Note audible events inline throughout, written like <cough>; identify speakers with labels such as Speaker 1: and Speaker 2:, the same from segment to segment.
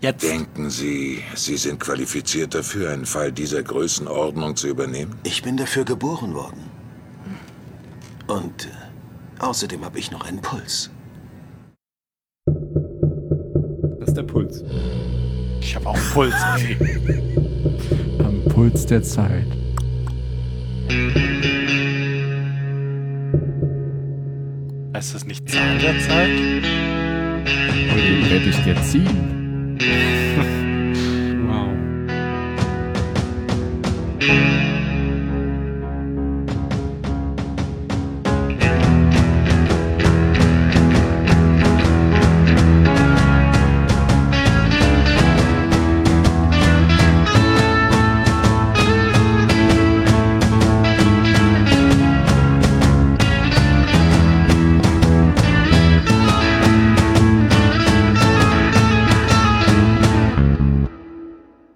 Speaker 1: Jetzt.
Speaker 2: Denken Sie, Sie sind qualifiziert dafür, einen Fall dieser Größenordnung zu übernehmen?
Speaker 3: Ich bin dafür geboren worden. Und äh, außerdem habe ich noch einen Puls.
Speaker 4: Das ist der Puls.
Speaker 1: Ich habe auch einen Puls. ey.
Speaker 5: Am Puls der Zeit.
Speaker 1: Heißt das nicht Zahn der Zeit?
Speaker 5: Und den werde ich dir ziehen.
Speaker 4: Wow.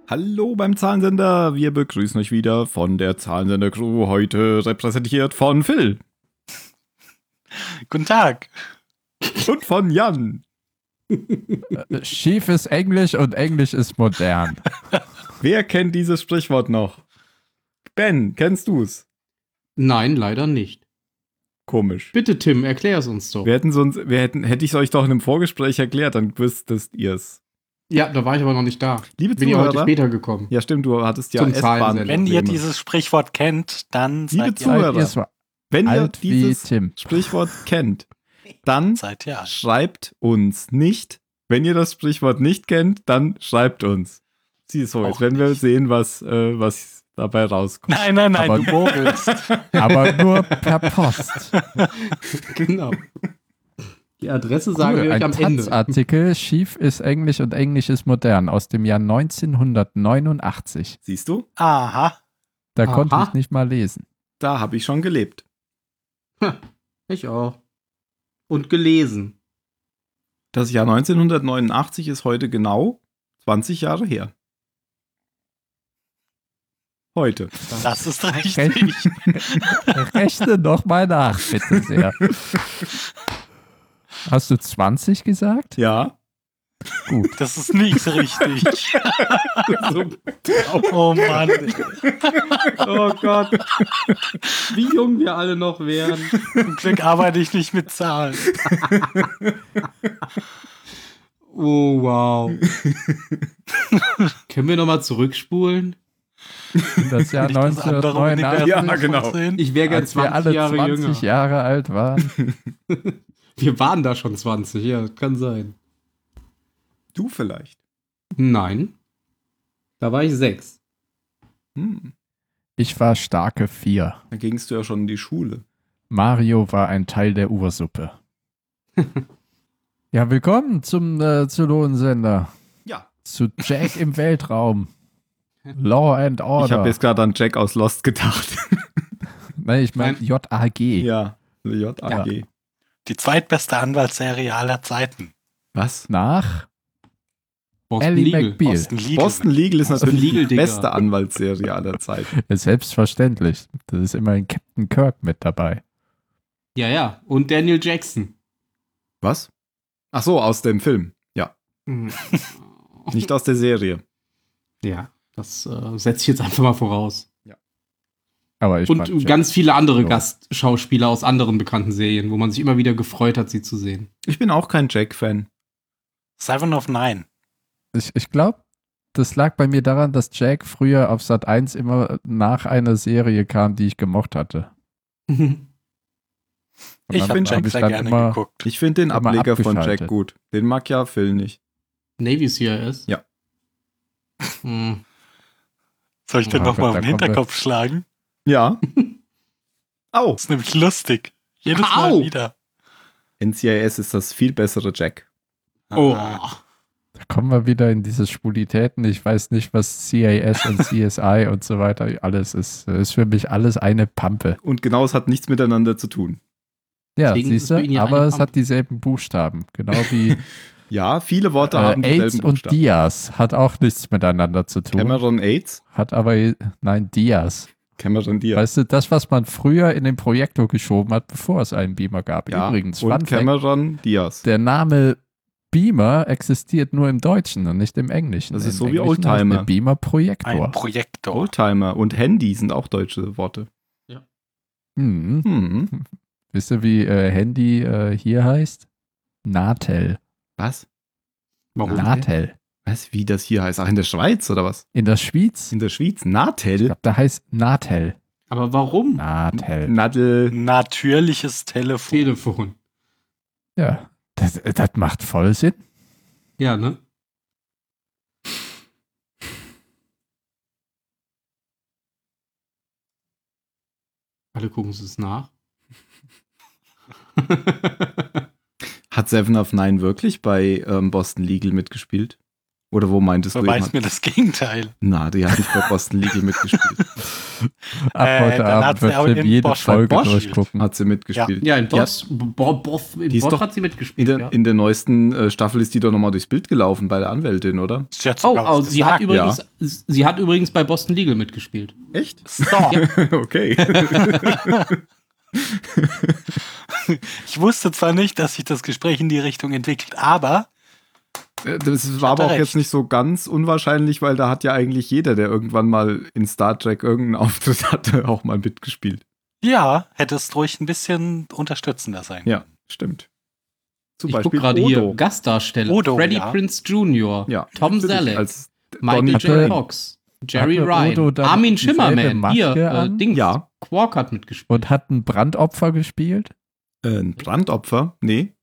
Speaker 4: Hallo beim Zahlensender. Wir begrüßen euch wieder von der Zahlensender Crew, heute repräsentiert von Phil
Speaker 1: Guten Tag.
Speaker 4: und von Jan.
Speaker 5: Äh, Schief ist Englisch und Englisch
Speaker 1: <laughs>
Speaker 5: ist modern.
Speaker 4: Wer kennt dieses Sprichwort noch? Ben, kennst du's?
Speaker 6: Nein, leider nicht.
Speaker 4: Komisch.
Speaker 6: Bitte, Tim, erklär's uns doch.
Speaker 4: Wir hätten sonst, wir hätten, hätte ich es euch doch in einem Vorgespräch erklärt, dann wüsstest ihr's.
Speaker 6: Ja, da war ich aber noch nicht da.
Speaker 4: Liebe
Speaker 6: Bin ja heute
Speaker 4: Zuhörer.
Speaker 6: später gekommen.
Speaker 4: Ja, stimmt, du hattest ja
Speaker 6: Zum
Speaker 4: S-Bahn.
Speaker 6: Zahlensender.
Speaker 4: Wenn
Speaker 1: Wenn ihr dieses Sprichwort kennt, dann
Speaker 4: Liebe
Speaker 1: seid ihr,
Speaker 4: Zuhörer.
Speaker 5: Seid ihr so
Speaker 4: wenn ihr
Speaker 5: alt wie
Speaker 4: dieses
Speaker 5: Tim.
Speaker 4: Sprichwort kennt,
Speaker 1: <laughs>
Speaker 4: dann
Speaker 1: seid ihr Arsch.
Speaker 4: schreibt uns nicht. Wenn ihr das Sprichwort nicht kennt, dann schreibt uns. Sieh so, jetzt
Speaker 1: Auch
Speaker 4: werden wir
Speaker 1: nicht.
Speaker 4: sehen, was, äh, was dabei rauskommt.
Speaker 1: Nein, nein, nein,
Speaker 5: Aber-
Speaker 1: du mogelst.
Speaker 5: <laughs> Aber nur per
Speaker 6: <laughs>
Speaker 5: Post.
Speaker 6: <laughs> genau. Die Adresse sagen
Speaker 5: Cool,
Speaker 6: wir euch
Speaker 5: ein
Speaker 6: am Ende.
Speaker 5: Taz-Artikel. Schief ist Englisch und Englisch ist modern aus dem Jahr 1989.
Speaker 4: Siehst du,
Speaker 1: Aha.
Speaker 5: Da
Speaker 6: Aha.
Speaker 5: konnte ich nicht mal lesen.
Speaker 4: da habe ich schon gelebt.
Speaker 6: Ich auch. Und gelesen.
Speaker 4: Das Jahr 1989 ist heute genau 20 Jahre her. Heute.
Speaker 1: Das ist
Speaker 5: Rechn-
Speaker 1: richtig.
Speaker 5: Rechne noch mal nach, bitte sehr. Hast du 20
Speaker 1: <laughs>
Speaker 5: gesagt?
Speaker 4: Ja.
Speaker 5: Gut.
Speaker 1: Das ist nicht
Speaker 5: <laughs>
Speaker 1: richtig.
Speaker 4: So.
Speaker 1: Oh Mann.
Speaker 6: Oh Gott. Wie jung wir alle noch wären.
Speaker 1: Zum Glück arbeite ich nicht mit Zahlen.
Speaker 6: Oh, wow. Können wir nochmal zurückspulen?
Speaker 5: Das Jahr
Speaker 1: Nicht das andere Universum
Speaker 5: 1989,
Speaker 4: Ja, genau.
Speaker 1: funktioniert.
Speaker 6: Ich wäre gern
Speaker 5: als wir
Speaker 6: 20
Speaker 5: alle
Speaker 6: Jahre
Speaker 5: 20
Speaker 6: jünger.
Speaker 5: Jahre alt waren.
Speaker 6: Wir waren da schon 20, ja, kann sein.
Speaker 4: Du vielleicht.
Speaker 6: Nein. Da war ich sechs.
Speaker 4: Hm.
Speaker 5: Ich war starke Vier.
Speaker 4: Da gingst du ja schon in die Schule.
Speaker 5: Mario war ein Teil der Ursuppe. ja, willkommen zum äh, Zylonensender.
Speaker 4: Ja.
Speaker 5: Zu Jack im Weltraum. Law and
Speaker 6: Oh,
Speaker 4: Ich
Speaker 5: Order.
Speaker 4: habe jetzt gerade an Jack aus Lost gedacht.
Speaker 5: Nein, ich meine
Speaker 6: Nein.
Speaker 5: JAG.
Speaker 4: ja. JAG.
Speaker 1: Die zweitbeste Anwaltsserie aller Zeiten.
Speaker 4: Was?
Speaker 5: Nach
Speaker 6: Boston
Speaker 5: Ellie
Speaker 6: Legal.
Speaker 5: McBeal.
Speaker 1: Boston Legal.
Speaker 4: Boston Legal ist
Speaker 5: Also
Speaker 6: Boston
Speaker 4: natürlich
Speaker 6: Legal,
Speaker 4: die
Speaker 6: Digga.
Speaker 4: beste Anwaltsserie aller Zeiten.
Speaker 5: Ja, Selbstverständlich. Das ist immer ein Captain Kirk mit dabei.
Speaker 6: Ja, ja. Und Daniel Jackson.
Speaker 4: Was? Ach so, aus dem Film. Ja,
Speaker 6: Mhm.
Speaker 4: nicht aus der Serie.
Speaker 6: Ja, das äh, setze ich jetzt einfach mal voraus.
Speaker 5: Aber ich
Speaker 6: Und
Speaker 5: mag Jack.
Speaker 6: ganz viele andere
Speaker 5: So.
Speaker 4: Genau.
Speaker 6: Gastschauspieler aus anderen bekannten Serien, wo man sich immer wieder gefreut hat, sie zu sehen.
Speaker 4: Ich bin auch kein Jack-Fan.
Speaker 1: Seven of Nine.
Speaker 5: Ich, ich glaube, das lag bei mir daran, dass Jack früher auf Sat 1 immer nach einer Serie kam, die ich gemocht hatte. Und
Speaker 1: Ich
Speaker 5: dann
Speaker 1: habe
Speaker 5: hab
Speaker 1: Jack
Speaker 5: ich
Speaker 1: sehr
Speaker 5: dann
Speaker 1: gerne
Speaker 5: immer-
Speaker 1: geguckt.
Speaker 4: Ich finde den
Speaker 5: Immer
Speaker 4: Ableger von
Speaker 5: abgeschaltet.
Speaker 4: Jack gut. Den mag ja Phil nicht.
Speaker 6: Navy CIS?
Speaker 4: Ja.
Speaker 6: Hm.
Speaker 1: Soll ich den
Speaker 5: Oh Gott,
Speaker 1: nochmal
Speaker 5: da
Speaker 1: auf den
Speaker 5: kommt er.
Speaker 1: Hinterkopf schlagen?
Speaker 5: <laughs>
Speaker 4: Ja. Au.
Speaker 1: Das ist nämlich lustig. Jedes Mal
Speaker 6: Au.
Speaker 1: wieder.
Speaker 4: NCIS ist das viel bessere Jack.
Speaker 6: Oh.
Speaker 1: Ah.
Speaker 5: Da kommen wir wieder in diese Spulitäten. Ich weiß nicht, was CIS und CSI und so weiter alles ist. Ist für mich alles eine Pampe.
Speaker 4: Und genau, es hat nichts miteinander zu tun.
Speaker 5: Ja,
Speaker 6: Deswegen ist
Speaker 5: siehst
Speaker 6: es für ihn
Speaker 5: du,
Speaker 6: ja
Speaker 5: aber
Speaker 6: eine
Speaker 5: es hat
Speaker 6: Pampe.
Speaker 5: dieselben Buchstaben. Genau
Speaker 6: <laughs>
Speaker 5: wie
Speaker 4: Ja, viele
Speaker 5: äh,
Speaker 4: Worte haben
Speaker 5: AIDS
Speaker 4: dieselben
Speaker 5: und
Speaker 4: Buchstaben.
Speaker 5: Diaz hat auch nichts miteinander zu tun.
Speaker 4: Cameron AIDS?
Speaker 5: Hat aber, nein, Diaz.
Speaker 4: Cameron Diaz.
Speaker 5: Weißt du, das, was man früher in den Projektor geschoben hat, bevor es einen Beamer gab.
Speaker 4: ja.
Speaker 5: Übrigens, Fun Fact,
Speaker 4: und Cameron Diaz.
Speaker 5: der Name Beamer existiert nur im Deutschen und nicht im Englischen.
Speaker 4: Das ist
Speaker 5: Im
Speaker 4: so wie
Speaker 5: Englischen heißt der
Speaker 4: Oldtimer.
Speaker 5: Beamer
Speaker 1: Ein
Speaker 5: Projektor.
Speaker 1: Projektor.
Speaker 4: Oldtimer und Handy sind auch deutsche Worte.
Speaker 5: Hm.
Speaker 4: Hm.
Speaker 5: Wisst ihr, wie äh, Handy äh, hier heißt? Natel.
Speaker 4: Was?
Speaker 5: Natel.
Speaker 4: Was? Wie das hier heißt? Ach, in der Schweiz oder was?
Speaker 5: In der Schweiz?
Speaker 4: In der Schweiz?
Speaker 5: Ich
Speaker 4: Natel?
Speaker 5: glaube, da heißt Natel.
Speaker 6: Aber warum?
Speaker 5: Natel.
Speaker 4: Nadel.
Speaker 1: Natürliches Telefon.
Speaker 6: Telefon.
Speaker 5: Ja, das, das macht voll Sinn.
Speaker 6: Ja, ne? Alle gucken
Speaker 4: <laughs>
Speaker 6: es nach.
Speaker 4: Hat Seven of Nine wirklich bei ähm, Boston Legal mitgespielt? Oder wo meintest du? eben-
Speaker 1: Beweist mir das Gegenteil.
Speaker 4: Na, die hat nicht bei Boston Legal
Speaker 6: <laughs>
Speaker 4: mitgespielt.
Speaker 5: Ab
Speaker 1: Äh,
Speaker 5: heute
Speaker 1: dann hat
Speaker 5: Abend
Speaker 1: sie
Speaker 5: wird
Speaker 1: auch
Speaker 5: Film
Speaker 1: in
Speaker 5: jede
Speaker 1: Bosch-
Speaker 5: Folge
Speaker 1: Bosch
Speaker 5: durchgucken.
Speaker 4: Hat sie mitgespielt.
Speaker 6: ja, in
Speaker 4: Die hat-
Speaker 6: Boss, Bo, Boff, in
Speaker 4: Die ist
Speaker 6: Boss
Speaker 4: doch-
Speaker 6: hat sie
Speaker 4: In
Speaker 6: mitgespielt.
Speaker 4: der,
Speaker 6: ja.
Speaker 4: in der neuesten äh, Staffel ist die doch nochmal durchs Bild gelaufen bei der Anwältin, oder?
Speaker 1: Sie hat
Speaker 6: oh,
Speaker 1: sogar
Speaker 6: oh
Speaker 1: was
Speaker 6: sie, hat
Speaker 1: gesagt.
Speaker 6: übrigens, sie hat übrigens bei Boston Legal mitgespielt.
Speaker 4: Echt?
Speaker 1: So,
Speaker 4: <laughs>
Speaker 6: <laughs>
Speaker 4: okay.
Speaker 1: ich wusste zwar nicht, dass sich das Gespräch in die Richtung entwickelt, aber
Speaker 4: Äh, Das war aber auch
Speaker 1: recht.
Speaker 4: jetzt nicht so ganz unwahrscheinlich, weil da hat ja eigentlich jeder, der irgendwann mal in Star Trek irgendeinen <laughs> Auftritt hatte, auch mal mitgespielt.
Speaker 1: ja, hätte es ruhig ein bisschen unterstützender sein.
Speaker 4: Ja, stimmt. Zum
Speaker 6: ich gucke gerade hier. Gastdarsteller.
Speaker 1: Odo,
Speaker 6: Freddy
Speaker 1: ja.
Speaker 6: Prince Jr.
Speaker 4: Ja,
Speaker 6: Tom
Speaker 4: natürlich,
Speaker 6: Selleck.
Speaker 4: Als
Speaker 6: Michael
Speaker 4: Donnie
Speaker 6: J.
Speaker 4: Jane.
Speaker 6: Fox. Jerry
Speaker 5: Hatte
Speaker 6: Ryan.
Speaker 5: Odo dann
Speaker 6: Armin
Speaker 5: dieselbe
Speaker 6: Schimmerman.
Speaker 5: Maske
Speaker 6: Hier, äh,
Speaker 5: an?
Speaker 6: Dings.
Speaker 4: Ja.
Speaker 6: Quark hat mitgespielt.
Speaker 5: Und hat ein Brandopfer gespielt?
Speaker 4: Äh, ein Brandopfer? Nee.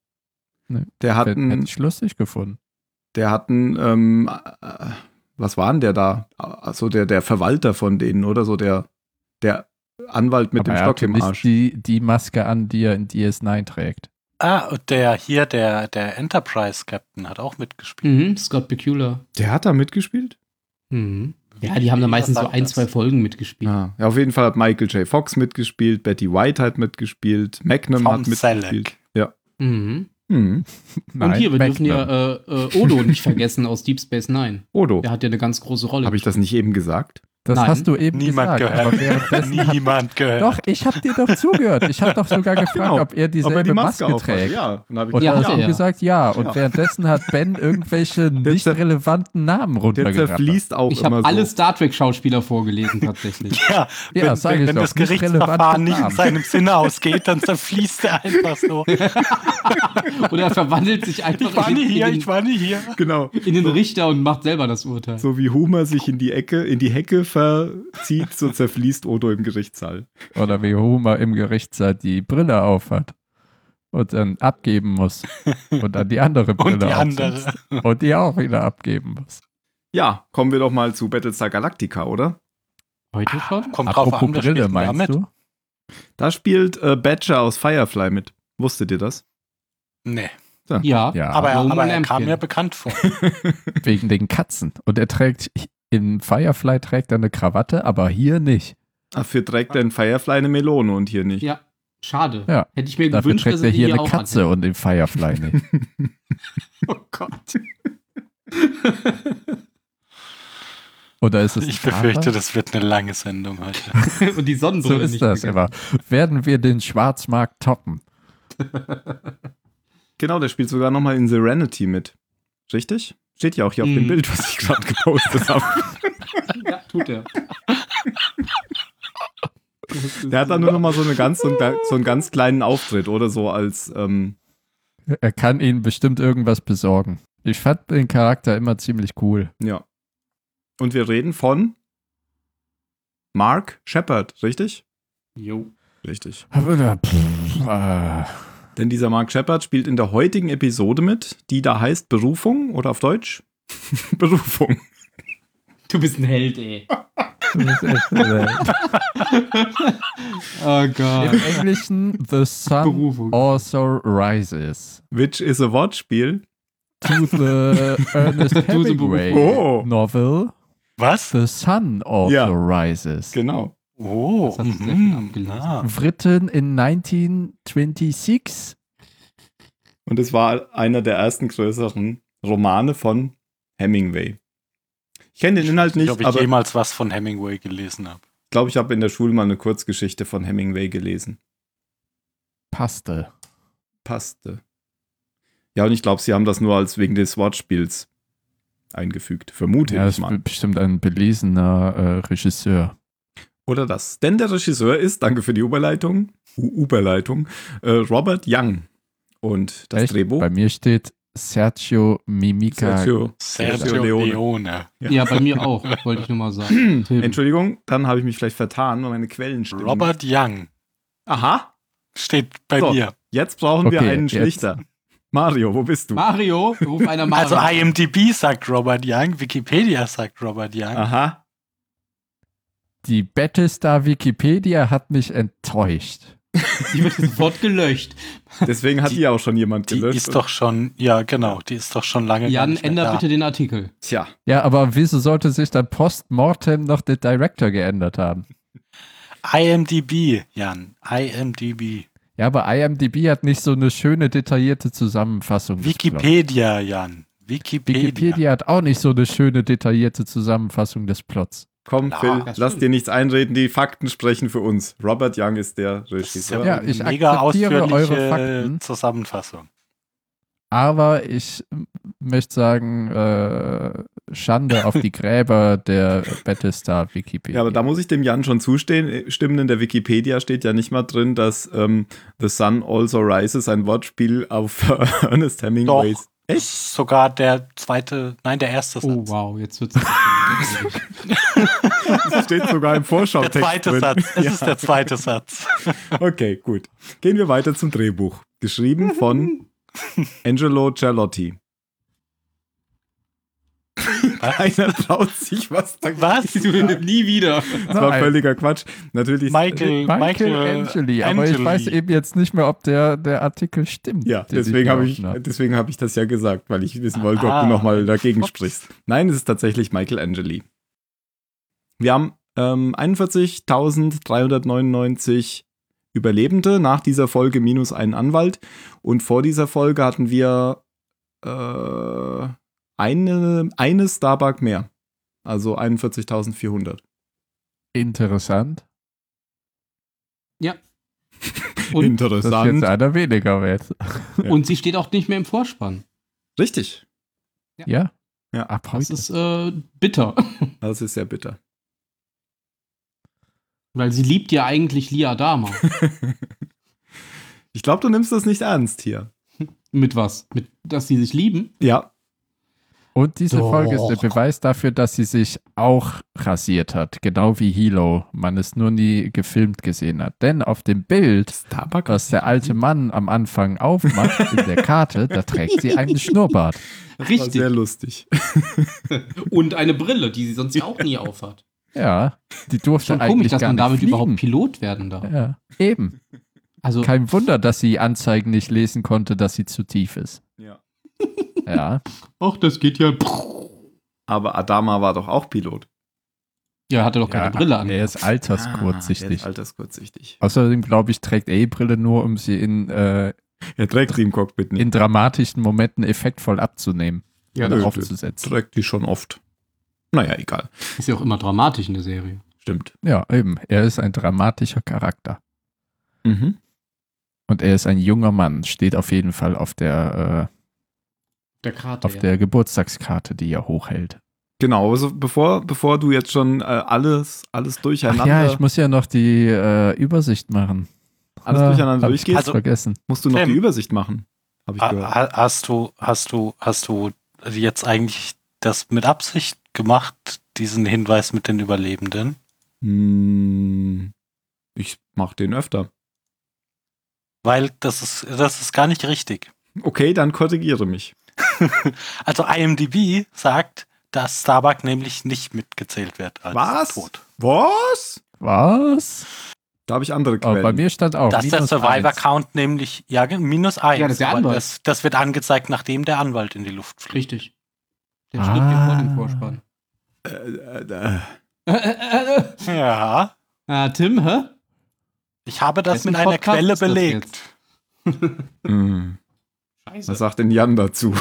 Speaker 5: Nee.
Speaker 4: Der hat
Speaker 5: Hätte hätte
Speaker 4: einen,
Speaker 5: ich lustig gefunden.
Speaker 4: der hat einen, ähm, äh, was war denn der da? Also der, der Verwalter von denen, oder so, der, der Anwalt mit
Speaker 5: Aber
Speaker 4: dem
Speaker 5: er
Speaker 4: Stock
Speaker 5: hatte
Speaker 4: im
Speaker 5: nicht
Speaker 4: Arsch.
Speaker 5: Die, die Maske an, die er in DS9 trägt.
Speaker 1: Ah, und der hier, der, der Enterprise-Captain hat auch mitgespielt.
Speaker 6: Mhm, Scott Bakula.
Speaker 4: Der hat da mitgespielt?
Speaker 6: Mhm. Ja, die haben da
Speaker 1: Was
Speaker 6: meistens so
Speaker 1: sagt
Speaker 6: ein,
Speaker 1: das?
Speaker 6: zwei Folgen mitgespielt.
Speaker 4: Ja. Ah, ja, auf jeden Fall hat Michael J. Fox mitgespielt, Betty White hat mitgespielt, Magnum
Speaker 1: Tom
Speaker 4: hat mitgespielt.
Speaker 1: Selleck.
Speaker 4: Ja.
Speaker 6: Mhm.
Speaker 4: Hm.
Speaker 5: Nein,
Speaker 6: Und hier, wir
Speaker 5: Magnum.
Speaker 6: dürfen ja äh, äh, Odo nicht vergessen aus Deep Space Nine.
Speaker 4: Odo,
Speaker 6: Der hat ja eine ganz große Rolle.
Speaker 4: habe Oh. ich das nicht eben gesagt?
Speaker 5: Das
Speaker 6: Nein.
Speaker 5: hast du eben
Speaker 1: Niemand
Speaker 5: Hm, gesagt.
Speaker 1: gehört. <laughs>
Speaker 5: Aber währenddessen
Speaker 4: <laughs>
Speaker 5: hat,
Speaker 1: Niemand gehört.
Speaker 5: doch, ich habe dir doch zugehört. Ich habe doch sogar gefragt,
Speaker 4: Genau.
Speaker 5: ob er dieselbe Maske,
Speaker 4: aufhat.
Speaker 5: trägt.
Speaker 4: Ja, und habe ich
Speaker 5: Und
Speaker 6: Ja,
Speaker 5: ja,
Speaker 4: gesagt,
Speaker 5: hast
Speaker 6: hat
Speaker 5: du
Speaker 6: er.
Speaker 5: gesagt, ja. Und
Speaker 4: Ja.
Speaker 5: währenddessen hat Ben
Speaker 4: <laughs>
Speaker 5: irgendwelche nicht
Speaker 4: zer-
Speaker 5: relevanten Namen
Speaker 4: der
Speaker 5: runtergerattert.
Speaker 4: zerfließt auch
Speaker 6: Ich
Speaker 4: immer
Speaker 6: habe alle
Speaker 4: so.
Speaker 6: Star Trek-Schauspieler
Speaker 1: <laughs>
Speaker 6: vorgelesen, tatsächlich.
Speaker 1: Ja,
Speaker 5: Ja,
Speaker 1: wenn,
Speaker 5: sag ich
Speaker 1: wenn
Speaker 5: doch,
Speaker 1: das
Speaker 5: nicht
Speaker 1: Gerichtsverfahren
Speaker 5: relevanten
Speaker 1: nicht in
Speaker 5: Namen.
Speaker 1: seinem Sinne ausgeht, dann zerfließt er einfach
Speaker 5: <laughs>
Speaker 1: so.
Speaker 6: Oder er verwandelt sich einfach
Speaker 1: Ich war
Speaker 6: in, den-
Speaker 1: nie hier,
Speaker 6: in, den,
Speaker 1: ich war nie hier.
Speaker 4: Genau.
Speaker 6: in den Richter und macht selber das Urteil.
Speaker 4: So wie Homer sich in die Ecke, in die Hecke verzieht, so zerfließt Odo im Gerichtssaal.
Speaker 5: Oder wie Homer im Gerichtssaal die Brille aufhat. Und dann abgeben
Speaker 4: <laughs>
Speaker 5: muss. Und dann die andere Brille
Speaker 1: Und die
Speaker 5: aufsetzt.
Speaker 1: andere.
Speaker 5: Und die auch wieder abgeben muss.
Speaker 4: Ja, kommen wir doch mal zu Battlestar Galactica, oder?
Speaker 5: Ah.
Speaker 6: Heute schon?
Speaker 1: Kommt drauf
Speaker 5: Apropos
Speaker 1: an, da
Speaker 5: Brille,
Speaker 1: spielt man
Speaker 5: meinst
Speaker 1: mit.
Speaker 5: du?
Speaker 4: Da spielt äh, Badger aus Firefly mit. Wusstet ihr das?
Speaker 1: Nee,
Speaker 6: Ja.
Speaker 5: Ja,
Speaker 1: aber, er-
Speaker 6: Roman
Speaker 1: aber er kam
Speaker 6: Lampkin.
Speaker 1: mir bekannt vor.
Speaker 5: wegen den Katzen. Und er trägt, in Firefly trägt er eine Krawatte, aber hier nicht.
Speaker 4: Dafür Ah, trägt ein Firefly eine Melone und hier <laughs> nicht.
Speaker 6: Ja. Schade.
Speaker 5: Ja.
Speaker 6: Hätte ich mir
Speaker 5: Dafür
Speaker 6: gewünscht,
Speaker 5: trägt
Speaker 6: dass
Speaker 5: er
Speaker 6: er die
Speaker 5: hier eine
Speaker 6: auch
Speaker 5: Katze und in Firefly nicht.
Speaker 6: anhält. Oh Gott.
Speaker 5: Oder ist es
Speaker 1: <laughs>
Speaker 5: ein
Speaker 1: Ich befürchte,
Speaker 5: Kater?
Speaker 1: das wird eine lange Sendung heute.
Speaker 6: <laughs> und die
Speaker 5: So
Speaker 6: Sonnenbrille
Speaker 5: ist
Speaker 6: nicht
Speaker 5: das
Speaker 6: gegangen.
Speaker 5: immer. Werden wir den Schwarzmarkt toppen?
Speaker 4: Genau, der spielt sogar nochmal in Serenity mit. Richtig? Steht ja auch hier auf dem
Speaker 6: Mhm.
Speaker 4: Bild, was ich gerade gepostet
Speaker 6: <laughs>
Speaker 4: habe.
Speaker 6: Ja, tut
Speaker 5: <laughs>
Speaker 6: er.
Speaker 4: Der hat dann nur nochmal so, eine ganz, so, einen, so einen ganz kleinen Auftritt, oder so als, ähm,
Speaker 5: Er kann ihnen bestimmt irgendwas besorgen. Ich fand den Charakter immer ziemlich cool.
Speaker 4: ja. Und wir reden von Mark Shepard, richtig?
Speaker 6: Jo.
Speaker 4: Richtig.
Speaker 5: Aber, pff, äh,
Speaker 4: Denn dieser Mark Shepard spielt in der heutigen Episode mit, die da heißt Berufung oder auf Deutsch <laughs> Berufung.
Speaker 6: Du bist ein Held, ey.
Speaker 5: das ist echt, äh,
Speaker 6: <laughs> Oh Gott.
Speaker 5: Im Englischen The Sun
Speaker 6: Berufung.
Speaker 5: also rises
Speaker 4: Which is a Wortspiel.
Speaker 5: to the Ernest
Speaker 6: To the Berufung.
Speaker 5: Hemingway
Speaker 4: Oh.
Speaker 5: novel
Speaker 1: Was?
Speaker 5: The Sun also
Speaker 4: Ja.
Speaker 5: rises.
Speaker 4: Genau.
Speaker 1: Oh,
Speaker 6: Das hat sich sehr
Speaker 1: mhm,
Speaker 6: schön abgelesen.
Speaker 1: na.
Speaker 5: written in 1926.
Speaker 4: Und es war einer der ersten größeren Romane von Hemingway. Ich kenne den Inhalt
Speaker 1: Ich
Speaker 4: nicht,
Speaker 1: glaube, ich
Speaker 4: aber ich
Speaker 1: jemals was von Hemingway gelesen habe.
Speaker 4: glaube, ich habe in der Schule mal eine Kurzgeschichte von Hemingway gelesen.
Speaker 5: Passte.
Speaker 4: Passte. Ja, und ich glaube, sie haben das nur als wegen des Wortspiels eingefügt. Vermute
Speaker 5: Ja,
Speaker 4: ich
Speaker 5: ist
Speaker 4: mal.
Speaker 5: bestimmt ein belesener äh, Regisseur.
Speaker 4: Oder das. Denn der Regisseur ist, danke für die Überleitung, U Überleitung, äh, Robert Young. Und das
Speaker 5: Echt?
Speaker 4: Drehbuch.
Speaker 5: Bei mir steht Sergio Mimica.
Speaker 4: Sergio.
Speaker 1: Sergio
Speaker 4: Leone.
Speaker 1: Leone.
Speaker 4: Ja.
Speaker 6: Ja, bei mir auch, wollte ich nur
Speaker 5: <clears throat>
Speaker 6: mal sagen. Tim.
Speaker 4: Entschuldigung, dann habe ich mich vielleicht vertan, weil meine Quellen stimmen.
Speaker 1: Robert Young
Speaker 4: Aha,
Speaker 1: steht bei
Speaker 4: So.
Speaker 1: mir.
Speaker 4: jetzt brauchen wir
Speaker 5: Okay,
Speaker 4: einen
Speaker 5: jetzt.
Speaker 4: Schlichter. Mario, wo bist du?
Speaker 6: Mario, ruf einer Mario.
Speaker 1: Also IMDb sagt Robert Young, Wikipedia sagt Robert Young.
Speaker 4: Aha.
Speaker 5: Die Battlestar Wikipedia hat mich enttäuscht.
Speaker 6: die wird sofort gelöscht.
Speaker 4: Deswegen hat die, auch schon jemand
Speaker 1: Die
Speaker 4: gelöscht.
Speaker 1: ist doch schon, ja genau, die ist doch schon lange gar
Speaker 6: Jan,
Speaker 1: nicht mehr
Speaker 6: änder
Speaker 1: da.
Speaker 6: bitte den Artikel.
Speaker 4: Tja,
Speaker 5: Ja, aber wieso sollte sich dann postmortem noch der Director geändert haben?
Speaker 1: IMDb, Jan, IMDb.
Speaker 5: Ja, aber IMDb hat nicht so eine schöne, detaillierte Zusammenfassung. des Plots.
Speaker 1: Wikipedia, Jan, Wikipedia.
Speaker 5: Wikipedia hat auch nicht so eine schöne, detaillierte Zusammenfassung des Plots.
Speaker 4: komm,
Speaker 6: Na,
Speaker 4: Phil,
Speaker 6: das
Speaker 4: lass
Speaker 6: stimmt.
Speaker 4: dir nichts einreden. Die Fakten sprechen für uns. Robert Young ist der Regisseur.
Speaker 1: Ja,
Speaker 5: Ja,
Speaker 1: ich
Speaker 5: ich
Speaker 1: mega
Speaker 5: akzeptiere
Speaker 1: ausführliche
Speaker 5: eure Fakten.
Speaker 1: Zusammenfassung.
Speaker 5: Aber ich m- möchte sagen, äh, Schande auf die Gräber der Battlestar Wikipedia.
Speaker 4: Ja, aber da muss ich dem Jan schon zustehen. äh, Stimmen in der Wikipedia steht ja nicht mal drin, dass ähm, The Sun Also Rises ein Wortspiel auf <laughs> Ernest Hemingways.
Speaker 1: Das ist sogar der zweite, nein, der erste Satz.
Speaker 6: Oh wow, jetzt wird's.
Speaker 4: Das steht sogar im
Speaker 1: der
Speaker 4: Vorschautext.
Speaker 1: zweite
Speaker 4: drin.
Speaker 1: Satz. Es
Speaker 4: Ja.
Speaker 1: ist der zweite Satz.
Speaker 4: Okay, gut. Gehen wir weiter zum Drehbuch. Geschrieben
Speaker 1: <laughs>
Speaker 4: von Angelo Cialotti. Keiner traut sich was dagegen.
Speaker 6: <laughs>
Speaker 1: Was?
Speaker 6: Nie wieder.
Speaker 4: Das war
Speaker 5: Nein.
Speaker 4: völliger Quatsch. Natürlich.
Speaker 1: Michael,
Speaker 5: Michael,
Speaker 1: Michael
Speaker 5: Angeli, aber ich
Speaker 1: Angeli.
Speaker 5: weiß eben jetzt nicht mehr, ob der, der Artikel stimmt.
Speaker 4: Ja,
Speaker 5: den
Speaker 4: deswegen habe ich,
Speaker 5: gelesen habe.
Speaker 4: deswegen habe ich das ja gesagt, weil ich wissen wollte, ob
Speaker 1: Ah.
Speaker 4: du nochmal dagegen
Speaker 1: Ups.
Speaker 4: sprichst. Nein, es ist tatsächlich Michael Angeli. Wir haben ähm, 41.399 Überlebende nach dieser Folge minus einen Anwalt. Und vor dieser Folge hatten wir äh, eine, eine Starbuck mehr. Also 41.400.
Speaker 5: Interessant,
Speaker 6: Und,
Speaker 5: dass jetzt
Speaker 4: Interessant.
Speaker 5: einer weniger wird.
Speaker 4: Ja.
Speaker 6: und sie steht auch nicht mehr im Vorspann.
Speaker 4: Richtig.
Speaker 5: Ja.
Speaker 4: Ja.
Speaker 5: Ab
Speaker 6: Das
Speaker 5: heute.
Speaker 6: ist äh, bitter.
Speaker 4: Das ist sehr bitter.
Speaker 6: Weil sie liebt ja eigentlich
Speaker 5: <laughs>
Speaker 6: Lia Dama.
Speaker 4: Ich glaube, du nimmst das nicht ernst hier.
Speaker 6: Mit was? Mit, dass sie sich lieben?
Speaker 4: Ja,
Speaker 5: Und diese
Speaker 6: Doch.
Speaker 5: Folge ist der Beweis dafür, dass sie sich auch rasiert hat. Genau wie Hilo. Man es nur nie gefilmt gesehen hat. Denn auf dem Bild,
Speaker 4: Starbuck
Speaker 5: was der alte Mann am Anfang aufmacht, in der Karte, da trägt sie einen Schnurrbart.
Speaker 4: war
Speaker 6: Richtig.
Speaker 4: sehr lustig.
Speaker 6: Und eine Brille, die sie sonst ja auch nie aufhat.
Speaker 5: Ja, die durfte
Speaker 6: Schon
Speaker 5: eigentlich
Speaker 6: komisch, dass
Speaker 5: gar
Speaker 6: man
Speaker 5: nicht
Speaker 6: damit
Speaker 5: fliegen.
Speaker 6: überhaupt Pilot werden darf.
Speaker 5: Ja, eben.
Speaker 6: Also,
Speaker 5: Kein Wunder, dass sie Anzeigen nicht lesen konnte, dass sie zu tief ist.
Speaker 4: Ja.
Speaker 5: Ja,
Speaker 6: ach, das geht ja.
Speaker 4: Aber Adama war doch auch Pilot.
Speaker 6: Ja, hatte doch keine
Speaker 5: ja
Speaker 6: Brille an.
Speaker 5: er ist alterskurzsichtig.
Speaker 4: Ah, alterskurzsichtig.
Speaker 5: Außerdem, glaube ich, trägt er die Brille nur, um sie in äh,
Speaker 4: Er trägt sie im Cockpit nicht.
Speaker 5: in dramatischen Momenten effektvoll abzunehmen
Speaker 4: Ja,
Speaker 5: oder
Speaker 4: nö,
Speaker 5: aufzusetzen.
Speaker 4: trägt die schon oft. Naja, egal.
Speaker 6: Ist ja auch immer dramatisch in der Serie.
Speaker 4: Stimmt.
Speaker 5: Ja, eben. Er ist ein dramatischer Charakter.
Speaker 4: Mhm.
Speaker 5: Und er ist ein junger Mann, steht auf jeden Fall auf der,
Speaker 6: Der
Speaker 5: äh,
Speaker 6: Krater.
Speaker 5: auf der Geburtstagskarte, die er hochhält.
Speaker 4: Genau, also bevor, bevor du jetzt schon äh, alles, alles durcheinander,
Speaker 5: Ach ja, ich muss ja noch die äh, Übersicht machen.
Speaker 4: alles
Speaker 5: Ah,
Speaker 4: durcheinander
Speaker 5: hab ich Ah,
Speaker 4: durchgehst,
Speaker 6: Also,
Speaker 5: ganz vergessen.
Speaker 4: musst du noch
Speaker 1: Tim.
Speaker 4: die Übersicht machen. Habe ich
Speaker 1: Ha-
Speaker 4: gehört.
Speaker 1: ha- Hast du, hast du, hast du jetzt eigentlich das mit Absicht gemacht, diesen Hinweis mit den Überlebenden?
Speaker 4: Hm, ich mache den öfter.
Speaker 1: Weil das ist, das ist gar nicht richtig.
Speaker 4: Okay, dann korrigiere mich.
Speaker 1: Also IMDb sagt, dass Starbuck nämlich nicht mitgezählt wird als
Speaker 4: Was?
Speaker 1: tot.
Speaker 4: Was?
Speaker 5: Was?
Speaker 4: Da habe ich andere
Speaker 5: Aber
Speaker 4: Quellen.
Speaker 5: bei mir stand auch.
Speaker 1: Dass der
Speaker 5: minus eins.
Speaker 1: Survivor-Count nämlich, ja, ge- minus eins.
Speaker 6: Ja, das ist der
Speaker 1: weil
Speaker 6: Anwalt.
Speaker 1: Das, das wird angezeigt, nachdem der Anwalt in die Luft fliegt.
Speaker 6: Richtig. Der
Speaker 5: Ah.
Speaker 6: schritt mir vor dem Vorspann.
Speaker 4: äh, äh, äh,
Speaker 6: Äh, äh, äh, äh.
Speaker 1: Ja.
Speaker 6: Ah, Tim, hä?
Speaker 1: Ich habe das
Speaker 6: Wessen
Speaker 1: mit einer
Speaker 6: Podcast
Speaker 1: Quelle
Speaker 6: ist das
Speaker 1: belegt.
Speaker 6: jetzt?
Speaker 4: hm. Was
Speaker 6: Scheiße.
Speaker 4: sagt denn Jan dazu?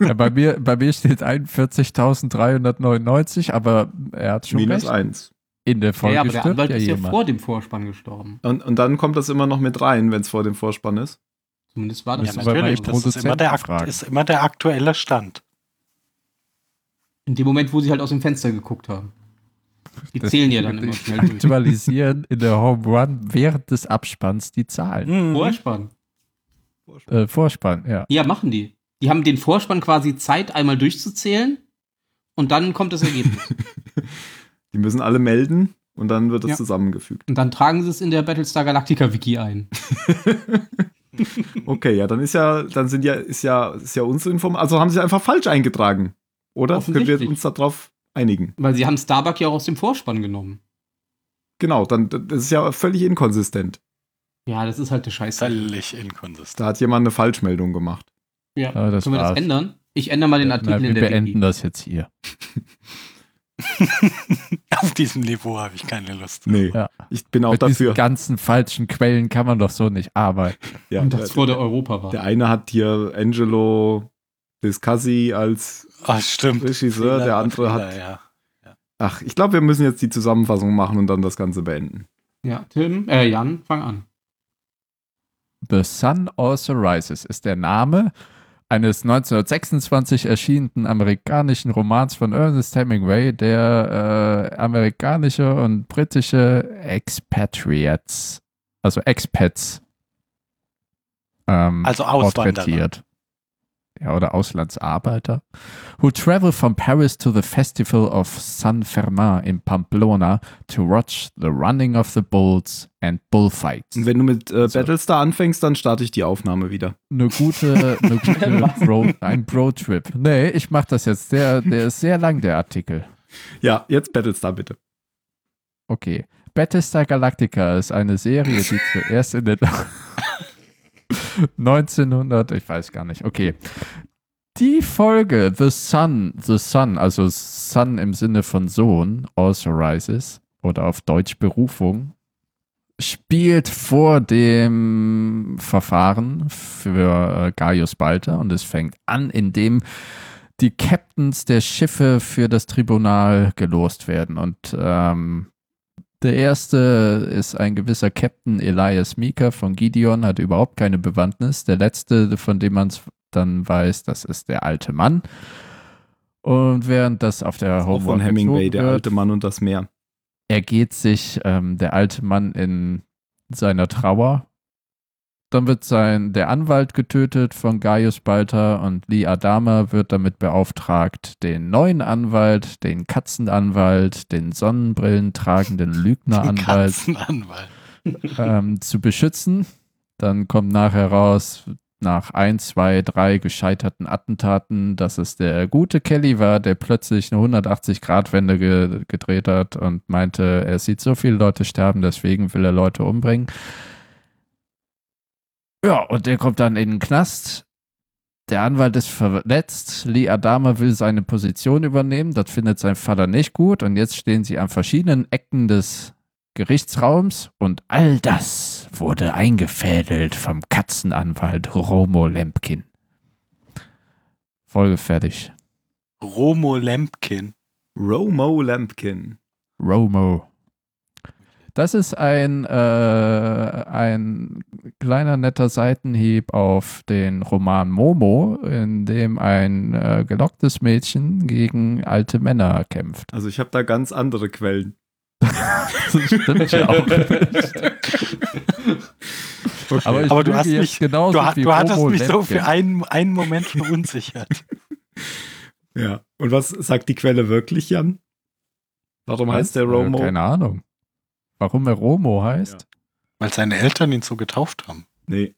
Speaker 5: Ja, bei, mir, bei mir steht 41.399, aber er hat schon
Speaker 4: Minus
Speaker 5: recht.
Speaker 4: eins.
Speaker 5: In der
Speaker 6: Ja,
Speaker 5: Folge
Speaker 6: ja, aber der
Speaker 5: stirbt
Speaker 6: Anwalt
Speaker 5: ja
Speaker 6: ist ja
Speaker 5: jemand.
Speaker 6: vor dem Vorspann gestorben.
Speaker 4: Und, und dann kommt das immer noch mit rein, wenn es vor dem Vorspann ist.
Speaker 6: Zumindest war das
Speaker 1: Ja,
Speaker 5: Müssen wir
Speaker 6: so.
Speaker 5: mal
Speaker 1: natürlich.
Speaker 5: den
Speaker 1: Das ist immer,
Speaker 5: Produzenten
Speaker 1: der, akt-
Speaker 5: fragen.
Speaker 1: ist immer der aktuelle Stand.
Speaker 6: In dem Moment, wo sie halt aus dem Fenster geguckt haben. Die zählen ja dann immer schnell durch.
Speaker 5: Aktualisieren in der Home Run während des Abspanns die
Speaker 6: Hm.
Speaker 5: Zahlen.
Speaker 1: Mhm.
Speaker 6: Vorspann.
Speaker 5: Äh, Vorspann, ja.
Speaker 6: Ja, machen die. Die haben den Vorspann quasi Zeit, einmal durchzuzählen und dann kommt das
Speaker 5: <laughs>
Speaker 6: Ergebnis.
Speaker 4: Die müssen alle melden und dann wird das
Speaker 6: Ja.
Speaker 5: <laughs>
Speaker 4: zusammengefügt.
Speaker 6: und dann tragen sie es in der Battlestar Galactica Wiki ein.
Speaker 4: Okay, ja, dann ist ja, dann sind ja, ist ja, ist ja unsere Information. Also haben sie einfach falsch eingetragen, oder? Können wir
Speaker 6: Offensichtlich.
Speaker 4: uns darauf einigen?
Speaker 6: Weil sie haben Starbuck ja auch aus dem Vorspann genommen.
Speaker 4: Genau, dann das ist ja völlig inkonsistent.
Speaker 6: Ja, das ist halt der Scheiße.
Speaker 1: Völlig inkonsistent.
Speaker 6: <laughs>
Speaker 4: Da hat jemand eine Falschmeldung gemacht.
Speaker 6: Ja.
Speaker 5: Aber das
Speaker 6: Können wir das
Speaker 5: war's.
Speaker 6: ändern? Ich ändere mal den Artikel
Speaker 5: Na, Äh, wir
Speaker 6: in der
Speaker 5: beenden
Speaker 6: Wiki.
Speaker 5: das jetzt hier.
Speaker 1: Auf diesem Niveau habe ich keine Lust.
Speaker 4: Nee,
Speaker 5: Ja.
Speaker 4: ich bin auch
Speaker 5: Mit diesen
Speaker 4: dafür.
Speaker 5: ganzen falschen Quellen kann man doch so nicht arbeiten.
Speaker 4: Ja,
Speaker 6: Und das
Speaker 4: der,
Speaker 6: vor der Europawahl.
Speaker 4: der eine hat hier Angelo Discassi als
Speaker 1: Ah, stimmt.
Speaker 4: Regisseur, der
Speaker 1: Fehler,
Speaker 4: andere
Speaker 1: Fehler,
Speaker 4: hat.
Speaker 1: Ja.
Speaker 4: Ach, ich glaube, wir müssen jetzt die Zusammenfassung machen und dann das Ganze beenden.
Speaker 6: Ja, Tim, äh, Jan, fang an.
Speaker 5: The Sun Also Rises ist der Name eines 1926 erschienenen amerikanischen Romans von Ernest Hemingway, der äh, amerikanische und britische Expatriates, also Expats, ähm,
Speaker 1: Also Auswanderer.
Speaker 5: porträtiert. Ja, oder Auslandsarbeiter. Who travel from Paris to the Festival of San Fermin in Pamplona to watch the running of the bulls and bullfights.
Speaker 4: Und wenn du mit äh,
Speaker 5: So.
Speaker 4: Battlestar anfängst, dann starte ich die Aufnahme wieder.
Speaker 5: eine gute, eine gute Road, ein Roadtrip. Nee, ich mach das jetzt. Der, der ist sehr lang, der Artikel.
Speaker 4: Ja, jetzt Battlestar bitte.
Speaker 5: Okay. Battlestar Galactica ist eine Serie, die zuerst in den <laughs> 1900, ich weiß gar nicht, okay. Die Folge The Sun, The Sun, also Sun im Sinne von Sohn, also rises, oder auf Deutsch Berufung, spielt vor dem Verfahren für äh, Gaius Balter und es fängt an, indem die Captains der Schiffe für das Tribunal gelost werden und ähm, der erste ist ein gewisser Captain Elias Mika von Gideon, hat überhaupt keine Bewandtnis. Der letzte, von dem man es dann weiß, das ist der alte Mann. Und während das auf der
Speaker 4: Auch
Speaker 5: Home
Speaker 4: von
Speaker 5: World
Speaker 4: Hemingway,
Speaker 5: gezogen
Speaker 4: der
Speaker 5: wird,
Speaker 4: alte Mann und das Meer.
Speaker 5: ergeht sich ähm, der alte Mann in seiner Trauer. Dann wird sein der Anwalt getötet von Gaius Balter und Lee Adama wird damit beauftragt, den neuen Anwalt, den Katzenanwalt, den Sonnenbrillentragenden Lügneranwalt
Speaker 1: Katzenanwalt.
Speaker 5: ähm, zu beschützen. Dann kommt nachher raus, nach ein, zwei, drei gescheiterten Attentaten, dass es der gute Kelly war, der plötzlich eine 180-Grad-Wende ge gedreht hat und meinte, er sieht so viele Leute sterben, deswegen will er Leute umbringen. Ja, und der kommt dann in den Knast. Der Anwalt ist verletzt. Lee Adama will seine Position übernehmen. Das findet sein Vater nicht gut. Und jetzt stehen sie an verschiedenen Ecken des Gerichtsraums und all das wurde eingefädelt vom Katzenanwalt Romo Lempkin. Folge fertig.
Speaker 1: Romo Lempkin.
Speaker 4: Romo Lampkin.
Speaker 5: Romo. Das ist ein, äh, ein kleiner netter Seitenhieb auf den Roman Momo, in dem ein äh, gelocktes Mädchen gegen alte Männer kämpft.
Speaker 4: Also ich habe da ganz andere Quellen.
Speaker 5: Das stimmt
Speaker 1: <laughs>
Speaker 5: ja auch. Aber, ich
Speaker 1: Aber du
Speaker 5: lüge
Speaker 1: hast
Speaker 5: jetzt
Speaker 1: mich-
Speaker 5: genauso
Speaker 6: Oh,
Speaker 1: Du, ha-
Speaker 5: wie
Speaker 1: du hattest
Speaker 5: Romo
Speaker 1: mich so
Speaker 5: Lempkin.
Speaker 1: für einen, einen Moment
Speaker 6: <laughs>
Speaker 1: verunsichert.
Speaker 4: Ja. Und was sagt die Quelle wirklich, Jan? Warum
Speaker 5: Was?
Speaker 4: heißt der
Speaker 5: Äh,
Speaker 4: Romo?
Speaker 5: Keine Ahnung. Warum er Romo heißt?
Speaker 1: Weil seine Eltern ihn so getauft haben.
Speaker 4: Nee.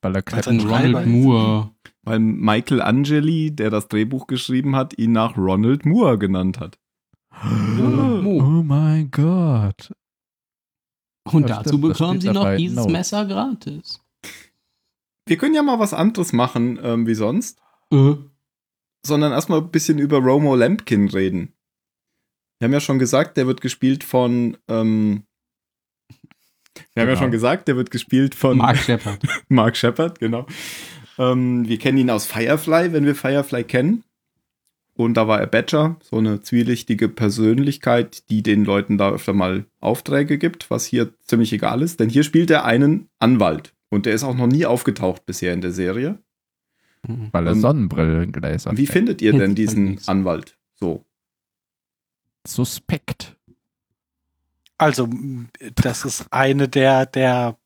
Speaker 5: Weil er
Speaker 1: Weil
Speaker 5: Klepp
Speaker 1: sein
Speaker 6: Ronald
Speaker 1: Treiber-
Speaker 6: Moore.
Speaker 4: Weil Michael Angeli, der das Drehbuch geschrieben hat, ihn nach Ronald Moore genannt hat.
Speaker 6: Moore.
Speaker 5: Oh mein Gott.
Speaker 6: Und
Speaker 5: Ja,
Speaker 6: dazu
Speaker 5: stimmt, das
Speaker 6: bekommen
Speaker 5: steht
Speaker 6: sie noch
Speaker 5: dabei.
Speaker 6: dieses
Speaker 5: No.
Speaker 6: Messer gratis.
Speaker 4: Wir können ja mal was anderes machen, ähm, wie sonst.
Speaker 6: Äh,
Speaker 4: sondern erstmal ein bisschen über Romo Lampkin reden. Wir haben ja schon gesagt, der wird gespielt von. Ähm, wir haben ja
Speaker 5: Genau.
Speaker 4: schon gesagt, der wird gespielt von
Speaker 6: Mark <laughs> Shepard.
Speaker 4: <laughs> Mark Shepard, genau. Ähm, wir kennen ihn aus Firefly, wenn wir Firefly kennen. Und da war er Badger, so eine zwielichtige Persönlichkeit, die den Leuten da öfter mal Aufträge gibt, was hier ziemlich egal ist. Denn hier spielt er einen Anwalt, Und der ist auch noch nie aufgetaucht bisher in der Serie.
Speaker 6: Mhm.
Speaker 5: Weil er
Speaker 4: Ähm,
Speaker 5: Sonnenbrillengläser
Speaker 4: Wie
Speaker 5: trägt.
Speaker 4: findet ihr denn
Speaker 6: Jetzt
Speaker 4: diesen
Speaker 6: find's.
Speaker 4: Anwalt? So.
Speaker 5: Suspekt.
Speaker 1: Also, m, das ist eine der, der,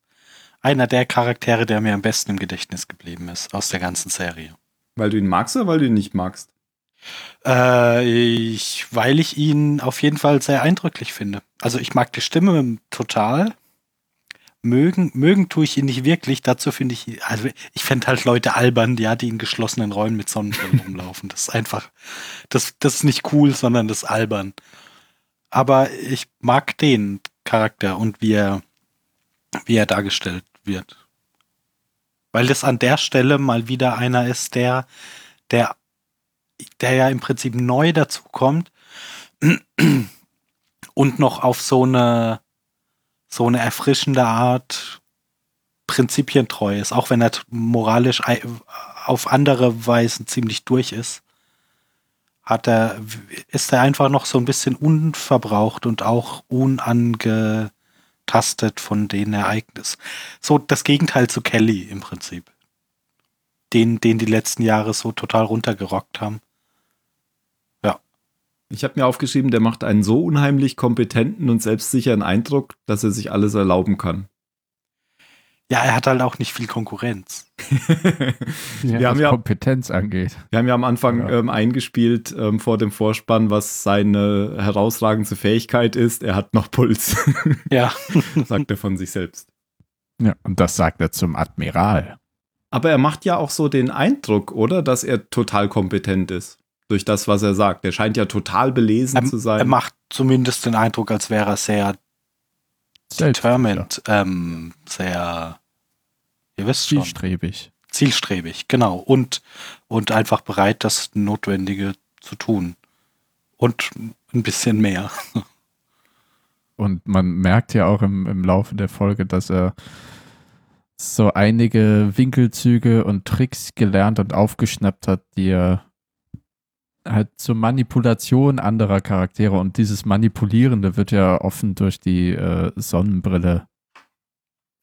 Speaker 1: einer der Charaktere, der mir am besten im Gedächtnis geblieben ist aus der ganzen Serie.
Speaker 4: Weil du ihn magst oder weil du ihn nicht magst?
Speaker 1: Äh, ich, weil ich ihn auf jeden Fall sehr eindrücklich finde. Also ich mag die Stimme total. Mögen, mögen tue ich ihn nicht wirklich. Dazu finde ich, ihn- also ich fände halt Leute albern, ja, die in geschlossenen Räumen mit Sonnenbrillen rumlaufen. Das ist einfach, das, das ist nicht cool, sondern das ist albern. Aber ich mag den Charakter und wie er, wie er dargestellt wird. Weil das an der Stelle mal wieder einer ist, der, der der ja im Prinzip neu dazukommt <clears throat> und noch auf so eine, so eine erfrischende Art prinzipientreu ist, auch wenn er t- moralisch ei- auf andere Weisen ziemlich durch ist, hat er, w- ist er einfach noch so ein bisschen unverbraucht und auch unangetastet von den Ereignissen. So das Gegenteil zu Kelly im Prinzip. Den, den die letzten Jahre so total runtergerockt haben.
Speaker 4: Ich habe mir aufgeschrieben, der macht einen so unheimlich kompetenten und selbstsicheren Eindruck, dass er sich alles erlauben <laughs> kann.
Speaker 1: Ja, er hat halt auch nicht viel Konkurrenz.
Speaker 4: wir,
Speaker 6: Ja,
Speaker 5: Was
Speaker 4: haben ja,
Speaker 5: Kompetenz angeht.
Speaker 4: wir haben ja am Anfang
Speaker 5: Ja.
Speaker 4: Ähm, eingespielt ähm, vor dem Vorspann, was seine herausragendste Fähigkeit ist. Er hat noch Puls, <laughs>
Speaker 1: Ja.
Speaker 4: sagt er von sich selbst.
Speaker 5: Ja, und das sagt er zum Admiral.
Speaker 4: Aber er macht ja auch so den Eindruck, oder, dass er total kompetent ist. Durch das, was er sagt. Er scheint ja total belesen zu sein.
Speaker 1: Er macht zumindest den Eindruck, als wäre er sehr determined, ähm, sehr, ihr wisst schon,
Speaker 5: Zielstrebig.
Speaker 1: zielstrebig, genau. Und, und einfach bereit, das Notwendige zu tun. Und ein bisschen mehr.
Speaker 5: Und man merkt ja auch im, im Laufe der Folge, dass er so einige Winkelzüge und Tricks gelernt und aufgeschnappt hat, die er halt zur Manipulation anderer Charaktere und dieses Manipulierende wird ja offen durch die äh, Sonnenbrille,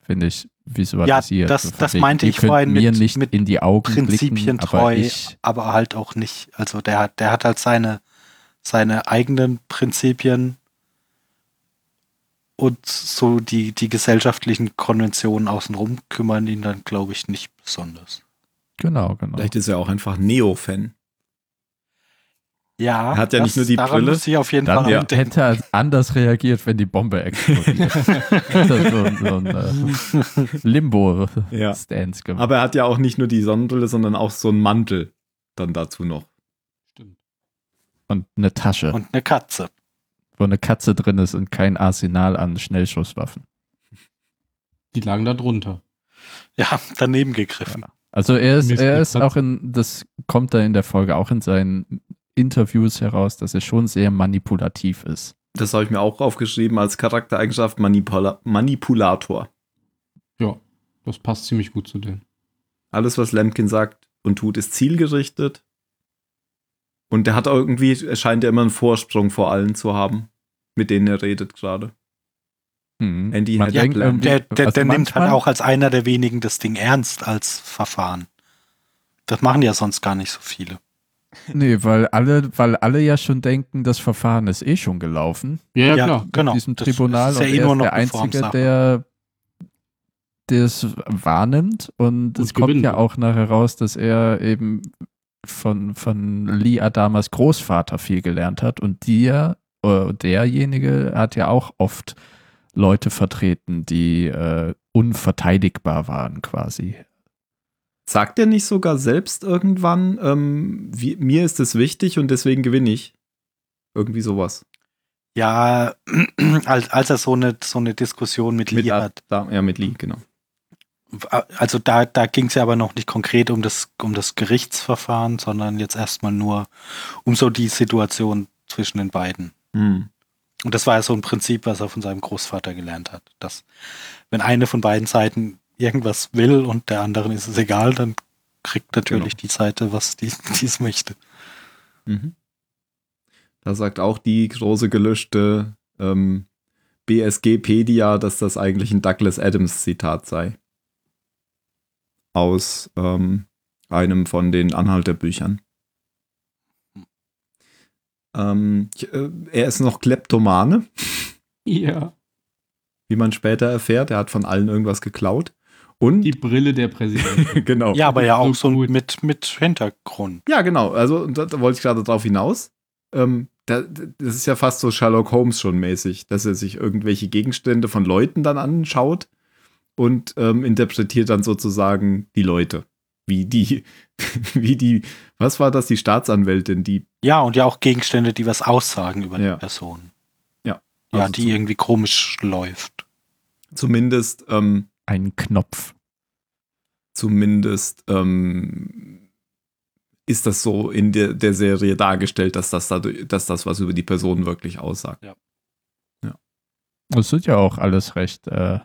Speaker 5: finde ich, visualisiert.
Speaker 1: das-
Speaker 5: So von
Speaker 1: das
Speaker 5: wegen,
Speaker 1: meinte
Speaker 5: ihr
Speaker 1: ich
Speaker 5: könnt
Speaker 1: vorhin
Speaker 5: mir
Speaker 1: mit-
Speaker 5: nicht
Speaker 1: mit
Speaker 5: in die Augen blicken, aber
Speaker 1: Prinzipientreu,
Speaker 5: ich
Speaker 1: aber, halt auch nicht. Also der hat, der hat halt seine, seine eigenen Prinzipien und so die, die gesellschaftlichen Konventionen außenrum kümmern ihn dann, glaube ich, nicht besonders.
Speaker 5: Genau, genau.
Speaker 4: Vielleicht ist er auch einfach Neo-Fan.
Speaker 1: Ja,
Speaker 4: Er hat ja
Speaker 1: das-
Speaker 4: nicht nur die
Speaker 1: daran
Speaker 4: Brille.
Speaker 1: Muss ich auf jeden
Speaker 5: Dann
Speaker 1: Fall
Speaker 4: ja.
Speaker 1: ja.
Speaker 5: hätte er halt anders reagiert, wenn die Bombe explodiert.
Speaker 4: <laughs>
Speaker 5: hätte er so, ein- so ein äh,
Speaker 4: Ja.
Speaker 5: Limbo-Stance gemacht.
Speaker 4: Aber er hat ja auch nicht nur die Sonnenbrille, sondern auch so einen Mantel dann dazu noch.
Speaker 6: stimmt.
Speaker 5: Und eine Tasche,
Speaker 1: und eine Katze.
Speaker 5: wo eine Katze drin ist und kein Arsenal an Schnellschusswaffen.
Speaker 6: Die lagen da drunter.
Speaker 1: Ja, daneben gegriffen.
Speaker 5: Also er ist,
Speaker 6: Mist,
Speaker 5: er
Speaker 6: die
Speaker 5: ist
Speaker 6: Katze.
Speaker 5: auch in, das kommt da in der Folge auch in seinen Interviews heraus, dass er schon sehr manipulativ ist.
Speaker 4: Das habe ich mir auch aufgeschrieben als Charaktereigenschaft Manipula Manipulator.
Speaker 6: Ja, das passt ziemlich gut zu denen.
Speaker 4: Alles, was Lemkin sagt und tut, ist zielgerichtet. Und der hat auch irgendwie, er scheint ja immer einen Vorsprung vor allen zu haben, mit denen er redet gerade.
Speaker 5: Mhm.
Speaker 4: Andy hat ja
Speaker 5: denkt
Speaker 4: Plan.
Speaker 5: irgendwie-
Speaker 1: Der, der,
Speaker 5: also
Speaker 1: der nimmt halt
Speaker 5: manchmal-
Speaker 1: auch als einer der wenigen das Ding ernst als Verfahren. Das machen ja sonst gar nicht so viele.
Speaker 5: Nee, weil alle, weil alle ja schon denken, das Verfahren ist eh schon gelaufen.
Speaker 6: Ja, ja,
Speaker 1: Ja,
Speaker 6: klar.
Speaker 1: Genau,
Speaker 5: mit diesem
Speaker 1: das
Speaker 5: Tribunal
Speaker 1: ist ja
Speaker 5: und
Speaker 1: eh
Speaker 5: er
Speaker 1: nur
Speaker 5: ist
Speaker 1: noch
Speaker 5: der
Speaker 1: eine
Speaker 5: Einzige,
Speaker 1: Formsache.
Speaker 5: der das wahrnimmt und,
Speaker 6: Und
Speaker 5: es kommt
Speaker 6: gewinnt.
Speaker 5: ja auch nachher raus, dass er eben von, von Lee Adamas Großvater viel gelernt hat und der, äh, derjenige hat ja auch oft Leute vertreten, die äh, unverteidigbar waren quasi.
Speaker 4: Sagt er nicht sogar selbst irgendwann, ähm, wie, mir ist es wichtig und deswegen gewinne ich? Irgendwie sowas.
Speaker 1: Ja, <clears throat> als, als er so eine, so eine Diskussion mit, Lee hat.
Speaker 4: Da, ja, mit Lee, genau.
Speaker 1: Also da, da ging es ja aber noch nicht konkret um das, um das Gerichtsverfahren, sondern jetzt erstmal nur um so die Situation zwischen den beiden.
Speaker 4: Hm.
Speaker 1: Und das war ja so ein Prinzip, was er von seinem Großvater gelernt hat. Dass wenn eine von beiden Seiten irgendwas will und der anderen ist es egal, dann kriegt natürlich die Seite, was die <laughs> die es möchte.
Speaker 4: Mhm. Da sagt auch die große gelöschte ähm, BSG-Pedia, dass das eigentlich ein Douglas Adams-Zitat sei. aus ähm, einem von den Anhalterbüchern. Ähm, ich, äh, er ist noch Kleptomane,
Speaker 6: Ja.
Speaker 4: wie man später erfährt. Er hat von allen irgendwas geklaut. Und
Speaker 6: Die Brille der <laughs>
Speaker 4: <laughs>
Speaker 6: Präsidentin.
Speaker 4: genau.
Speaker 1: Ja, aber ja auch so
Speaker 6: gut.
Speaker 1: mit, mit Hintergrund.
Speaker 4: Ja, genau. Also da, da wollte ich gerade drauf hinaus. Ähm, da, das ist ja fast so Sherlock Holmes schon mäßig, dass er sich irgendwelche Gegenstände von Leuten dann anschaut und ähm, interpretiert dann sozusagen die Leute. Wie die, <laughs> wie die, was war das, die Staatsanwältin, die,
Speaker 1: Ja, und ja auch Gegenstände, die was aussagen über
Speaker 4: Ja.
Speaker 1: die Person.
Speaker 4: Ja.
Speaker 1: Ja,
Speaker 4: Also
Speaker 1: die
Speaker 4: zu-
Speaker 1: irgendwie komisch läuft.
Speaker 4: zumindest, ähm,
Speaker 5: Ein Knopf.
Speaker 4: zumindest ähm, ist das so in der, der Serie dargestellt, dass das, dadurch, dass das was über die Person wirklich aussagt.
Speaker 5: Das sind ja auch alles recht äh,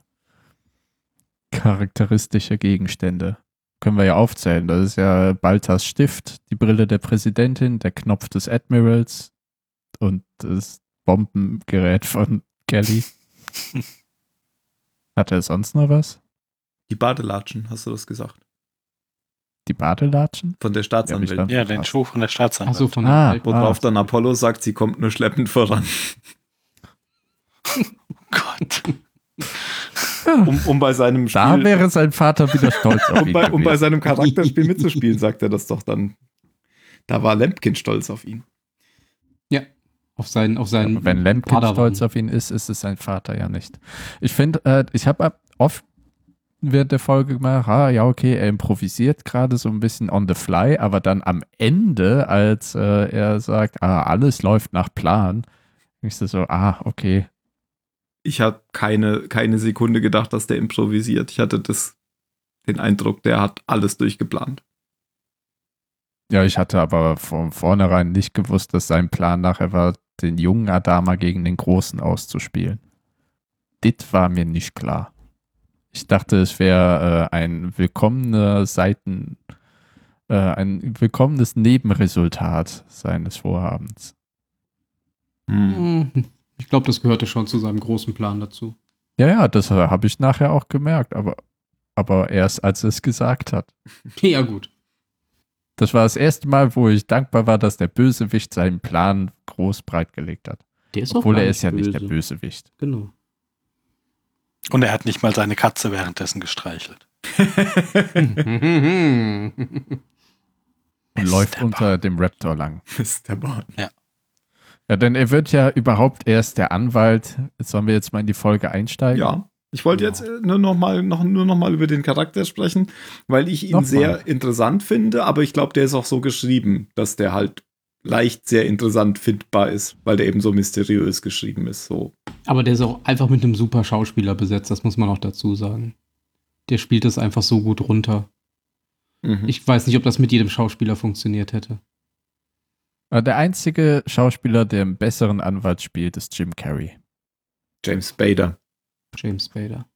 Speaker 5: charakteristische Gegenstände. Können wir ja aufzählen. Das ist ja Balthas Stift, die Brille der Präsidentin, der Knopf des Admirals und das Bombengerät von Kelly. Hat er sonst noch was?
Speaker 4: Die Badelatschen, hast du das gesagt?
Speaker 5: Die Badelatschen?
Speaker 4: Von der
Speaker 5: Ja,
Speaker 4: Staatsanwältin.
Speaker 5: hab ich
Speaker 1: Ja, den
Speaker 5: Krass.
Speaker 1: Schuh von der Staatsanwaltschaft.
Speaker 6: Achso, Also von
Speaker 5: Ah,
Speaker 6: der
Speaker 4: Worauf
Speaker 5: Ah.
Speaker 4: dann Apollo sagt, sie kommt nur schleppend voran.
Speaker 1: Oh Gott.
Speaker 4: Um, um bei seinem Spiel,
Speaker 5: Da wäre sein Vater wieder stolz auf
Speaker 4: um
Speaker 5: ihn
Speaker 4: bei, um bei
Speaker 5: gewesen. <laughs>
Speaker 4: seinem Charakterspiel mitzuspielen, sagt er das doch dann. Da war Lempkin stolz auf ihn.
Speaker 6: Auf seinen, auf seinen
Speaker 5: Aber wenn Lemkin
Speaker 6: Padawan.
Speaker 5: stolz auf ihn ist, ist es sein Vater ja nicht. Ich finde, äh, ich habe oft während der Folge gemacht, ah, ja, okay, er improvisiert gerade so ein bisschen on the fly, aber dann am Ende, als äh, er sagt, ah, alles läuft nach Plan, ist das so, ah, okay.
Speaker 4: Ich habe keine, keine Sekunde gedacht, dass der improvisiert. Ich hatte das, den Eindruck, der hat alles durchgeplant.
Speaker 5: Ja, ich hatte aber von vornherein nicht gewusst, dass sein Plan nachher war, den jungen Adama gegen den großen auszuspielen. Dit war mir nicht klar. Ich dachte, es wäre äh, ein willkommener Seiten, äh, ein willkommenes Nebenresultat seines Vorhabens.
Speaker 6: Hm, Ich glaube, das gehörte schon zu seinem großen Plan dazu. <laughs>
Speaker 5: Ja, ja, das äh, habe ich nachher auch gemerkt, aber, aber erst als er es gesagt hat.
Speaker 6: Ja, gut.
Speaker 5: Das war das erste Mal, wo ich dankbar war, dass der Bösewicht seinen Plan groß breitgelegt hat.
Speaker 6: Der ist
Speaker 5: Obwohl er ist ja nicht der Bösewicht.
Speaker 6: Genau.
Speaker 1: Und er hat nicht mal seine Katze währenddessen gestreichelt.
Speaker 5: und
Speaker 1: Ist
Speaker 5: läuft
Speaker 1: der
Speaker 5: unter dem Raptor lang.
Speaker 4: Ist der Bahn.
Speaker 5: Ja, denn er wird ja überhaupt erst der Anwalt. Jetzt sollen wir jetzt mal in die Folge einsteigen.
Speaker 4: Ja. Ich wollte
Speaker 5: Genau.
Speaker 4: jetzt äh, nur noch, mal, noch, nur noch mal über den Charakter sprechen, weil ich ihn
Speaker 5: Nochmal.
Speaker 4: sehr interessant finde, aber ich glaube, der ist auch so geschrieben, dass der halt leicht sehr interessant findbar ist, weil der eben so mysteriös geschrieben ist. So.
Speaker 6: Aber der ist auch einfach mit einem super Schauspieler besetzt, das muss man auch dazu sagen. Der spielt das einfach so gut runter.
Speaker 5: Hm.
Speaker 4: Mhm.
Speaker 6: Ich weiß nicht, ob das mit jedem Schauspieler funktioniert hätte.
Speaker 5: Aber Äh, Der einzige Schauspieler, der einen besseren Anwalt spielt, ist Jim Carrey.
Speaker 4: James Spader.
Speaker 6: James Spader.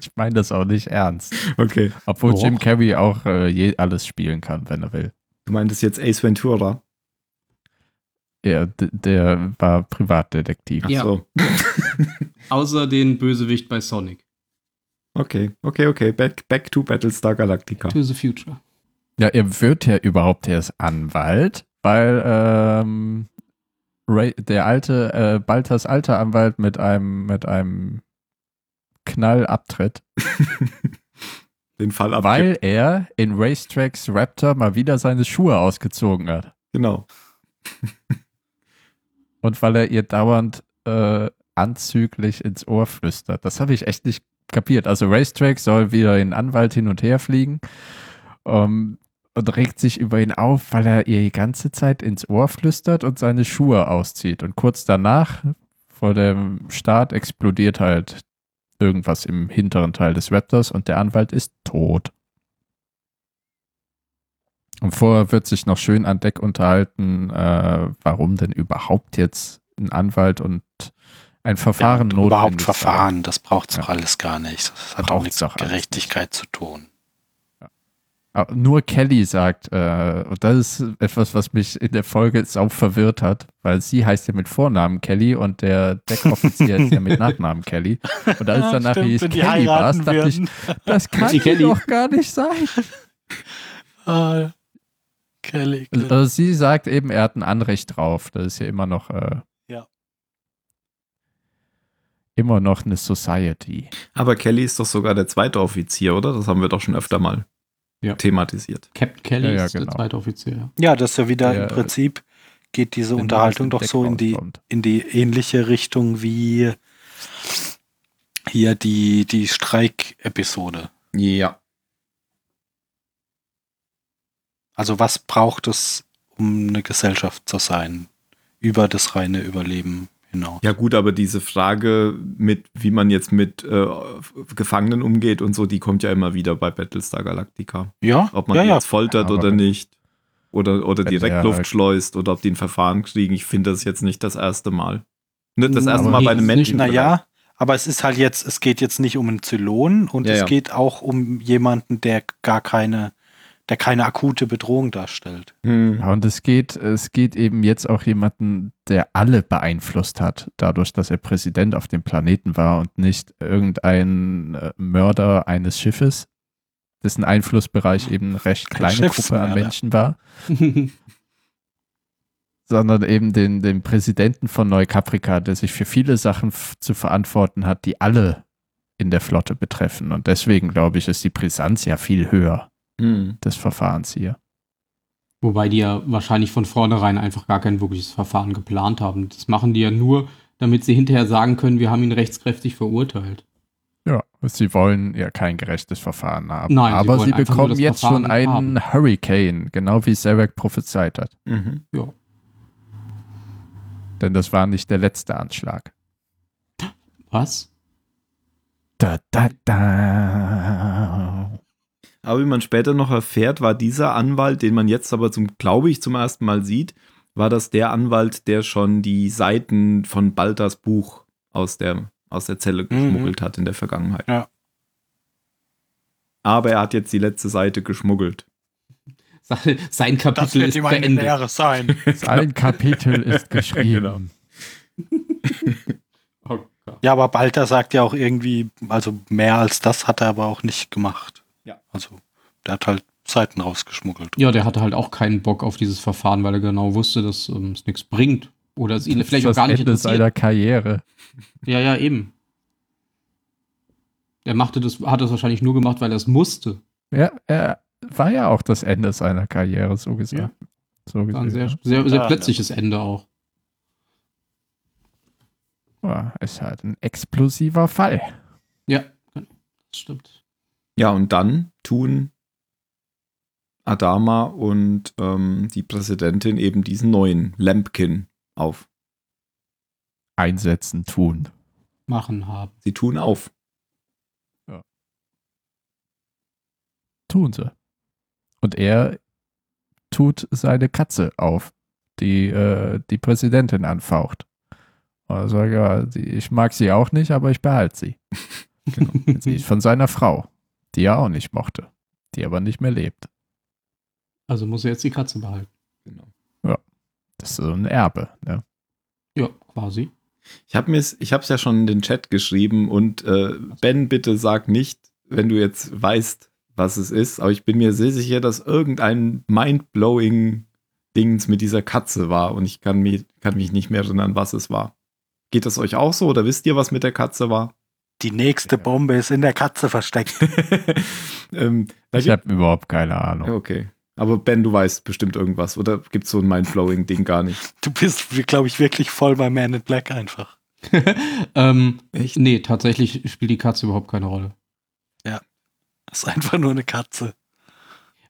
Speaker 5: Ich meine das auch nicht ernst.
Speaker 4: okay.
Speaker 5: Obwohl
Speaker 6: Doch.
Speaker 5: Jim Carrey auch äh, je, alles spielen kann, wenn er will.
Speaker 4: Du meintest jetzt Ace Ventura.
Speaker 5: Er, d- der war Privatdetektiv.
Speaker 4: Ach
Speaker 6: Ja.
Speaker 4: so.
Speaker 6: Außer den Bösewicht bei Sonic.
Speaker 4: Okay, okay, okay. Back, back to Battlestar Galactica.
Speaker 6: To the Future.
Speaker 5: Ja, er wird ja überhaupt erst Anwalt, weil ähm, Ray, der alte, äh, Balthas alter Anwalt mit einem, mit einem Knall abtritt.
Speaker 4: Den Fall ab.
Speaker 5: Weil er in Racetracks Raptor mal wieder seine Schuhe ausgezogen hat.
Speaker 4: Genau.
Speaker 5: Und weil er ihr dauernd äh, anzüglich ins Ohr flüstert. Das habe ich echt nicht kapiert. Also Racetrack soll wieder den Anwalt hin und her fliegen ähm, und regt sich über ihn auf, weil er ihr die ganze Zeit ins Ohr flüstert und seine Schuhe auszieht. Und kurz danach, vor dem Start, explodiert halt irgendwas im hinteren Teil des Raptors und der Anwalt ist tot. Und vorher wird sich noch schön an Deck unterhalten, äh, warum denn überhaupt jetzt ein Anwalt und ein Verfahren
Speaker 1: Ja,
Speaker 5: notwendig
Speaker 1: Überhaupt
Speaker 5: sei.
Speaker 1: Verfahren, das braucht's doch
Speaker 5: Ja.
Speaker 1: alles gar nicht. Das hat auch
Speaker 5: Braucht's
Speaker 1: nichts
Speaker 5: doch
Speaker 1: mit
Speaker 5: alles
Speaker 1: Gerechtigkeit zu tun.
Speaker 5: Aber Ah, Nur Kelly sagt, äh, und das ist etwas, was mich in der Folge sau verwirrt hat, weil sie heißt ja mit Vornamen Kelly und der Deckoffizier ist
Speaker 1: <laughs>
Speaker 5: ja mit Nachnamen Kelly. Und als danach
Speaker 1: Stimmt,
Speaker 5: hieß
Speaker 1: wenn die
Speaker 5: Kelly was,
Speaker 1: heiraten
Speaker 5: dachte ich,
Speaker 1: würden. <laughs>
Speaker 5: das kann
Speaker 6: Sie Kelly?
Speaker 5: doch gar nicht sein.
Speaker 1: Ah, Kelly.
Speaker 5: Also,
Speaker 1: Kelly.
Speaker 5: also sie sagt eben, er hat ein Anrecht drauf. Das ist ja immer noch, äh,
Speaker 1: Ja.
Speaker 5: immer noch eine Society.
Speaker 4: Aber Kelly ist doch sogar der zweite Offizier, oder? Das haben wir doch schon öfter mal
Speaker 6: Ja.
Speaker 4: thematisiert.
Speaker 6: Captain Kelly
Speaker 5: Ja, ja,
Speaker 6: ist der
Speaker 5: genau.
Speaker 6: zweite Offizier. ja.
Speaker 1: Ja, das ist ja wieder
Speaker 5: Ja.
Speaker 1: im Prinzip geht diese
Speaker 5: Wenn
Speaker 1: Unterhaltung
Speaker 5: man
Speaker 1: doch
Speaker 5: aus dem
Speaker 1: so in
Speaker 5: Deck
Speaker 1: die,
Speaker 5: rauskommt.
Speaker 1: in die ähnliche Richtung wie hier die, die Streik-Episode.
Speaker 4: Ja.
Speaker 1: Also was braucht es, um eine Gesellschaft zu sein? Über das reine Überleben hinaus.
Speaker 4: Ja, gut, aber diese Frage mit, wie man jetzt mit äh, Gefangenen umgeht und so, die kommt ja immer wieder bei Battlestar Galactica.
Speaker 1: Ja,
Speaker 4: Ob man
Speaker 1: ja,
Speaker 4: die
Speaker 1: ja.
Speaker 4: jetzt foltert
Speaker 5: Aber
Speaker 4: oder
Speaker 5: wenn-
Speaker 4: nicht. Oder, oder
Speaker 5: wenn
Speaker 4: direkt
Speaker 5: der
Speaker 4: Luft
Speaker 5: halt-
Speaker 4: schleust oder ob die ein Verfahren kriegen. Ich finde das jetzt nicht das erste Mal. Nicht das erste
Speaker 1: Aber
Speaker 4: Mal
Speaker 6: nee,
Speaker 4: bei
Speaker 6: das
Speaker 4: einem
Speaker 6: ist nicht-
Speaker 4: Menschen.
Speaker 1: Naja, aber es ist halt jetzt, es geht jetzt nicht um einen Zylon und
Speaker 4: Ja,
Speaker 1: es
Speaker 4: ja.
Speaker 1: geht auch um jemanden, der gar keine, der keine akute Bedrohung darstellt.
Speaker 4: Hm.
Speaker 5: Ja, und es geht, es geht eben jetzt auch jemanden, der alle beeinflusst hat, dadurch, dass er Präsident auf dem Planeten war und nicht irgendein äh, Mörder eines Schiffes, dessen Einflussbereich eben eine recht kleine Gruppe
Speaker 1: Schiffsmörder.
Speaker 5: an Menschen war, sondern eben den, den Präsidenten von Neukaprika, der sich für viele Sachen f- zu verantworten hat, die alle in der Flotte betreffen. Und deswegen, glaube ich, ist die Brisanz ja viel höher
Speaker 4: Hm.
Speaker 5: des Verfahrens hier.
Speaker 6: <laughs> Wobei die ja wahrscheinlich von vornherein einfach gar kein wirkliches Verfahren geplant haben. Das machen die ja nur, damit sie hinterher sagen können, wir haben ihn rechtskräftig verurteilt.
Speaker 5: Ja, sie wollen ja kein gerechtes Verfahren haben.
Speaker 6: Nein, sie
Speaker 5: aber
Speaker 6: wollen
Speaker 5: sie,
Speaker 6: einfach nur
Speaker 5: bekommen
Speaker 6: das
Speaker 5: jetzt schon
Speaker 6: Verfahren
Speaker 5: einen Hurricane, genau wie Sarek prophezeit hat.
Speaker 4: Mhm.
Speaker 5: Denn das war nicht der letzte Anschlag.
Speaker 6: Was? <laughs>
Speaker 5: Da, da, da.
Speaker 4: Aber wie man später noch erfährt, war dieser Anwalt, den man jetzt aber zum, glaube ich, zum ersten Mal sieht, war das der Anwalt, der schon die Seiten von Balthas Buch aus der, aus der Zelle geschmuggelt hat in der Vergangenheit.
Speaker 1: Ja.
Speaker 4: Aber er hat jetzt die letzte Seite geschmuggelt.
Speaker 6: Se- Sein Kapitel ist beendet.
Speaker 1: sein.
Speaker 5: Sein Kapitel <laughs> ist geschrieben.
Speaker 4: Genau.
Speaker 6: Oh Gott.
Speaker 1: <laughs> Ja, aber Balter sagt ja auch irgendwie, also mehr als das hat er aber auch nicht gemacht.
Speaker 4: Ja.
Speaker 1: Also, der hat halt Seiten rausgeschmuggelt.
Speaker 6: Ja, der hatte halt auch keinen Bock auf dieses Verfahren, weil er genau wusste, dass ähm, es nichts bringt. Oder es ihn
Speaker 5: Das
Speaker 6: vielleicht auch
Speaker 5: ist
Speaker 6: gar
Speaker 5: das
Speaker 6: nicht
Speaker 5: Ende
Speaker 6: interessiert.
Speaker 5: seiner Karriere.
Speaker 6: Ja, ja, eben. Er machte das, hat das wahrscheinlich nur gemacht, weil er es musste.
Speaker 5: Ja, er war ja auch das Ende seiner Karriere, so gesagt. So
Speaker 6: Das war ein
Speaker 5: gesehen,
Speaker 6: sehr, sehr, sehr
Speaker 1: Ah,
Speaker 6: plötzliches Ende auch.
Speaker 5: ja. ja, ist halt ein explosiver Fall.
Speaker 6: Ja, genau. das stimmt.
Speaker 4: Ja, und dann tun Adama und ähm, die Präsidentin eben diesen neuen Lampkin auf.
Speaker 5: Einsetzen, tun.
Speaker 6: Machen haben.
Speaker 4: Sie tun auf.
Speaker 5: tun sie. Und er tut seine Katze auf, die äh, die Präsidentin anfaucht. Und er sagt, ja, die- ich mag sie auch nicht, aber ich behalte sie.
Speaker 6: Genau. <laughs>
Speaker 5: Sie ist von seiner Frau, die er auch nicht mochte, die aber nicht mehr lebt.
Speaker 6: also muss er jetzt die Katze behalten.
Speaker 4: Genau.
Speaker 5: Das ist so ein Erbe. Ne?
Speaker 6: Ja, quasi.
Speaker 4: Ich habe mir, ich habe es ja schon in den Chat geschrieben und äh, Ben, bitte sag nicht, wenn du jetzt weißt, was es ist. Aber ich bin mir sehr sicher, dass irgendein mindblowing Dings mit dieser Katze war und ich kann mich, kann mich nicht mehr erinnern, was es war. Geht das euch auch so oder wisst ihr, was mit der Katze war? <laughs>
Speaker 1: Die nächste
Speaker 5: Ja.
Speaker 1: Bombe ist in der Katze versteckt. <laughs>
Speaker 4: ähm, da
Speaker 5: Ich
Speaker 4: gibt-
Speaker 5: habe überhaupt keine Ahnung.
Speaker 4: okay. Aber Ben, du weißt bestimmt irgendwas oder gibt es so ein mindblowing Ding gar nicht?
Speaker 1: Du bist, glaube ich, wirklich voll bei Man in Black einfach.
Speaker 6: Ähm,
Speaker 4: Echt?
Speaker 6: nee, tatsächlich spielt die Katze überhaupt keine Rolle.
Speaker 1: Das ist einfach nur eine Katze.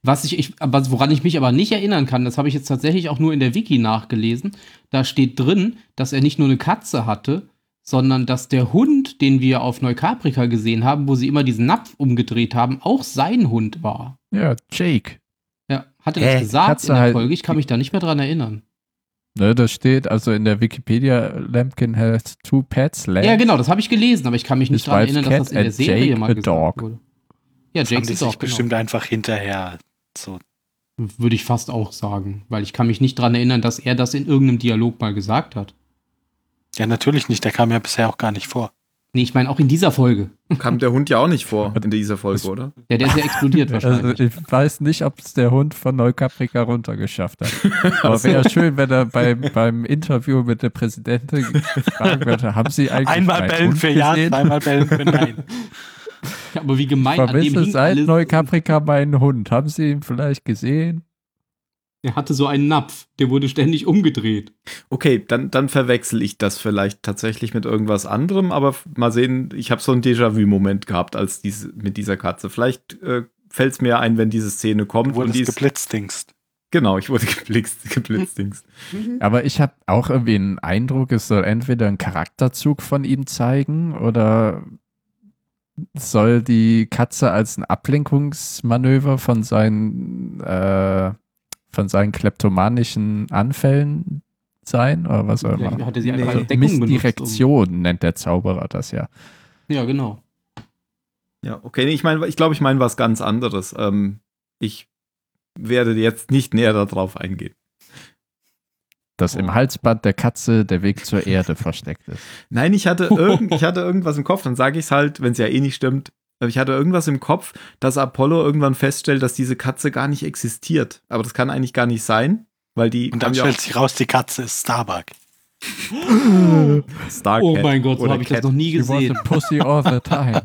Speaker 6: Was ich, ich was, woran ich mich aber nicht erinnern kann, das habe ich jetzt tatsächlich auch nur in der Wiki nachgelesen. Da steht drin, dass er nicht nur eine Katze hatte, sondern dass der Hund, den wir auf Neukaprika gesehen haben, wo sie immer diesen Napf umgedreht haben, auch sein Hund war.
Speaker 5: Ja, Jake.
Speaker 6: Ja, hat er
Speaker 5: Hä?
Speaker 6: das gesagt
Speaker 5: Katze
Speaker 6: in der
Speaker 5: halt-
Speaker 6: Folge? Ich kann mich da nicht mehr dran erinnern.
Speaker 5: Ne, das steht also in der Wikipedia, Lampkin has two pets, Lamb.
Speaker 6: Ja, genau, das habe ich gelesen, aber ich kann mich nicht
Speaker 5: His
Speaker 6: dran
Speaker 5: wife's
Speaker 6: erinnern, dass
Speaker 5: cat
Speaker 6: das in der
Speaker 5: and
Speaker 6: Serie
Speaker 5: Jake
Speaker 6: mal
Speaker 5: the
Speaker 6: gesagt
Speaker 5: dog.
Speaker 6: wurde. Ja,
Speaker 1: Haben
Speaker 6: Jake
Speaker 1: die
Speaker 6: ist
Speaker 1: sich
Speaker 6: auch genau.
Speaker 1: bestimmt einfach hinterher So.
Speaker 6: Würde ich fast auch sagen, weil ich kann mich nicht dran erinnern, dass er das in irgendeinem Dialog mal gesagt hat.
Speaker 1: Ja, natürlich nicht. Der kam ja bisher auch gar nicht vor.
Speaker 6: Nee, ich meine auch in dieser Folge.
Speaker 4: Kam der Hund ja auch nicht vor in dieser Folge, oder?
Speaker 6: Ja, der ist
Speaker 5: <laughs>
Speaker 6: ja explodiert
Speaker 5: Also
Speaker 6: wahrscheinlich.
Speaker 5: ich weiß nicht, ob es der Hund von Neukaprika runtergeschafft
Speaker 6: <laughs>
Speaker 5: hat. Aber
Speaker 6: Also.
Speaker 5: wäre schön, wenn er beim, beim Interview mit der Präsidentin fragen würde, haben Sie eigentlich
Speaker 1: Einmal
Speaker 5: meinen
Speaker 1: bellen
Speaker 5: Hund
Speaker 1: für Ja,
Speaker 5: gesehen?
Speaker 1: zweimal bellen
Speaker 6: <laughs>
Speaker 1: für Nein.
Speaker 6: Aber wie gemein, an dem
Speaker 5: Vermisse
Speaker 6: hing
Speaker 5: seit
Speaker 6: alles,
Speaker 5: Neukaprika meinen Hund. Haben Sie ihn vielleicht gesehen?
Speaker 6: er hatte so einen Napf, der wurde ständig umgedreht.
Speaker 4: Okay, dann, dann verwechsel ich das vielleicht tatsächlich mit irgendwas anderem, aber f- mal sehen, ich habe so einen Déjà-vu-Moment gehabt als diese, mit dieser Katze. Vielleicht äh, fällt es mir ein, wenn diese Szene kommt.
Speaker 1: Wo
Speaker 4: und
Speaker 1: das
Speaker 4: die ist,
Speaker 1: geblitzt dingst.
Speaker 4: genau, ich wurde <laughs> geblitzt. geblitzt Dings.
Speaker 5: Aber ich habe auch irgendwie einen Eindruck, es soll entweder ein Charakterzug von ihm zeigen oder soll die Katze als ein Ablenkungsmanöver von seinen, äh, von seinen kleptomanischen Anfällen sein oder was auch
Speaker 6: Vielleicht
Speaker 5: immer.
Speaker 6: hatte sie einfach
Speaker 4: Nee.
Speaker 6: als Deckung benutzt. Um,
Speaker 5: Missdirektion nennt der Zauberer das ja.
Speaker 6: ja, genau.
Speaker 4: Ja, okay, nee, ich meine, ich glaube, ich meine was ganz anderes. Ähm, ich werde jetzt nicht näher darauf eingehen.
Speaker 5: Dass
Speaker 6: Oh.
Speaker 5: im Halsband der Katze der Weg zur Erde versteckt ist.
Speaker 4: Nein, ich
Speaker 6: <laughs>
Speaker 4: hatte, irgend, ich hatte irgendwas im Kopf, dann sage ich es halt, wenn es ja eh nicht stimmt. Aber Ich hatte irgendwas im Kopf, dass Apollo irgendwann feststellt, dass diese Katze gar nicht existiert. Aber das kann eigentlich gar nicht sein, weil die
Speaker 1: Und dann
Speaker 4: haben ja
Speaker 1: stellt sich raus, die Katze ist Starbuck.
Speaker 4: auch Star
Speaker 6: Oh
Speaker 4: Ah, Cat
Speaker 6: mein Gott, so
Speaker 4: oder
Speaker 6: habe ich das
Speaker 4: Cat.
Speaker 6: noch nie
Speaker 5: She was
Speaker 6: gesehen.
Speaker 5: a pussy all the time.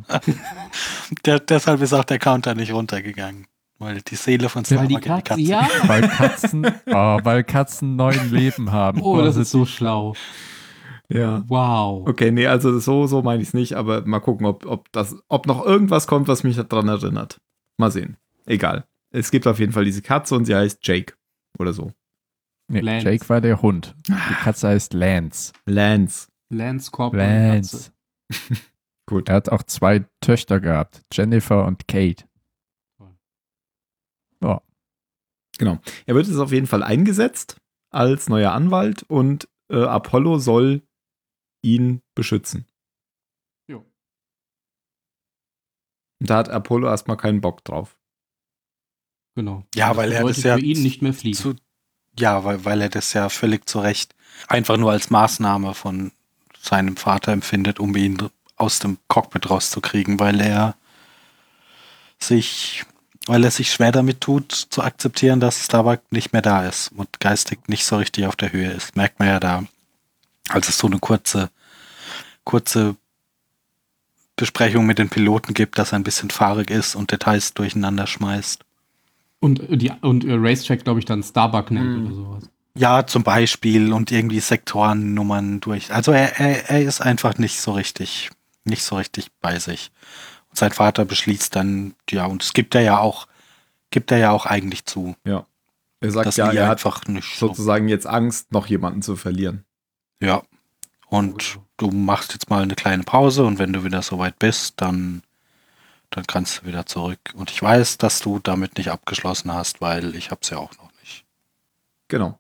Speaker 1: Der, deshalb ist auch der Counter nicht runtergegangen. Weil die Seele von
Speaker 6: Weil
Speaker 1: Starbuck
Speaker 6: die
Speaker 1: in der
Speaker 6: Katze, ja.
Speaker 5: Weil Katzen, oh, weil Katzen neun Leben haben.
Speaker 6: Oh, das ist so schlau.
Speaker 4: Ja.
Speaker 6: Wow.
Speaker 4: Okay, nee, also so, so meine ich es nicht, aber mal gucken, ob, ob, das, ob noch irgendwas kommt, was mich daran erinnert. Mal sehen. Egal. Es gibt auf jeden Fall diese Katze und sie heißt Jake oder so.
Speaker 5: Nee,
Speaker 6: Lance.
Speaker 5: Jake war der Hund.
Speaker 6: Ah.
Speaker 5: Die Katze heißt Lance.
Speaker 4: Lance.
Speaker 6: Lance Corporal. Oh, Katze.
Speaker 5: Lance.
Speaker 4: Gut.
Speaker 5: Er hat auch zwei Töchter gehabt, Jennifer und Kate. Ja,
Speaker 4: Er wird jetzt auf jeden Fall eingesetzt als neuer Anwalt und äh, Apollo soll ihn beschützen.
Speaker 6: Jo.
Speaker 4: Und da hat Apollo erstmal keinen Bock drauf.
Speaker 6: Genau.
Speaker 1: Ja, weil er
Speaker 6: bedeutet
Speaker 1: das ja
Speaker 6: für ihn nicht mehr fliegen.
Speaker 1: Zu, ja, weil, weil er das ja völlig zu Recht einfach nur als Maßnahme von seinem Vater empfindet, um ihn aus dem Cockpit rauszukriegen, weil er sich, weil er sich schwer damit tut, zu akzeptieren, dass Starbuck nicht mehr da ist und geistig nicht so richtig auf der Höhe ist. Merkt man ja da, als es so eine kurze, kurze Besprechung mit den Piloten gibt, dass er ein bisschen fahrig ist und Details durcheinander schmeißt.
Speaker 6: Und, äh, die, und äh, Racetrack, glaube ich, dann Starbuck nennt
Speaker 1: Hm.
Speaker 4: Mhm.
Speaker 6: oder sowas.
Speaker 1: Ja, zum Beispiel und irgendwie Sektorennummern durch. Also er, er, er ist einfach nicht so richtig, nicht so richtig bei sich. Und sein Vater beschließt dann, ja, und es gibt er ja auch, gibt er ja auch eigentlich zu,
Speaker 4: Er sagt
Speaker 1: dass
Speaker 4: ja,
Speaker 1: Lee
Speaker 4: er hat
Speaker 1: einfach nicht so.
Speaker 4: sozusagen jetzt Angst, noch jemanden zu verlieren.
Speaker 1: Ja. Und du machst jetzt mal eine kleine Pause und wenn du wieder soweit bist, dann, dann kannst du wieder zurück. Und ich weiß, dass du damit nicht abgeschlossen hast, weil ich hab's ja auch noch nicht.
Speaker 4: Genau.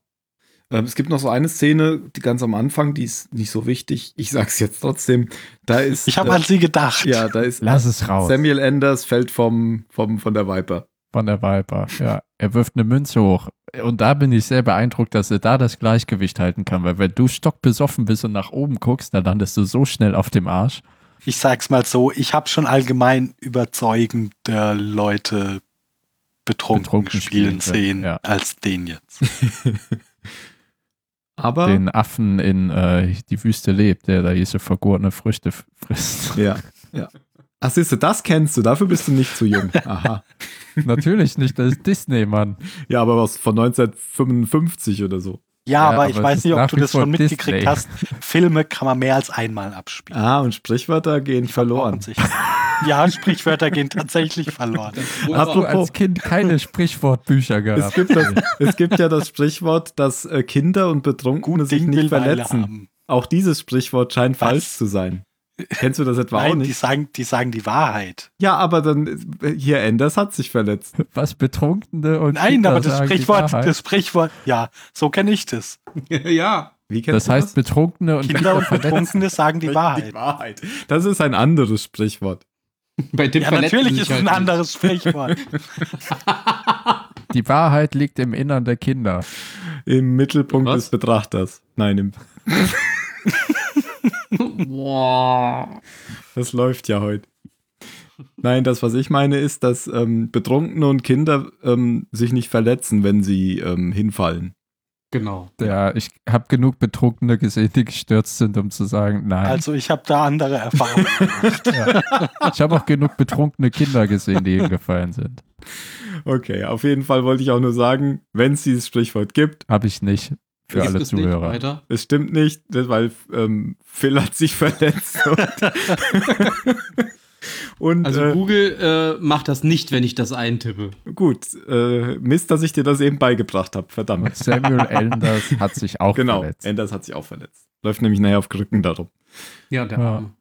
Speaker 4: Ähm, Es gibt noch so eine Szene, die ganz am Anfang, die ist nicht so wichtig. Ich sag's jetzt trotzdem. Da ist.
Speaker 1: Ich habe
Speaker 4: äh,
Speaker 1: an sie gedacht.
Speaker 4: Ja, da ist.
Speaker 5: halt lass es raus.
Speaker 4: Samuel Anders fällt vom, vom, von der Viper.
Speaker 5: Von der Viper. Ja, er wirft eine Münze hoch. Und da bin ich sehr beeindruckt, dass er da das Gleichgewicht halten kann, weil wenn du stockbesoffen bist und nach oben guckst, dann landest du so schnell auf dem Arsch.
Speaker 1: ich sag's mal so, ich habe schon allgemein überzeugender Leute betrunken,
Speaker 5: Betrunken
Speaker 1: spielen
Speaker 5: spielen,
Speaker 1: sehen
Speaker 5: ja.
Speaker 1: als den jetzt.
Speaker 4: Aber.
Speaker 5: Den Affen in äh, die Wüste lebt, der da diese vergorene Früchte f- frisst.
Speaker 4: Ja, ja. Ach, siehst du, das kennst du, dafür bist du nicht zu <laughs> jung. Aha.
Speaker 5: <laughs> Natürlich nicht, das ist Disney, Mann.
Speaker 4: Ja, aber was von 1955 oder so.
Speaker 1: Ja,
Speaker 5: Ja,
Speaker 1: aber,
Speaker 5: aber
Speaker 1: ich
Speaker 5: es
Speaker 1: weiß
Speaker 5: ist
Speaker 1: nicht, ob
Speaker 5: nach
Speaker 1: du
Speaker 5: wie
Speaker 1: das
Speaker 5: vor
Speaker 1: schon mitgekriegt
Speaker 5: Disney. Ähm.
Speaker 1: hast. Filme kann man mehr als einmal abspielen.
Speaker 4: Ah, und Sprichwörter gehen verloren.
Speaker 1: Sich. Ja, Sprichwörter gehen tatsächlich
Speaker 5: <laughs>
Speaker 1: verloren.
Speaker 5: Hast du
Speaker 4: Apropos-
Speaker 5: als Kind keine Sprichwortbücher
Speaker 4: Es
Speaker 5: gehabt?
Speaker 4: gibt, <laughs> das, es gibt ja das Sprichwort, dass äh, Kinder und Betrunkene sich nicht
Speaker 1: Weile
Speaker 4: verletzen.
Speaker 1: haben.
Speaker 4: Auch dieses Sprichwort scheint
Speaker 1: Was?
Speaker 4: falsch zu sein. Kennst du das etwa auch
Speaker 1: Nein, die
Speaker 4: nicht?
Speaker 1: sagen, die sagen die Wahrheit.
Speaker 4: Ja, aber dann äh, hier Enders hat sich verletzt.
Speaker 5: Was Betrunkene und
Speaker 1: Nein,
Speaker 5: Kinder
Speaker 1: aber das
Speaker 5: sagen die
Speaker 1: Sprichwort,
Speaker 5: Wahrheit.
Speaker 1: das Sprichwort, ja, so kenne ich das. <laughs>
Speaker 6: ja.
Speaker 4: Wie kennst
Speaker 5: das
Speaker 4: du
Speaker 5: heißt Betrunkene und
Speaker 1: Kinder und
Speaker 5: verletzen.
Speaker 1: Betrunkene sagen die Wahrheit.
Speaker 4: Die Wahrheit. Das ist ein anderes Sprichwort.
Speaker 6: Bei dem
Speaker 1: Ja,
Speaker 6: verletzen
Speaker 1: natürlich
Speaker 6: sie
Speaker 1: ist
Speaker 6: sich
Speaker 5: <laughs>
Speaker 1: es ein
Speaker 6: halt
Speaker 1: anderes Sprichwort.
Speaker 6: nicht.
Speaker 5: Die Wahrheit liegt im Innern der Kinder.
Speaker 4: Im Mittelpunkt
Speaker 7: Was?
Speaker 4: des Betrachters. Nein, im,
Speaker 6: Boah.
Speaker 4: das läuft ja heute. Nein, das, was ich meine, ist, dass ähm, Betrunkene und Kinder ähm, sich nicht verletzen, wenn sie ähm, hinfallen.
Speaker 6: Genau.
Speaker 5: Ja, ich habe genug Betrunkene gesehen, die gestürzt sind, um zu sagen, nein.
Speaker 1: Also ich habe da andere
Speaker 5: <laughs>
Speaker 1: Erfahrungen.
Speaker 5: Ich habe auch genug betrunkene Kinder gesehen, die hingefallen sind.
Speaker 4: Okay, auf jeden Fall wollte ich auch nur sagen, wenn es dieses Sprichwort gibt,
Speaker 5: Habe ich nicht für
Speaker 6: Gibt
Speaker 5: alle
Speaker 6: es nicht
Speaker 5: Zuhörer.
Speaker 6: weiter?
Speaker 4: es stimmt nicht, weil ähm, Phil hat sich <laughs> verletzt. Und, und
Speaker 6: Also
Speaker 4: äh,
Speaker 6: Google äh, macht das nicht, wenn ich das eintippe.
Speaker 4: Gut, äh, Mist, dass ich dir das eben beigebracht habe. Verdammt.
Speaker 6: <laughs>
Speaker 5: Samuel Enders hat sich auch
Speaker 4: genau,
Speaker 5: verletzt.
Speaker 4: Enders hat sich auch verletzt. Läuft nämlich nachher auf Krücken darum.
Speaker 6: Ja, der
Speaker 5: Ja.
Speaker 6: Arme.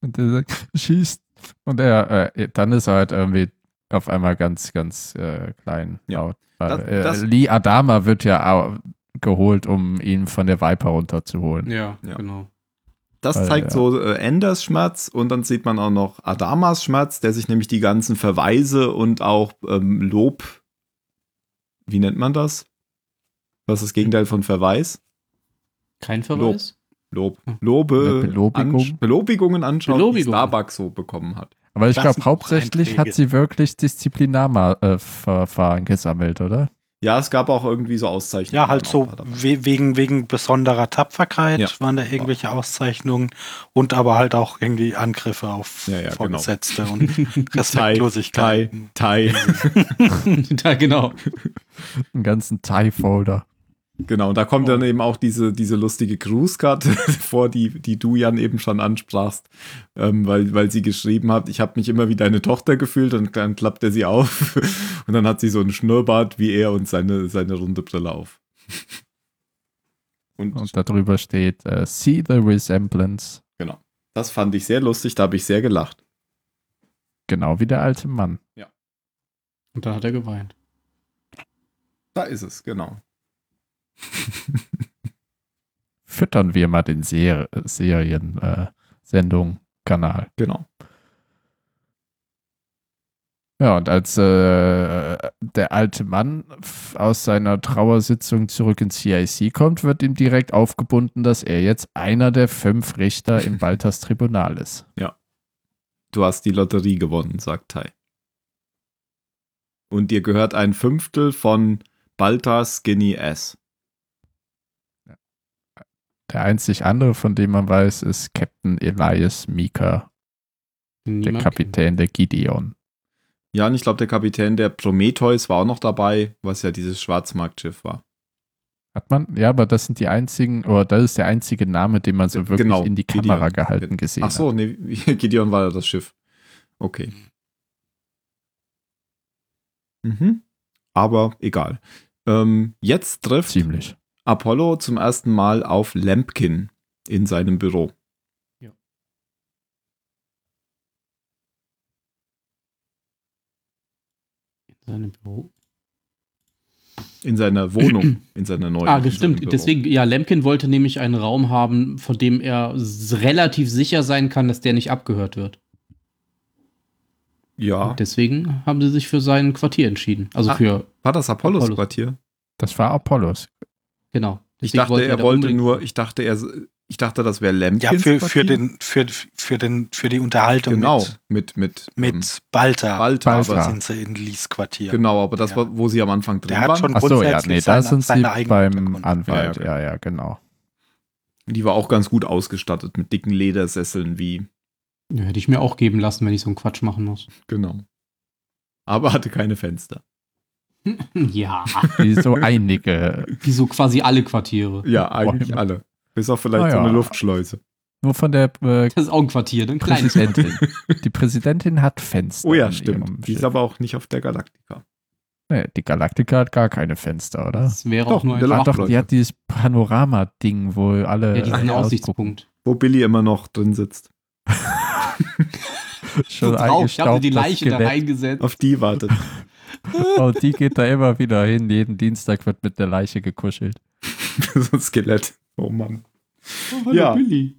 Speaker 5: Und er sagt, <laughs> schießt. Und er, äh, dann ist er halt irgendwie auf einmal ganz, ganz äh, klein.
Speaker 4: Ja.
Speaker 5: Laut.
Speaker 4: Das-
Speaker 5: Weil, äh,
Speaker 4: das-
Speaker 5: Lee Adama wird ja au- geholt, um ihn von der Viper runterzuholen.
Speaker 6: Ja,
Speaker 4: Ja.
Speaker 6: genau.
Speaker 4: Das
Speaker 5: Weil,
Speaker 4: zeigt
Speaker 5: ja.
Speaker 4: so äh, Enders Schmerz und dann sieht man auch noch Adamas Schmerz, der sich nämlich die ganzen Verweise und auch ähm, Lob, wie nennt man das? Was ist das Gegenteil von Verweis?
Speaker 6: Kein Verweis? <laughs>
Speaker 4: Lob.
Speaker 6: Hm.
Speaker 4: Lobe,
Speaker 5: Eine Belobigung.
Speaker 4: ansch- Belobigungen anschauen, die
Speaker 6: Belobigung.
Speaker 4: Starbucks so bekommen hat.
Speaker 5: Aber ich
Speaker 1: Das
Speaker 5: glaube,
Speaker 1: sind
Speaker 5: hauptsächlich hat
Speaker 1: Einträge.
Speaker 5: sie wirklich Disziplinarverfahren gesammelt, oder?
Speaker 4: Ja, es gab auch irgendwie so Auszeichnungen.
Speaker 1: Ja, halt so we wegen, wegen besonderer Tapferkeit
Speaker 4: Ja.
Speaker 1: waren da irgendwelche Auszeichnungen und aber halt auch irgendwie Angriffe auf
Speaker 4: Ja, ja, genau.
Speaker 1: Vorgesetzte und
Speaker 4: Tai, Tai,
Speaker 1: Respektlosigkeit.
Speaker 4: Tai.
Speaker 6: da, genau.
Speaker 5: Einen ganzen TIE-Folder.
Speaker 4: Genau, und da kommt dann eben auch diese, diese lustige Grußkarte <laughs> vor, die, die du Jan eben schon ansprachst, ähm, weil, weil sie geschrieben hat, ich habe mich immer wie deine Tochter gefühlt und dann klappt er sie auf <laughs> und dann hat sie so einen Schnurrbart wie er und seine, seine runde Brille auf. Und,
Speaker 5: Und darüber steht äh, See the Resemblance.
Speaker 4: das fand ich sehr lustig, da habe ich sehr gelacht.
Speaker 5: Genau wie der alte Mann.
Speaker 6: Und dann hat er geweint.
Speaker 4: Da ist es, genau.
Speaker 5: Füttern wir mal den Ser Serien-Sendung-Kanal. Äh, Sendung, Kanal.
Speaker 4: Genau.
Speaker 5: Ja, und als äh, der alte Mann f- aus seiner Trauersitzung zurück ins CIC kommt, wird ihm direkt aufgebunden, dass er jetzt einer der fünf Richter
Speaker 4: <laughs>
Speaker 5: im Baltas Tribunal ist.
Speaker 4: Du hast die Lotterie gewonnen, sagt Tai. Und dir gehört ein Fünftel von Balta Skinny S.
Speaker 5: Der einzig andere, von dem man weiß, ist Captain Elias Mika, der
Speaker 6: Niemand
Speaker 5: Kapitän der Gideon.
Speaker 4: Ja, und ich glaube, der Kapitän der Prometheus war auch noch dabei, was ja dieses Schwarzmarktschiff war.
Speaker 5: Hat man? Ja, aber das sind die einzigen, oder das ist der einzige Name, den man so wirklich
Speaker 4: Genau,
Speaker 5: in die
Speaker 4: Gideon. Äh,
Speaker 5: Kamera gehalten gesehen
Speaker 6: Genau.
Speaker 4: Ach so, nee, <laughs> Gideon war ja das Schiff. Okay. Mhm. Aber egal. Ähm, jetzt
Speaker 5: hat.
Speaker 4: trifft
Speaker 5: Ziemlich.
Speaker 4: Apollo zum ersten Mal auf Lampkin in seinem Büro.
Speaker 6: Ja. in seinem Büro.
Speaker 4: In seiner
Speaker 6: <clears throat>
Speaker 4: Wohnung, in seiner neuen.
Speaker 6: Ah,
Speaker 4: in seinem Büro.
Speaker 6: gestimmt. Deswegen, ja, Lemkin wollte nämlich einen Raum haben, von dem er s- relativ sicher sein kann, dass der nicht abgehört wird.
Speaker 4: Ja.
Speaker 6: Und deswegen haben sie sich für sein Quartier entschieden. Also
Speaker 4: Ah.
Speaker 6: für,
Speaker 4: War das Apollos
Speaker 6: Apollos.
Speaker 4: Quartier?
Speaker 5: Das war Apollos.
Speaker 6: genau.
Speaker 4: Ich
Speaker 6: Deswegen
Speaker 4: dachte, er
Speaker 6: da
Speaker 4: wollte
Speaker 6: unbedingt-
Speaker 4: nur, ich dachte, er, ich dachte, das wäre Lampkins
Speaker 1: Ja, für, für,
Speaker 4: Quartier.
Speaker 1: den, für, für, den, für die Unterhaltung
Speaker 4: Genau, mit, mit,
Speaker 1: mit,
Speaker 4: ähm,
Speaker 1: mit Balta,
Speaker 4: Balta,
Speaker 5: Balta.
Speaker 4: aber-
Speaker 1: sind sie in Lies Quartier.
Speaker 4: Genau, aber das
Speaker 1: Ja.
Speaker 4: war, wo sie am Anfang drin
Speaker 1: Der hat
Speaker 4: waren.
Speaker 1: schon
Speaker 5: Achso, ja,
Speaker 1: grundsätzlich
Speaker 5: nee, da
Speaker 1: seine-
Speaker 5: sind sie
Speaker 1: seine eigenen
Speaker 5: beim
Speaker 1: Hintergründe.
Speaker 5: Anwalt.
Speaker 4: Ja,
Speaker 5: Ja, ja, genau.
Speaker 4: Die war auch ganz gut ausgestattet mit dicken Ledersesseln wie.
Speaker 6: Ja, hätte ich mir auch geben lassen, wenn ich so einen Quatsch machen
Speaker 4: <laughs>
Speaker 6: muss.
Speaker 4: Genau. Aber hatte keine Fenster.
Speaker 6: ja,
Speaker 5: Wie
Speaker 4: <laughs>
Speaker 5: so einige.
Speaker 6: <laughs> wie so quasi alle Quartiere.
Speaker 4: Ja, eigentlich
Speaker 5: Bäume.
Speaker 4: alle. Bis auf vielleicht
Speaker 5: Ah,
Speaker 4: so
Speaker 5: ja.
Speaker 4: eine Luftschleuse.
Speaker 5: Nur von der äh,
Speaker 6: Das ist auch ein Quartier, ne?
Speaker 4: <laughs>
Speaker 6: ein kleines.
Speaker 5: Präsidentin. Die Präsidentin hat Fenster.
Speaker 4: Oh ja,
Speaker 5: in ihrem
Speaker 4: stimmt. Die ist
Speaker 5: Schiff.
Speaker 4: aber auch nicht auf der Galaktika.
Speaker 5: Nee, die Galaktika hat gar keine Fenster, oder?
Speaker 6: Das wäre
Speaker 4: Doch,
Speaker 6: auch nur
Speaker 4: der
Speaker 6: ein
Speaker 4: Lach-
Speaker 5: Ah,
Speaker 4: Acht
Speaker 5: doch,
Speaker 4: Leute.
Speaker 5: die hat dieses Panorama-Ding, wo alle.
Speaker 6: ja, diesen
Speaker 5: äh,
Speaker 6: Aussichtspunkt.
Speaker 4: Wo Billy immer noch drin sitzt.
Speaker 5: ausgucken. Schon
Speaker 6: ich habe die
Speaker 5: eingestaubtes
Speaker 6: Leiche da
Speaker 5: Skelett.
Speaker 6: reingesetzt.
Speaker 4: Auf
Speaker 1: <laughs>
Speaker 4: die wartet. <laughs>
Speaker 5: Und die geht da immer wieder hin. Jeden Dienstag wird mit der Leiche gekuschelt.
Speaker 4: so ein Skelett. Oh Mann.
Speaker 6: Oh, hallo
Speaker 4: Ja.
Speaker 6: Billy.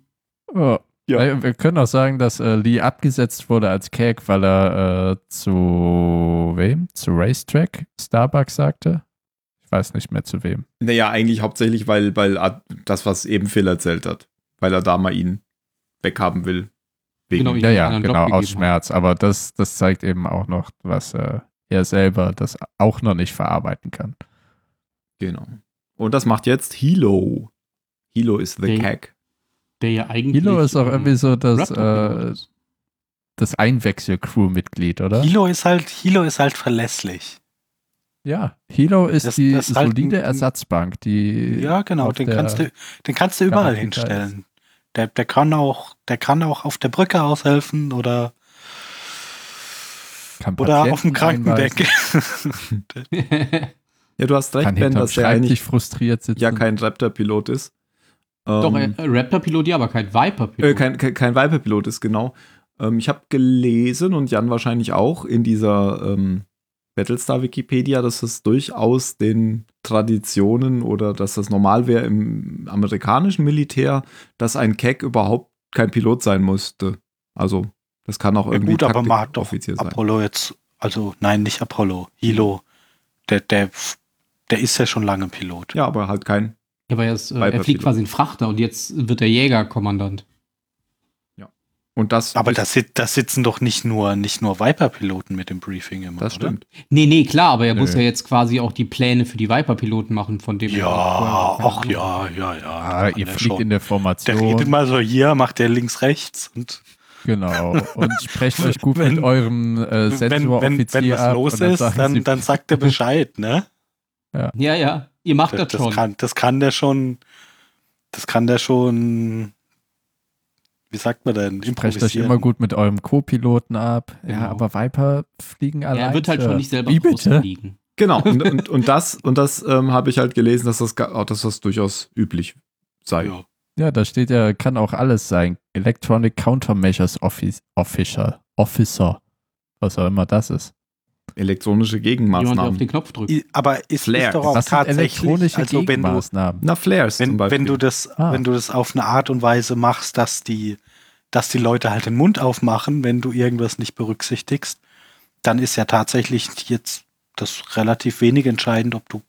Speaker 5: Oh,
Speaker 4: Ja.
Speaker 5: Äh, Wir können auch sagen, dass äh, Lee abgesetzt wurde als Cake, weil er äh, zu wem? Zu Racetrack Starbucks sagte. Ich weiß nicht mehr zu wem.
Speaker 4: Naja, eigentlich hauptsächlich, weil, weil er das, was eben Phil erzählt hat, weil er da mal ihn weghaben will. Wegen
Speaker 6: Genau,
Speaker 5: Ja,
Speaker 6: ihm
Speaker 5: ja,
Speaker 6: einen
Speaker 5: genau,
Speaker 6: Job
Speaker 5: aus
Speaker 6: gegeben hat.
Speaker 5: Schmerz. Aber das, das zeigt eben auch noch, was äh, er selber das auch noch nicht verarbeiten kann.
Speaker 4: Genau. Und das macht jetzt Hilo. Hilo ist the
Speaker 6: Okay.
Speaker 4: Cack.
Speaker 6: Der ja eigentlich.
Speaker 5: Hilo ist auch
Speaker 6: ähm,
Speaker 5: irgendwie so das,
Speaker 6: Raptor geworden
Speaker 5: äh,
Speaker 6: ist.
Speaker 5: das Einwechsel-Crew-Mitglied, oder?
Speaker 1: Hilo ist halt, Hilo ist halt verlässlich.
Speaker 5: Ja, Hilo ist
Speaker 1: Das-
Speaker 5: die
Speaker 1: das ist halt
Speaker 5: solide
Speaker 1: ein-
Speaker 5: Ersatzbank, die
Speaker 1: Ja, genau.
Speaker 5: auf
Speaker 1: Den
Speaker 5: der-
Speaker 1: kannst, du, den kannst du überall
Speaker 5: Garage da ist.
Speaker 1: hinstellen. Der, der, kann auch, der kann auch auf der Brücke aushelfen oder,
Speaker 5: kann
Speaker 1: oder auf dem
Speaker 5: Patienten
Speaker 1: Krankendeck. <laughs>
Speaker 5: äh,
Speaker 4: Ja, du hast recht,
Speaker 5: kann
Speaker 4: Ben,
Speaker 5: hinterm
Speaker 4: dass er
Speaker 5: Schreibtisch
Speaker 4: eigentlich
Speaker 5: frustriert sitzen.
Speaker 4: ja kein Raptor-Pilot ist. Ähm,
Speaker 6: <laughs> Doch, äh, Raptor-Pilot, ja, aber kein Viper-Pilot.
Speaker 4: Äh, kein, kein, kein Viper-Pilot ist, genau. Ähm, ich habe gelesen und Jan wahrscheinlich auch in dieser ähm, Battlestar-Wikipedia, dass es durchaus den Traditionen oder dass das normal wäre im amerikanischen Militär, dass ein Keck überhaupt kein Pilot sein musste. Also, das kann auch
Speaker 1: Ja,
Speaker 4: irgendwie
Speaker 1: gut, aber man hat doch
Speaker 4: Taktikoffizier sein.
Speaker 1: Apollo jetzt, also nein, nicht Apollo, Hilo. Der, der, der ist ja schon lange Pilot.
Speaker 4: Ja, aber halt kein.
Speaker 6: Ja, aber er, ist, äh, er
Speaker 4: Viper-Pilot.
Speaker 6: fliegt quasi in Frachter und jetzt wird der Jägerkommandant.
Speaker 4: Und das.
Speaker 1: Aber
Speaker 4: ist-
Speaker 1: das, sit- das sitzen doch nicht nur, nicht nur Viper-Piloten mit dem Briefing immer.
Speaker 4: das stimmt.
Speaker 6: Nee, nee, klar, aber er
Speaker 5: Nö.
Speaker 6: muss ja jetzt quasi auch die Pläne für die Viper-Piloten machen, von dem
Speaker 1: Oder?
Speaker 6: er
Speaker 1: Ja,
Speaker 6: vorher keine
Speaker 1: ach
Speaker 6: Ahnung hatte.
Speaker 1: ja, ja, ja.
Speaker 5: Ah, ihr
Speaker 1: der
Speaker 5: fliegt
Speaker 1: schon.
Speaker 5: in der
Speaker 1: Der redet
Speaker 5: Formation.
Speaker 1: mal so hier, macht der links, rechts und <laughs>
Speaker 5: Genau. Und sprecht euch gut
Speaker 1: Wenn-
Speaker 5: mit eurem äh,
Speaker 1: wenn, wenn,
Speaker 5: Sensoroffizier
Speaker 1: wenn was
Speaker 5: ab
Speaker 1: los
Speaker 5: und dann
Speaker 1: ist,
Speaker 5: sagen
Speaker 1: dann,
Speaker 5: sie,
Speaker 1: dann sagt
Speaker 5: <laughs>
Speaker 1: er Bescheid, ne?
Speaker 6: Ja, ja, ihr macht das,
Speaker 1: das,
Speaker 6: schon.
Speaker 1: kann, das kann der schon, das kann der schon, wie sagt man denn,
Speaker 5: sprecht euch
Speaker 1: improvisieren.
Speaker 5: immer gut mit eurem Co-Piloten ab. Ja,
Speaker 6: Genau.
Speaker 5: aber Viper fliegen alleine.
Speaker 6: er wird halt schon nicht selber
Speaker 5: Wie
Speaker 6: groß
Speaker 5: bitte?
Speaker 6: fliegen.
Speaker 4: Genau, und, und, und das, und das ähm, habe ich halt gelesen, dass das, ga- dass das durchaus üblich sei.
Speaker 1: Ja.
Speaker 5: Ja, da steht ja, kann auch alles sein. Electronic Countermeasures Office, Officer. Officer. Was auch immer das ist.
Speaker 4: Elektronische
Speaker 6: Jemand, der auf
Speaker 4: Gegenmaßnahmen.
Speaker 6: den Knopf drückt.
Speaker 1: I- Aber ist,
Speaker 4: Flair.
Speaker 1: ist doch auch
Speaker 5: das sind
Speaker 1: tatsächlich,
Speaker 5: elektronische
Speaker 1: also wenn du,
Speaker 5: Gegenmaßnahmen.
Speaker 4: Na, Flares zum
Speaker 1: wenn,
Speaker 4: Beispiel.
Speaker 1: wenn du das,
Speaker 5: Ah.
Speaker 1: wenn du das auf eine Art und Weise machst, dass die, dass die Leute halt den Mund aufmachen, wenn du irgendwas nicht berücksichtigst, dann ist ja tatsächlich jetzt das relativ wenig entscheidend, ob du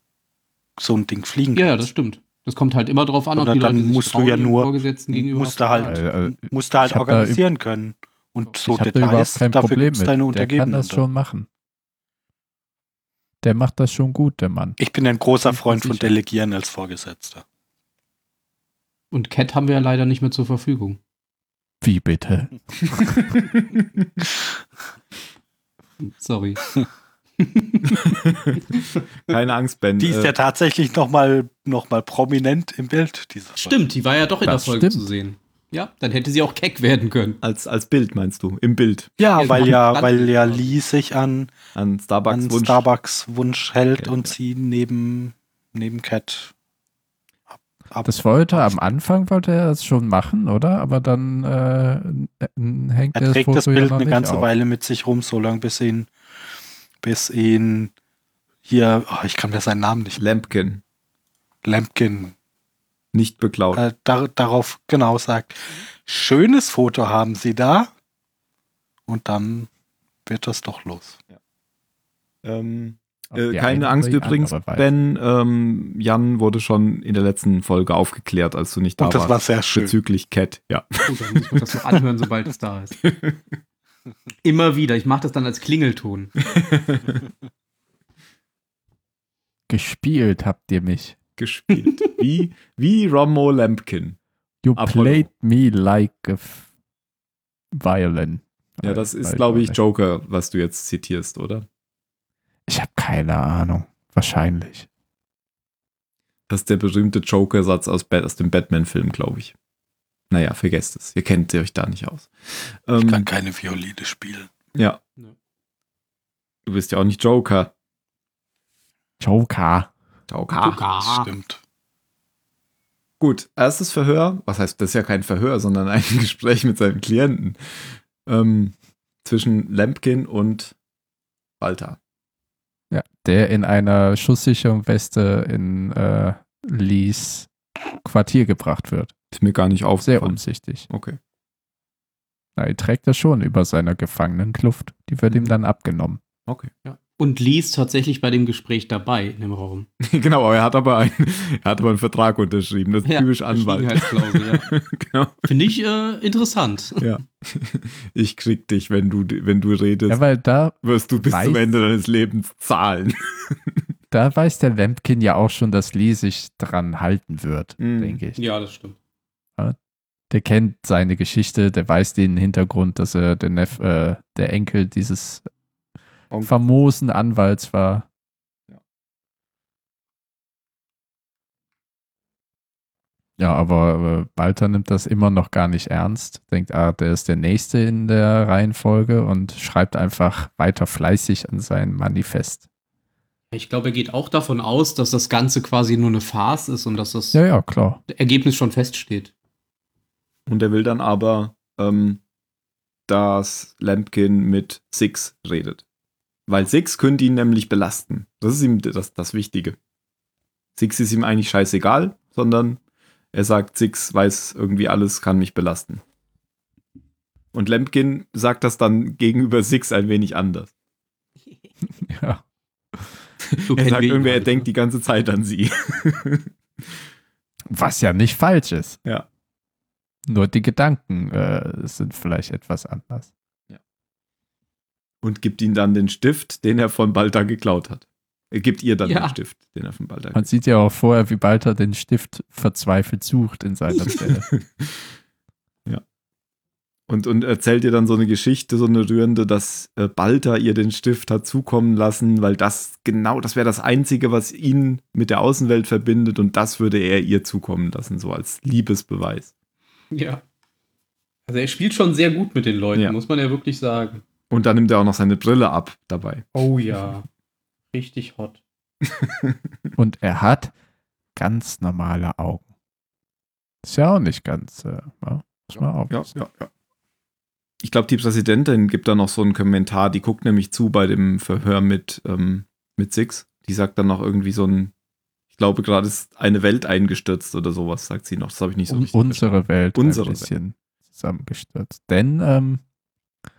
Speaker 1: so ein Ding fliegen
Speaker 6: Ja, ja, das
Speaker 1: kannst.
Speaker 6: stimmt. Das kommt halt immer drauf an, ob
Speaker 1: Oder
Speaker 6: die
Speaker 1: dann
Speaker 6: Leute sich
Speaker 1: musst du
Speaker 6: trauen,
Speaker 1: ja
Speaker 6: ihren
Speaker 1: nur-
Speaker 6: Vorgesetzten gegenüber.
Speaker 1: musst du halt-
Speaker 5: Äh, äh,
Speaker 1: Musst du halt
Speaker 5: Ich hab da
Speaker 1: organisieren können. Und so
Speaker 5: ich habe da überhaupt
Speaker 1: Details,
Speaker 5: kein
Speaker 1: dafür
Speaker 5: Problem
Speaker 1: gibt's
Speaker 5: mit.
Speaker 1: deine
Speaker 5: Der kann
Speaker 1: Untergebenen.
Speaker 5: das schon machen. Der macht das schon gut, der Mann.
Speaker 1: Ich bin ein großer
Speaker 5: Bin ich mir
Speaker 1: Freund von
Speaker 5: sicher.
Speaker 1: Delegieren als Vorgesetzter.
Speaker 6: Und Cat haben wir ja leider nicht mehr zur Verfügung.
Speaker 5: Wie bitte?
Speaker 6: Sorry.
Speaker 4: <laughs> Keine Angst, Ben.
Speaker 1: Die ist ja
Speaker 4: äh,
Speaker 1: tatsächlich nochmal noch mal prominent im Bild, diese Folge.
Speaker 6: Stimmt, die war ja doch in
Speaker 5: Das
Speaker 6: der Folge
Speaker 5: stimmt.
Speaker 6: zu sehen. Ja, dann hätte sie auch keck werden können.
Speaker 4: als, als Bild meinst du, im Bild
Speaker 1: Ja,
Speaker 6: Ja,
Speaker 1: weil
Speaker 6: die
Speaker 1: ja,
Speaker 6: machen
Speaker 1: weil ja
Speaker 6: Brand-
Speaker 1: Lee sich an,
Speaker 4: an Starbucks
Speaker 1: an
Speaker 4: Wunsch.
Speaker 1: Starbucks Wunsch hält
Speaker 5: Ja,
Speaker 1: und
Speaker 5: ja.
Speaker 1: sie neben, neben Cat ab, ab.
Speaker 5: Das wollte am Anfang wollte er das schon machen, oder? Aber dann äh, n- hängt
Speaker 1: er trägt
Speaker 5: Foto
Speaker 1: das
Speaker 5: ja
Speaker 1: Bild
Speaker 5: noch
Speaker 1: eine
Speaker 5: nicht
Speaker 1: ganze
Speaker 5: auf.
Speaker 1: Weile mit sich rum, so lange bis ihn, bis ihn hier, oh, ich kann mir seinen Namen nicht,
Speaker 4: Lampkin,
Speaker 1: Lampkin
Speaker 4: nicht beklaut.
Speaker 1: äh, dar darauf genau sagt, schönes Foto haben Sie da. Und dann wird das doch los.
Speaker 4: ähm,
Speaker 5: Ob
Speaker 4: äh,
Speaker 5: die
Speaker 4: keine
Speaker 5: eine
Speaker 4: Angst
Speaker 5: oder die
Speaker 4: übrigens,
Speaker 5: andere weiß.
Speaker 4: Ben. Ähm, Jan wurde schon in der letzten Folge aufgeklärt, als du nicht da
Speaker 1: Und das war
Speaker 4: warst.
Speaker 1: sehr schön.
Speaker 4: Bezüglich Cat, ja. <laughs>
Speaker 6: Gut, dann muss ich mir das noch anhören, sobald es da ist. <laughs> Immer wieder. Ich mache das dann als Klingelton.
Speaker 5: Gespielt habt ihr mich.
Speaker 4: Gespielt. wie, wie Romo Lampkin.
Speaker 5: You
Speaker 4: Apollo.
Speaker 5: played me like a f- violin.
Speaker 4: Ja,
Speaker 5: Äh,
Speaker 4: das
Speaker 5: weiß
Speaker 4: ist, glaube
Speaker 5: auch
Speaker 4: ich,
Speaker 5: nicht.
Speaker 4: Joker, was du jetzt zitierst, oder?
Speaker 5: Ich habe keine Ahnung. Wahrscheinlich.
Speaker 4: Das ist der berühmte Joker-Satz aus, Bat aus dem Batman-Film, glaube ich. Naja, vergesst es. Ihr kennt euch da nicht aus. Ähm,
Speaker 1: keine Violine spielen.
Speaker 4: Ja.
Speaker 6: Ja.
Speaker 4: Du bist ja auch nicht Joker.
Speaker 5: Joker.
Speaker 4: Joker.
Speaker 1: Das
Speaker 6: Sogar.
Speaker 1: stimmt.
Speaker 4: Gut, erstes Verhör. Was heißt, das ist ja kein Verhör, sondern ein <laughs> Gespräch mit seinem Klienten. Ähm, zwischen Lampkin und Walter.
Speaker 5: Ja, der in einer schusssicheren Weste in äh, Lees Quartier gebracht wird.
Speaker 4: Ist mir gar nicht
Speaker 5: Sehr
Speaker 4: aufgefallen.
Speaker 5: umsichtig.
Speaker 4: Okay.
Speaker 5: Na, er trägt das schon über seiner gefangenen Kluft. Die wird
Speaker 1: Mhm.
Speaker 5: ihm dann abgenommen.
Speaker 4: Okay.
Speaker 6: Ja. Und Lee ist tatsächlich bei dem Gespräch dabei in dem Raum.
Speaker 4: <laughs> genau, aber er hat aber, ein, er hat aber einen Vertrag unterschrieben. Das ist
Speaker 6: Ja, halt
Speaker 4: typisch Anwalt.
Speaker 6: Verschwiegenheitsklausel,
Speaker 4: <laughs> genau.
Speaker 6: <laughs> Finde ich äh, interessant.
Speaker 4: Ja. Ich krieg dich, wenn du, wenn du redest,
Speaker 5: Ja, weil da,
Speaker 4: wirst du bis
Speaker 5: weiß-
Speaker 4: zum Ende deines Lebens zahlen.
Speaker 5: da weiß der Lampkin ja auch schon, dass Lee sich dran halten wird,
Speaker 4: Mhm.
Speaker 5: denke ich.
Speaker 6: Ja, das stimmt.
Speaker 5: Der kennt seine Geschichte, der weiß den Hintergrund, dass er der, Neff, äh, der Enkel dieses
Speaker 4: Onkel.
Speaker 5: famosen Anwalts war.
Speaker 4: Ja.
Speaker 5: Ja, aber äh, Balter nimmt das immer noch gar nicht ernst. Denkt, ah, der ist der Nächste in der Reihenfolge und schreibt einfach weiter fleißig an sein Manifest.
Speaker 6: Ich glaube, er geht auch davon aus, dass das Ganze quasi nur eine Farce ist und dass das
Speaker 5: Ja, ja, klar. <laughs>
Speaker 6: Ergebnis schon feststeht.
Speaker 4: Und er will dann aber, ähm, dass Lampkin mit Six redet. Weil Six könnte ihn nämlich belasten. Das ist ihm das, das Wichtige. Six ist ihm eigentlich scheißegal, sondern er sagt, Six weiß irgendwie alles, kann mich belasten. Und Lampkin sagt das dann gegenüber Six ein wenig anders.
Speaker 5: Ja.
Speaker 6: So
Speaker 4: Er
Speaker 6: kennen
Speaker 4: sagt
Speaker 6: wir ihn
Speaker 4: irgendwie, er
Speaker 6: halt.
Speaker 4: denkt die ganze Zeit an sie.
Speaker 5: Was ja nicht falsch ist.
Speaker 4: Ja.
Speaker 5: Nur die Gedanken äh, sind vielleicht etwas anders.
Speaker 4: Und gibt ihm dann den Stift, den er von Balta geklaut hat. Er gibt ihr dann
Speaker 6: Ja.
Speaker 4: den Stift, den er von Balta
Speaker 5: Man sieht ja auch vorher, wie Balter den Stift verzweifelt sucht in
Speaker 4: <laughs>
Speaker 5: seiner Stelle.
Speaker 4: ja. Und, und erzählt ihr dann so eine Geschichte, so eine rührende, dass äh, Balta ihr den Stift hat zukommen lassen, weil das genau, das wäre das Einzige, was ihn mit der Außenwelt verbindet und das würde er ihr zukommen lassen, so als Liebesbeweis.
Speaker 6: Ja. Also er spielt schon sehr gut mit den Leuten,
Speaker 4: Ja.
Speaker 6: muss man ja wirklich sagen.
Speaker 4: Und dann nimmt er auch noch seine Brille ab dabei.
Speaker 6: Oh ja. <laughs> Richtig hot.
Speaker 5: Und er hat ganz normale Augen. Ist ja auch nicht ganz. Äh, ja, muss man auch wissen.
Speaker 4: ja, ja. Ich glaube, die Präsidentin gibt da noch so einen Kommentar, die guckt nämlich zu bei dem Verhör mit, ähm, mit Six. Die sagt dann noch irgendwie so ein, ich glaube, gerade ist eine Welt eingestürzt oder sowas, sagt sie noch. Das habe ich nicht so
Speaker 5: Un
Speaker 4: richtig
Speaker 5: unsere Welt
Speaker 4: Unsere
Speaker 5: ein bisschen zusammengestürzt. Denn, ähm,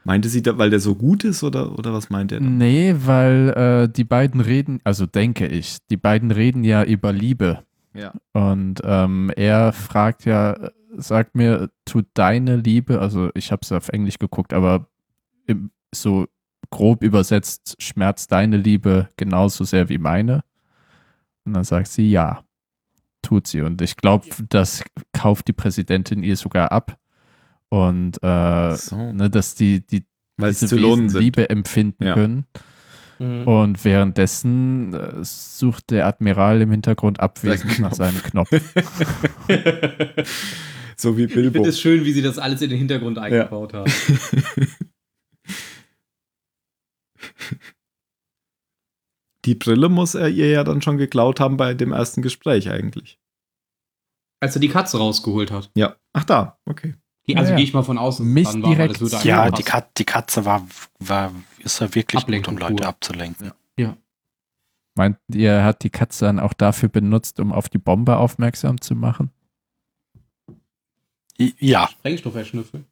Speaker 4: Meinte sie, da, weil der so gut ist oder, oder was meint er? da?
Speaker 5: nee, weil äh, die beiden reden, also denke ich, die beiden reden ja über Liebe.
Speaker 4: Ja.
Speaker 5: Und ähm, er fragt ja, äh, sag mir, tut deine Liebe, also ich habe es auf Englisch geguckt, aber im, so grob übersetzt, schmerzt deine Liebe genauso sehr wie meine? Und dann sagt sie ja, tut sie. Und ich glaube, das kauft die Präsidentin ihr sogar ab. Und äh,
Speaker 4: So.
Speaker 5: ne, dass die, die
Speaker 4: Weil es
Speaker 5: diese
Speaker 4: Zylonen
Speaker 5: Wesen
Speaker 4: sind.
Speaker 5: Liebe empfinden
Speaker 4: Ja.
Speaker 5: können.
Speaker 6: Mhm.
Speaker 4: Oh.
Speaker 5: Und währenddessen äh, sucht der Admiral im Hintergrund abwesend
Speaker 4: Seinen
Speaker 5: nach
Speaker 4: Knopf. <laughs>
Speaker 5: seinem Knopf.
Speaker 4: so wie
Speaker 6: Ich finde
Speaker 4: Bilbo.
Speaker 6: es schön, wie sie das alles in den Hintergrund eingebaut haben.
Speaker 4: Die Brille muss er ihr ja dann schon geklaut haben bei dem ersten Gespräch eigentlich.
Speaker 6: Als er die Katze rausgeholt hat.
Speaker 4: Ja. Ach da, okay.
Speaker 6: Geh- Also
Speaker 5: Ja, ja.
Speaker 6: gehe ich mal von aus, dass es
Speaker 5: Mist
Speaker 6: dran war, weil das würde
Speaker 5: direkt.
Speaker 1: Ja,
Speaker 6: eigentlich
Speaker 1: die,
Speaker 6: passen.
Speaker 1: Kat die Katze war, war, ist ja wirklich
Speaker 6: Ablenkung
Speaker 1: gut, um Leute
Speaker 6: pur.
Speaker 1: abzulenken.
Speaker 5: Meint ihr, er hat die Katze dann auch dafür benutzt, um auf die Bombe aufmerksam zu machen?
Speaker 1: I- Ja,
Speaker 6: Sprengstoff erschnüffeln.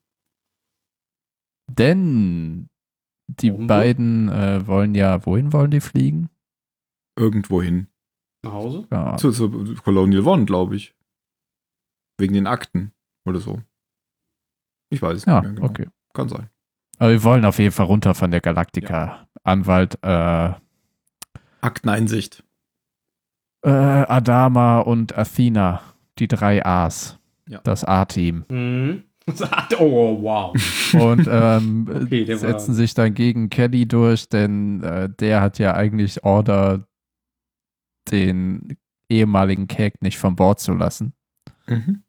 Speaker 5: Denn die
Speaker 6: Bombe?
Speaker 5: beiden äh, wollen ja, wohin wollen die fliegen?
Speaker 4: Irgendwohin.
Speaker 6: Nach Hause?
Speaker 5: Ja,
Speaker 4: Zu, zu Colonial One, glaube ich. Wegen den Akten oder so. Ich weiß es
Speaker 5: ja
Speaker 4: nicht mehr genau.
Speaker 5: okay.
Speaker 4: Kann sein.
Speaker 5: Aber wir wollen auf jeden Fall runter von der Galaktika. Anwalt äh, äh,
Speaker 4: Akteneinsicht.
Speaker 5: äh, Adama und Athena, die drei A's,
Speaker 4: Ja.
Speaker 5: das A-Team.
Speaker 6: Mhm. Sagt, <laughs> oh, wow.
Speaker 5: <laughs> Und ähm,
Speaker 6: <laughs> Okay, der war-
Speaker 5: setzen sich dann gegen Kelly durch, denn äh, der hat ja eigentlich Order, den ehemaligen Cake nicht von Bord zu lassen.
Speaker 4: <laughs> Mhm.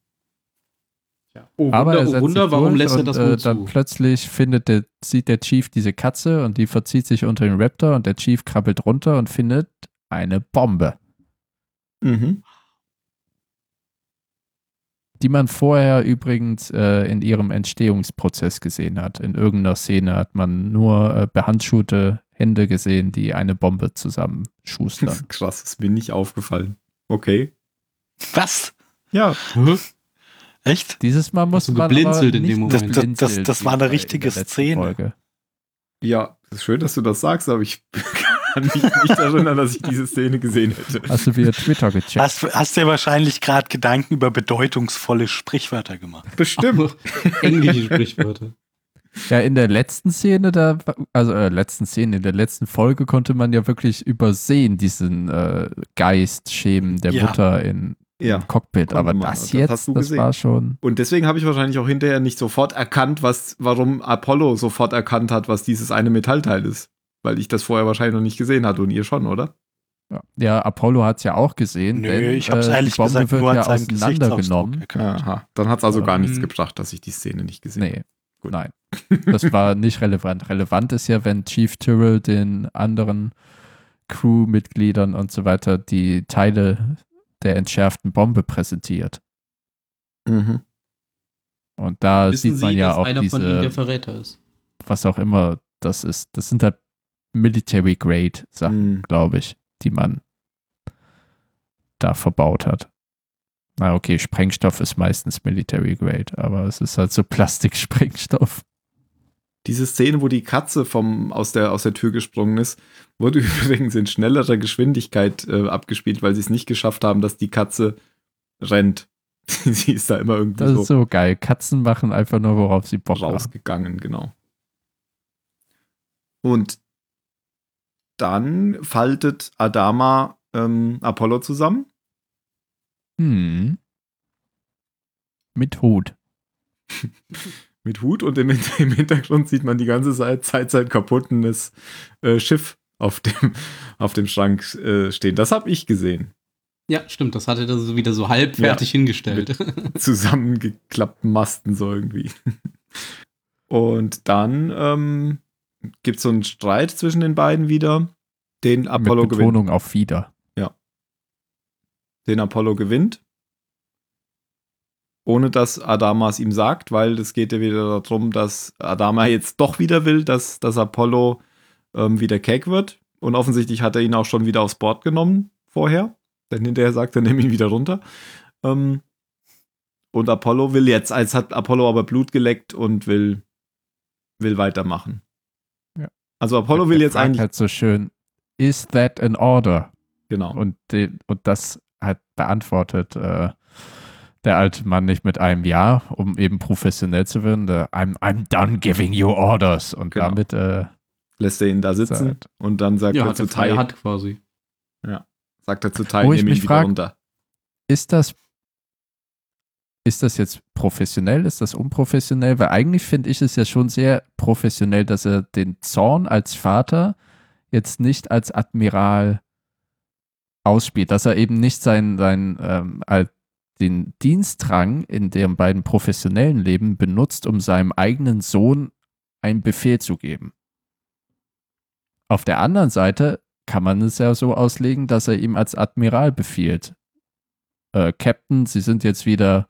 Speaker 6: Ja. Oh, Wunder,
Speaker 5: Aber er
Speaker 6: oh,
Speaker 5: setzt
Speaker 6: Wunder
Speaker 5: sich
Speaker 6: warum
Speaker 5: durch
Speaker 6: lässt er
Speaker 5: und,
Speaker 6: das
Speaker 5: äh,
Speaker 6: wohl
Speaker 5: dann
Speaker 6: zu?
Speaker 5: plötzlich findet der, sieht der Chief diese Katze und die verzieht sich unter den Raptor und der Chief krabbelt runter und findet eine Bombe,
Speaker 4: Mhm.
Speaker 5: die man vorher übrigens äh, in ihrem Entstehungsprozess gesehen hat. In irgendeiner Szene hat man nur äh, behandschuhte Hände gesehen, die eine
Speaker 1: <laughs>
Speaker 5: Bombe zusammenschustern.
Speaker 4: Krass, ist mir nicht aufgefallen. Okay.
Speaker 1: was?
Speaker 4: Ja,
Speaker 1: Echt?
Speaker 5: Dieses Mal muss
Speaker 6: du
Speaker 5: man
Speaker 6: geblinzelt
Speaker 5: aber
Speaker 6: in dem
Speaker 5: nicht
Speaker 1: Das- das- das-
Speaker 5: geblinzelt
Speaker 1: das war eine
Speaker 5: wie bei- in
Speaker 1: richtige
Speaker 5: der letzten
Speaker 1: Szene.
Speaker 5: Folge.
Speaker 4: Ja, ist schön, dass du das sagst, aber ich <laughs> kann mich nicht erinnern, dass ich diese Szene gesehen hätte.
Speaker 5: Hast du wieder Twitter gecheckt?
Speaker 1: Hast, hast dir wahrscheinlich gerade Gedanken über bedeutungsvolle Sprichwörter gemacht.
Speaker 5: <laughs>
Speaker 4: Bestimmt.
Speaker 6: <laughs> Englische <laughs> Sprichwörter.
Speaker 5: Ja, in der letzten Szene, da, also äh, letzten Szene, in der letzten Folge konnte man ja wirklich übersehen, diesen äh, Geistschemen der
Speaker 1: Ja.
Speaker 5: Mutter in,
Speaker 4: Ja.
Speaker 5: im Cockpit.
Speaker 4: Konnte
Speaker 5: Aber
Speaker 4: man,
Speaker 5: das
Speaker 4: das
Speaker 5: jetzt, das,
Speaker 4: hast du gesehen.
Speaker 5: war schon.
Speaker 4: Und deswegen habe ich wahrscheinlich auch hinterher nicht sofort erkannt, was, warum Apollo sofort erkannt hat, was dieses eine Metallteil ist. Weil ich das vorher wahrscheinlich noch nicht gesehen hatte und ihr schon, oder?
Speaker 5: Ja, ja Apollo hat es ja auch gesehen.
Speaker 1: Nö,
Speaker 5: denn,
Speaker 1: ich habe es
Speaker 5: äh, die
Speaker 1: ehrlich
Speaker 5: Bombe
Speaker 1: gesagt
Speaker 5: wird
Speaker 1: nur an
Speaker 5: ja
Speaker 1: seinem Gesichtsausdruck
Speaker 5: auseinandergenommen.
Speaker 1: erkannt.
Speaker 4: Dann hat es also gar
Speaker 1: Ähm.
Speaker 4: nichts gebracht, dass ich die Szene nicht gesehen habe.
Speaker 5: Mhm. Nee,
Speaker 4: Gut.
Speaker 5: nein.
Speaker 1: <laughs>
Speaker 5: Das war nicht relevant. Relevant ist ja, wenn Chief Tyrrell den anderen Crewmitgliedern und so weiter die Teile der entschärften Bombe präsentiert.
Speaker 4: Mhm.
Speaker 5: Und da sieht man ja auch
Speaker 6: einer von ihnen der
Speaker 5: diese,
Speaker 6: Verräter ist?
Speaker 5: was auch immer das ist. Das sind halt Military Grade Sachen,
Speaker 4: Mhm.
Speaker 5: glaube ich, die man da verbaut hat. Na okay, Sprengstoff ist meistens Military Grade, aber es ist halt so Plastiksprengstoff.
Speaker 4: Diese Szene, wo die Katze vom, aus, der, aus der Tür gesprungen ist, wurde <laughs> übrigens in schnellerer Geschwindigkeit äh, abgespielt, weil sie es nicht geschafft haben, dass die Katze rennt. <laughs> sie ist da immer irgendwie
Speaker 5: Das
Speaker 4: so,
Speaker 5: ist so geil. Katzen machen einfach nur, worauf sie Bock haben.
Speaker 4: rausgegangen, genau. Und dann faltet Adama ähm, Apollo zusammen.
Speaker 5: Hm. Mit Hut.
Speaker 4: mit Hut und im, <laughs> Hin- im Hintergrund sieht man die ganze Zeit, Zeit sein kaputtenes äh, Schiff auf dem, <laughs> auf dem Schrank äh, stehen. Das habe ich gesehen.
Speaker 6: Ja, stimmt, das hatte er so wieder so halbfertig <laughs> hingestellt.
Speaker 4: Zusammengeklappten Masten so irgendwie. <laughs> Und dann ähm, gibt es so einen Streit zwischen den beiden wieder, den Apollo
Speaker 5: mit
Speaker 4: gewinnt.
Speaker 5: Betonung auf wieder.
Speaker 4: Den Apollo gewinnt. Ohne dass Adama es ihm sagt, weil es geht ja wieder darum, dass Adama jetzt doch wieder will, dass, dass Apollo ähm, wieder keck wird. Und offensichtlich hat er ihn auch schon wieder aufs Board genommen vorher. Denn hinterher sagt er, nimm ihn wieder runter. Ähm, und Apollo will jetzt, als hat Apollo aber Blut geleckt und will, will weitermachen.
Speaker 5: Ja.
Speaker 4: Also Apollo will
Speaker 5: Der
Speaker 4: jetzt
Speaker 5: fragt
Speaker 4: eigentlich,
Speaker 5: halt so schön, is that an order?
Speaker 4: genau.
Speaker 5: Und, den, und das hat beantwortet äh, der alte Mann nicht mit einem Ja, um eben professionell zu werden. Der, I'm, I'm done giving you orders. Und
Speaker 4: Genau.
Speaker 5: damit äh,
Speaker 4: lässt er ihn da sitzen
Speaker 5: Zeit.
Speaker 4: und dann sagt
Speaker 6: ja,
Speaker 4: er
Speaker 6: hat,
Speaker 4: zu
Speaker 6: er frei
Speaker 4: Tai,
Speaker 6: hat <laughs> quasi.
Speaker 4: sagt er zu Tai,
Speaker 5: Wo ich
Speaker 4: nimm ihn
Speaker 5: mich
Speaker 4: wieder
Speaker 5: frag-
Speaker 4: runter.
Speaker 5: ist das. Ist das jetzt professionell? Ist das unprofessionell? Weil eigentlich finde ich es ja schon sehr professionell, dass er den Zorn als Vater jetzt nicht als Admiral ausspielt, dass er eben nicht sein, sein ähm, al- den Dienstrang in deren beiden professionellen Leben benutzt, um seinem eigenen Sohn einen Befehl zu geben. Auf der anderen Seite kann man es ja so auslegen, dass er ihm als Admiral befiehlt. Äh, Captain, Sie sind jetzt wieder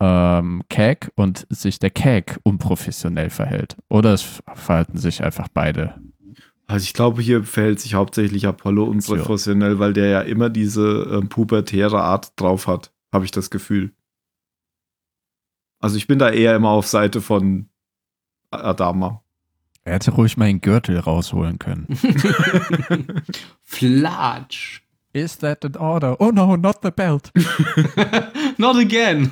Speaker 5: ähm, Keg und sich der Keg unprofessionell verhält. Oder es verhalten sich einfach beide
Speaker 4: Also ich glaube, hier verhält sich hauptsächlich Apollo unprofessionell, weil der ja immer diese ähm, pubertäre Art drauf hat, habe ich das Gefühl. Also ich bin da eher immer auf Seite von Adama.
Speaker 5: Er hätte ruhig mal den Gürtel rausholen können.
Speaker 6: Flatsch. <laughs>
Speaker 5: Is that an order? Oh no, not the belt.
Speaker 6: Not again.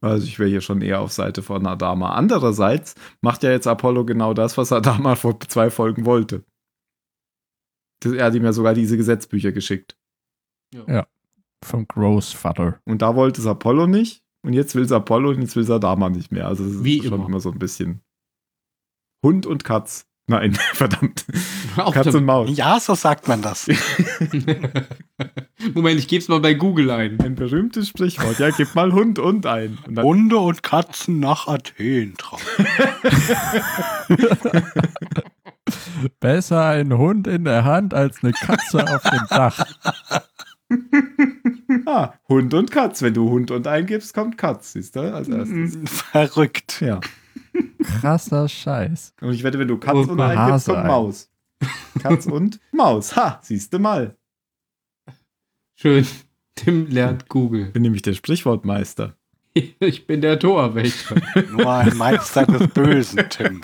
Speaker 4: Also ich wäre hier schon eher auf Seite von Adama. Andererseits macht ja jetzt Apollo genau das, was Adama vor zwei Folgen wollte. Das- Er hat ihm ja sogar diese Gesetzbücher geschickt.
Speaker 5: <laughs> Vom Großvater.
Speaker 4: Und da wollte es Apollo nicht. Und jetzt will es Apollo und jetzt will es Adama nicht mehr. Also es ist
Speaker 6: Wie
Speaker 4: schon
Speaker 6: immer.
Speaker 4: immer. so ein bisschen Hund und Katz. Nein, <laughs> verdammt.
Speaker 6: Auf
Speaker 4: Katz und Maus.
Speaker 1: <laughs> Ja, so sagt man das.
Speaker 6: der- <laughs> Moment, ich geb's mal bei Google ein.
Speaker 4: Ein berühmtes Sprichwort. Ja, gib mal Hund und ein. Und dann,
Speaker 1: Hunde und Katzen nach Athen tragen.
Speaker 5: Besser ein Hund in der Hand als eine Katze auf <laughs> dem Dach.
Speaker 4: ah, Hund und Katz. Wenn du Hund und ein gibst, kommt Katz, siehst du? Als erstes.
Speaker 1: Verrückt.
Speaker 4: Ja.
Speaker 5: Krasser Scheiß.
Speaker 4: Und ich wette, wenn du Katz
Speaker 6: Und
Speaker 4: und ein gibst,
Speaker 5: Hase
Speaker 4: kommt
Speaker 5: ein.
Speaker 4: Maus. Katz und Maus. Ha, siehst du mal.
Speaker 6: Schön. Tim lernt Google. <laughs>
Speaker 4: Bin nämlich der Sprichwortmeister.
Speaker 6: Ich bin der Torwächter. <laughs>
Speaker 1: Nur ein Meister des Bösen,
Speaker 4: <laughs>
Speaker 1: Tim.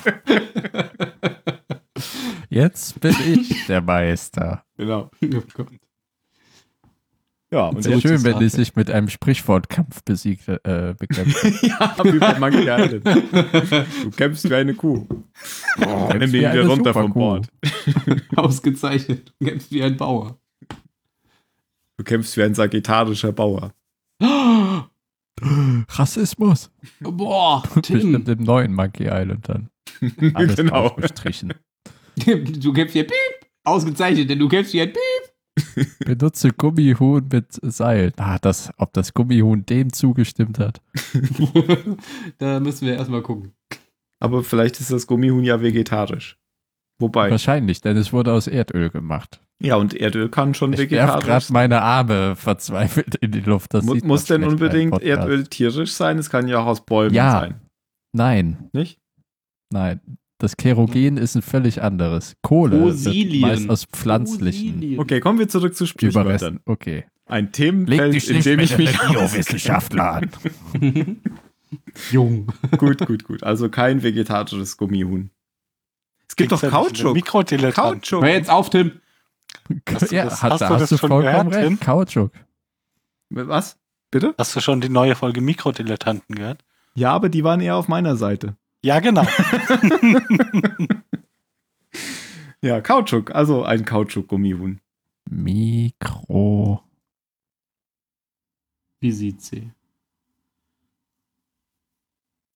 Speaker 5: Jetzt bin ich <laughs> der Meister.
Speaker 4: Genau.
Speaker 6: Oh Gott.
Speaker 4: Ja, und
Speaker 5: Sehr
Speaker 4: jetzt
Speaker 5: schön,
Speaker 4: ist-
Speaker 5: wenn die sich mit einem Sprichwortkampf besiegt, äh, bekämpfen.
Speaker 4: ja, wie bei Monkey Island. halt Du kämpfst wie eine Kuh. Oh,
Speaker 5: Kämpfst wie eine Superkuh.
Speaker 6: <laughs> Ausgezeichnet. Du kämpfst wie ein Bauer.
Speaker 4: Du kämpfst wie ein sagittarischer Bauer.
Speaker 5: <laughs> Rassismus.
Speaker 6: Boah, Tim.
Speaker 5: Bestimmt im neuen Monkey Island
Speaker 4: <laughs>
Speaker 5: dann. Alles
Speaker 4: Genau.
Speaker 5: draufgestrichen.
Speaker 6: Du kämpfst wie ein Piep. Ausgezeichnet, denn du kämpfst wie ein Piep.
Speaker 5: Benutze Gummihuhn mit Seil. Ah, das, ob das Gummihuhn dem zugestimmt hat.
Speaker 6: <laughs> da müssen wir erstmal gucken.
Speaker 4: Aber vielleicht ist das Gummihuhn ja vegetarisch. Wobei,
Speaker 5: Wahrscheinlich, denn es wurde aus Erdöl gemacht.
Speaker 4: ja, und Erdöl kann schon
Speaker 5: Ich werf
Speaker 4: vegetarisch
Speaker 5: gerade
Speaker 4: sein.
Speaker 5: meine Arme verzweifelt in die Luft. Das
Speaker 4: Mu-
Speaker 5: sieht
Speaker 4: Muss
Speaker 5: man
Speaker 4: denn
Speaker 5: schlecht beim
Speaker 4: unbedingt
Speaker 5: Podcast.
Speaker 4: Erdöl tierisch sein? Es kann ja auch aus Bäumen
Speaker 5: Ja.
Speaker 4: sein,
Speaker 5: Nein,
Speaker 4: nicht?
Speaker 5: nein. Das Kerogen ist ein völlig anderes. Kohle
Speaker 6: Rosilien.
Speaker 5: wird meist aus pflanzlichen
Speaker 6: Rosilien.
Speaker 4: Okay, kommen wir zurück zu
Speaker 5: Überresten.
Speaker 4: Sprichwörtern.
Speaker 5: Okay.
Speaker 4: Ein Themenfeld, in dem ich mich
Speaker 5: Biowissenschaftler
Speaker 4: <laughs>
Speaker 5: an.
Speaker 6: Jung.
Speaker 5: um.
Speaker 4: Gut, gut, gut. Also kein vegetarisches Gummihuhn. Es gibt doch
Speaker 5: halt
Speaker 4: Kautschuk.
Speaker 1: Mikrodilettant.
Speaker 4: Kautschuk.
Speaker 6: Hör jetzt auf, Tim.
Speaker 1: Hast du
Speaker 5: ja,
Speaker 1: das-
Speaker 5: hat,
Speaker 1: hast
Speaker 5: da
Speaker 1: du
Speaker 5: hast
Speaker 1: das
Speaker 5: du
Speaker 1: schon
Speaker 5: vollkommen
Speaker 1: gehört,
Speaker 5: recht.
Speaker 1: Tim?
Speaker 5: Kautschuk.
Speaker 4: Was? Bitte?
Speaker 1: Hast du schon die neue Folge Mikrodilettanten gehört?
Speaker 4: Ja, aber die waren eher auf meiner Seite.
Speaker 1: Ja,
Speaker 5: <laughs>
Speaker 1: genau.
Speaker 4: Ja, Kautschuk. Also ein Kautschuk-Gummihuhn.
Speaker 5: Mikro.
Speaker 6: Wie sieht sie?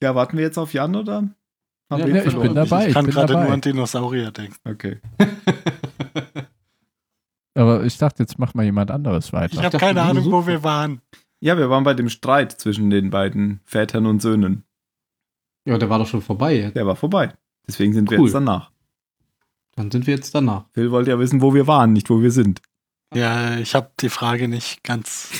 Speaker 4: Ja, warten wir jetzt auf Jan oder? Haben
Speaker 6: Ja,
Speaker 4: wir ihn
Speaker 6: ja, ich
Speaker 4: verloren?
Speaker 5: bin dabei.
Speaker 1: Ich kann
Speaker 5: bin
Speaker 1: gerade
Speaker 5: dabei.
Speaker 1: nur an Dinosaurier denken.
Speaker 4: Okay.
Speaker 5: Aber ich dachte, jetzt macht mal jemand anderes
Speaker 1: Ich
Speaker 5: weiter.
Speaker 1: habe
Speaker 6: dachte,
Speaker 1: keine
Speaker 6: du
Speaker 1: Ahnung, wo
Speaker 6: suchst.
Speaker 1: wir waren.
Speaker 4: Ja, wir waren bei dem Streit zwischen den beiden Vätern und Söhnen.
Speaker 6: <laughs> Ja, der war doch schon vorbei jetzt.
Speaker 4: Der war vorbei. Deswegen sind wir
Speaker 6: Cool.
Speaker 4: jetzt danach.
Speaker 6: Dann sind wir jetzt danach.
Speaker 4: Phil wollte ja wissen, wo wir waren, nicht wo wir sind.
Speaker 1: Ja, ich habe die Frage nicht
Speaker 5: <laughs>
Speaker 1: ganz,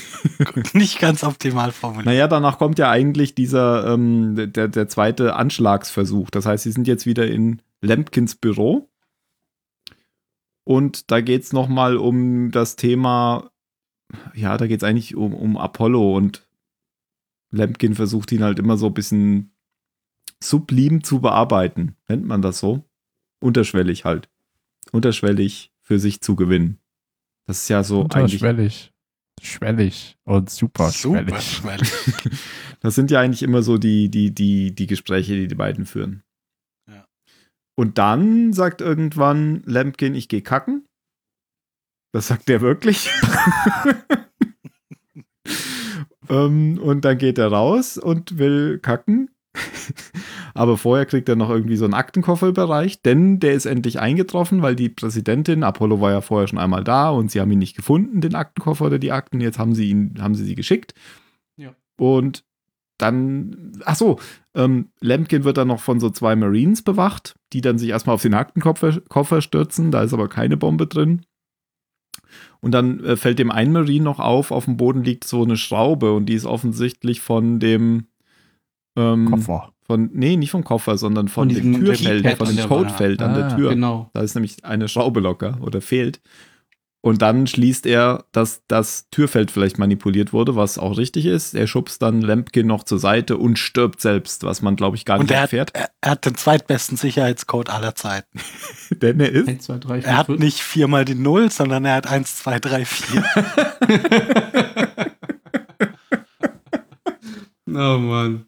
Speaker 1: nicht ganz optimal formuliert.
Speaker 4: Naja, danach kommt ja eigentlich dieser, ähm, der, der zweite Anschlagsversuch. Das heißt, sie sind jetzt wieder in Lempkins Büro. Und da geht es nochmal um das Thema, ja, da geht es eigentlich um, um Apollo und Lempkin versucht ihn halt immer so ein bisschen sublim zu bearbeiten. Nennt man das so? Unterschwellig halt. Unterschwellig für sich zu gewinnen. Das ist ja
Speaker 1: Oh,
Speaker 4: so eigentlich
Speaker 5: Unterschwellig. Schwellig und super
Speaker 1: Super
Speaker 5: schwellig.
Speaker 1: schwellig.
Speaker 4: Das sind ja eigentlich immer so die, die, die, die Gespräche, die die beiden führen.
Speaker 1: Ja.
Speaker 4: Und dann sagt irgendwann Lampkin, ich gehe kacken. Das sagt er wirklich. <laughs> ähm, und dann geht er raus und will kacken. Aber vorher kriegt er noch irgendwie so einen Aktenkoffer überreicht, denn der ist endlich eingetroffen, weil die Präsidentin, Apollo war ja vorher schon einmal da und sie haben ihn nicht gefunden, den Aktenkoffer oder die Akten. Jetzt haben sie ihn, haben sie sie geschickt.
Speaker 6: Ja.
Speaker 4: Und dann, ach so, ähm, Lemkin wird dann noch von so zwei Marines bewacht, die dann sich erstmal auf den Aktenkoffer Koffer stürzen. Da ist aber keine Bombe drin. Und dann äh, fällt dem einen Marine noch auf, auf dem Boden liegt so eine Schraube und die ist offensichtlich von dem ähm,
Speaker 5: Koffer.
Speaker 4: von, nee, nicht vom Koffer, sondern von,
Speaker 6: Von
Speaker 4: dem
Speaker 6: diesem
Speaker 4: Türfeld,
Speaker 6: Keypad
Speaker 4: von
Speaker 6: an
Speaker 4: dem
Speaker 6: der Wand.
Speaker 4: Codefeld an der
Speaker 5: Ah,
Speaker 4: Tür.
Speaker 6: Genau.
Speaker 4: Da ist nämlich eine Schraube locker oder fehlt. Und dann schließt er, dass das Türfeld vielleicht manipuliert wurde, was auch richtig ist. Er schubst dann Lempkin noch zur Seite und stirbt selbst, was man, glaube ich, gar
Speaker 1: Und
Speaker 4: nicht
Speaker 1: er hat,
Speaker 4: erfährt. <laughs>
Speaker 1: er er hat den zweitbesten Sicherheitscode aller Zeiten.
Speaker 4: Denn er ist
Speaker 6: 1, 2, 3, 4,
Speaker 1: Er hat nicht viermal die Null, sondern er hat eins, zwei, drei, vier.
Speaker 6: Oh Mann.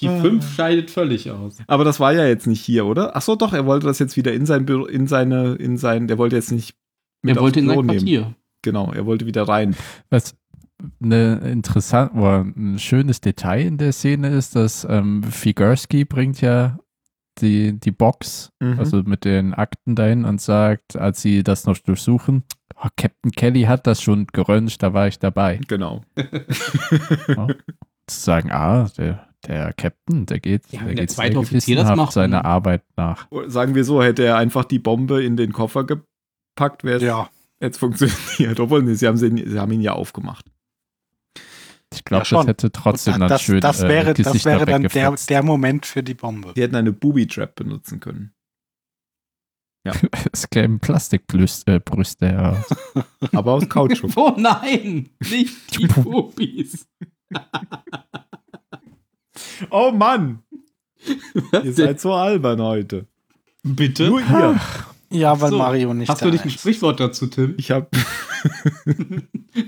Speaker 6: Die 5 scheidet völlig aus.
Speaker 4: Aber das war ja jetzt nicht hier, oder? Ach so, doch, er wollte das jetzt wieder in sein Büro, in seine, in sein, der wollte jetzt nicht mit
Speaker 6: Er wollte in
Speaker 4: aufs Klo
Speaker 6: sein
Speaker 4: nehmen.
Speaker 6: Quartier.
Speaker 4: Genau, er wollte wieder rein.
Speaker 5: Was eine interessant oder ein schönes Detail in der Szene ist, dass ähm, Figurski bringt ja die, die Box,
Speaker 4: Mhm.
Speaker 5: also mit den Akten dahin und sagt, als sie das noch durchsuchen, "Ah, Captain Kelly hat das schon geröntgt, da war ich dabei.
Speaker 4: Genau.
Speaker 5: Zu sagen, ah, der, der Captain, der geht,
Speaker 6: Ja,
Speaker 5: der
Speaker 6: wenn der
Speaker 5: geht sehr
Speaker 6: zweite Offizier das
Speaker 5: gewissenhaft
Speaker 6: macht, ne?
Speaker 5: seiner
Speaker 6: dann-
Speaker 5: Arbeit nach.
Speaker 4: Sagen wir so, hätte er einfach die Bombe in den Koffer gepackt, wäre es
Speaker 1: Ja,
Speaker 4: jetzt funktioniert. Obwohl, nee, sie, haben sie, sie haben ihn ja aufgemacht.
Speaker 5: Ich glaube,
Speaker 1: Ja, schon.
Speaker 5: das hätte trotzdem
Speaker 1: Und
Speaker 5: dann
Speaker 1: das,
Speaker 5: schön
Speaker 1: das
Speaker 5: äh,
Speaker 1: wäre, das
Speaker 5: Gesichter
Speaker 1: wäre dann der,
Speaker 5: weggefetzt.
Speaker 1: der Moment für die Bombe.
Speaker 4: Sie hätten eine Booby-Trap benutzen können.
Speaker 5: Es kämen Plastikbrüste äh, Brüste heraus.
Speaker 4: aber aus Kautschuk.
Speaker 6: Oh nein, nicht die Pupis.
Speaker 4: <laughs> oh Mann! Ihr seid so albern heute.
Speaker 6: Bitte?
Speaker 4: Nur ihr.
Speaker 1: Ja, weil
Speaker 6: So,
Speaker 1: Mario nicht
Speaker 6: Hast du nicht
Speaker 1: da
Speaker 6: ein
Speaker 1: ist.
Speaker 6: Sprichwort dazu, Tim?
Speaker 4: Ich habe
Speaker 6: <laughs>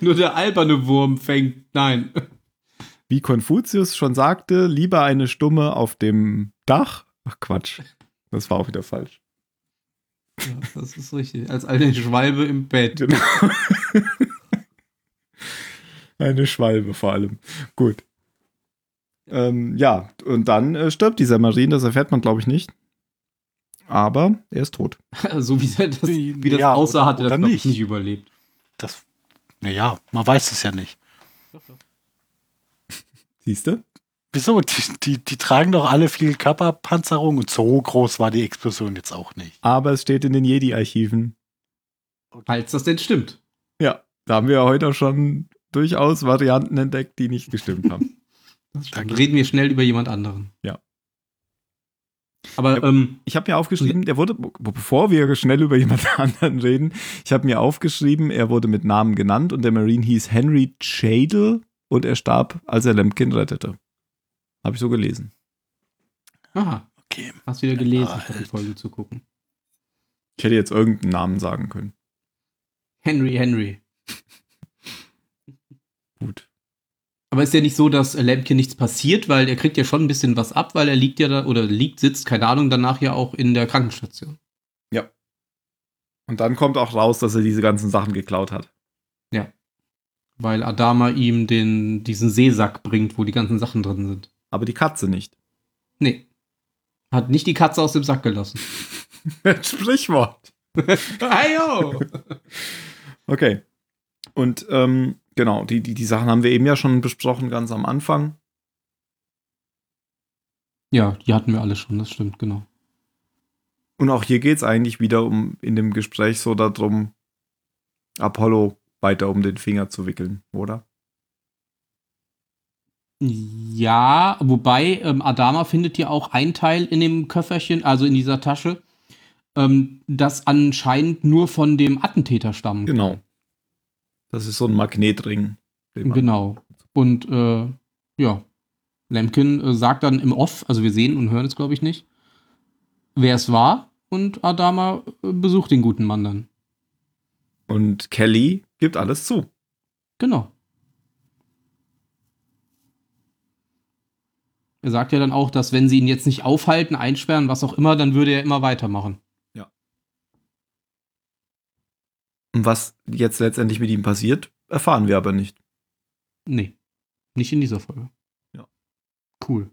Speaker 6: Nur der alberne Wurm fängt. Nein.
Speaker 4: wie Konfuzius schon sagte, lieber eine Stumme auf dem Dach. Ach Quatsch, das war auch wieder falsch. <laughs>
Speaker 6: Ja, das ist richtig. Als <laughs> eine Schwalbe im Bett.
Speaker 4: Genau. eine Schwalbe vor allem. Gut. Ähm, ja, und dann äh, stirbt dieser Marine, das erfährt man, glaube ich, nicht. Aber er ist tot.
Speaker 6: <laughs> So wie er das, wie das
Speaker 1: Ja,
Speaker 6: aussah,
Speaker 1: oder-
Speaker 6: hat er
Speaker 1: oder
Speaker 6: das noch
Speaker 1: nicht.
Speaker 6: nicht. überlebt.
Speaker 1: Das, naja, man weiß es ja nicht.
Speaker 4: Siehst du?
Speaker 1: Wieso? Die, die, die tragen doch alle viel Körperpanzerung und so groß war die Explosion jetzt auch nicht.
Speaker 4: Aber es steht in den Jedi-Archiven.
Speaker 6: Falls das denn stimmt.
Speaker 4: Ja, da haben wir ja heute auch schon durchaus Varianten entdeckt, die nicht gestimmt haben.
Speaker 6: Dann reden wir schnell über jemand anderen.
Speaker 4: Ja.
Speaker 6: Aber
Speaker 4: Ja.
Speaker 6: ähm,
Speaker 4: Ich habe mir aufgeschrieben, der wurde, be- bevor wir schnell über jemand <laughs> anderen reden, ich habe mir aufgeschrieben, er wurde mit Namen genannt und der Marine hieß Henry Chadle und er starb, als er Lemkin rettete. Habe ich so gelesen.
Speaker 6: aha,
Speaker 1: Okay.
Speaker 6: hast wieder gelesen,
Speaker 1: Alt.
Speaker 6: statt die Folge zu gucken.
Speaker 4: Ich hätte jetzt irgendeinen Namen sagen können.
Speaker 6: Henry, Henry. <laughs>
Speaker 4: Gut.
Speaker 6: Aber ist ja nicht so, dass Lampkin nichts passiert, weil er kriegt ja schon ein bisschen was ab, weil er liegt ja da, oder liegt, sitzt, keine Ahnung, danach ja auch in der Krankenstation.
Speaker 4: Und dann kommt auch raus, dass er diese ganzen Sachen geklaut hat.
Speaker 6: Weil Adama ihm den, diesen Seesack bringt, wo die ganzen Sachen drin sind.
Speaker 4: Aber die Katze nicht. <laughs>
Speaker 6: Nee. Hat nicht die Katze aus dem Sack gelassen.
Speaker 4: Sprichwort.
Speaker 6: Ayo!
Speaker 4: Okay. Und ähm, genau, die, die, die Sachen haben wir eben ja schon besprochen, ganz am Anfang.
Speaker 6: ja, die hatten wir alle schon, das stimmt, genau.
Speaker 4: Und auch hier geht es eigentlich wieder um in dem Gespräch so darum, Apollo weiter um den Finger zu wickeln, oder?
Speaker 6: Ja, wobei ähm, Adama findet ja auch ein Teil in dem Köfferchen, also in dieser Tasche, ähm, das anscheinend nur von dem Attentäter stammt.
Speaker 4: Genau. Das ist so ein Magnetring. den man-
Speaker 6: Genau. Und äh, ja, Lemkin äh, sagt dann im Off, also wir sehen und hören es, glaube ich, nicht, wer es war. Und Adama äh, besucht den guten Mann dann.
Speaker 4: Und Kelly gibt alles zu.
Speaker 6: Genau. Er sagt ja dann auch, dass wenn sie ihn jetzt nicht aufhalten, einsperren, was auch immer, dann würde er immer weitermachen.
Speaker 4: Und was jetzt letztendlich mit ihm passiert, erfahren wir aber nicht.
Speaker 6: Nee, nicht in dieser Folge.
Speaker 4: Ja.
Speaker 6: Cool.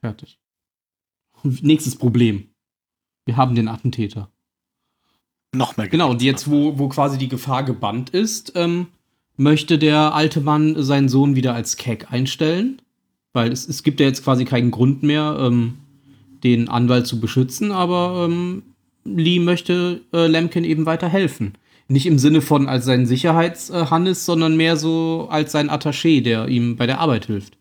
Speaker 6: Fertig. Nächstes Problem. Wir haben den Attentäter.
Speaker 1: Noch mehr
Speaker 6: Genau, und jetzt, wo, wo quasi die Gefahr gebannt ist, ähm, möchte der alte Mann seinen Sohn wieder als Keck einstellen. Weil es, es gibt ja jetzt quasi keinen Grund mehr, ähm, den Anwalt zu beschützen, aber ähm, Lee möchte äh, Lemkin eben weiterhelfen. Nicht im Sinne von als seinen Sicherheitshannes, sondern mehr so als sein Attaché, der ihm bei der Arbeit hilft.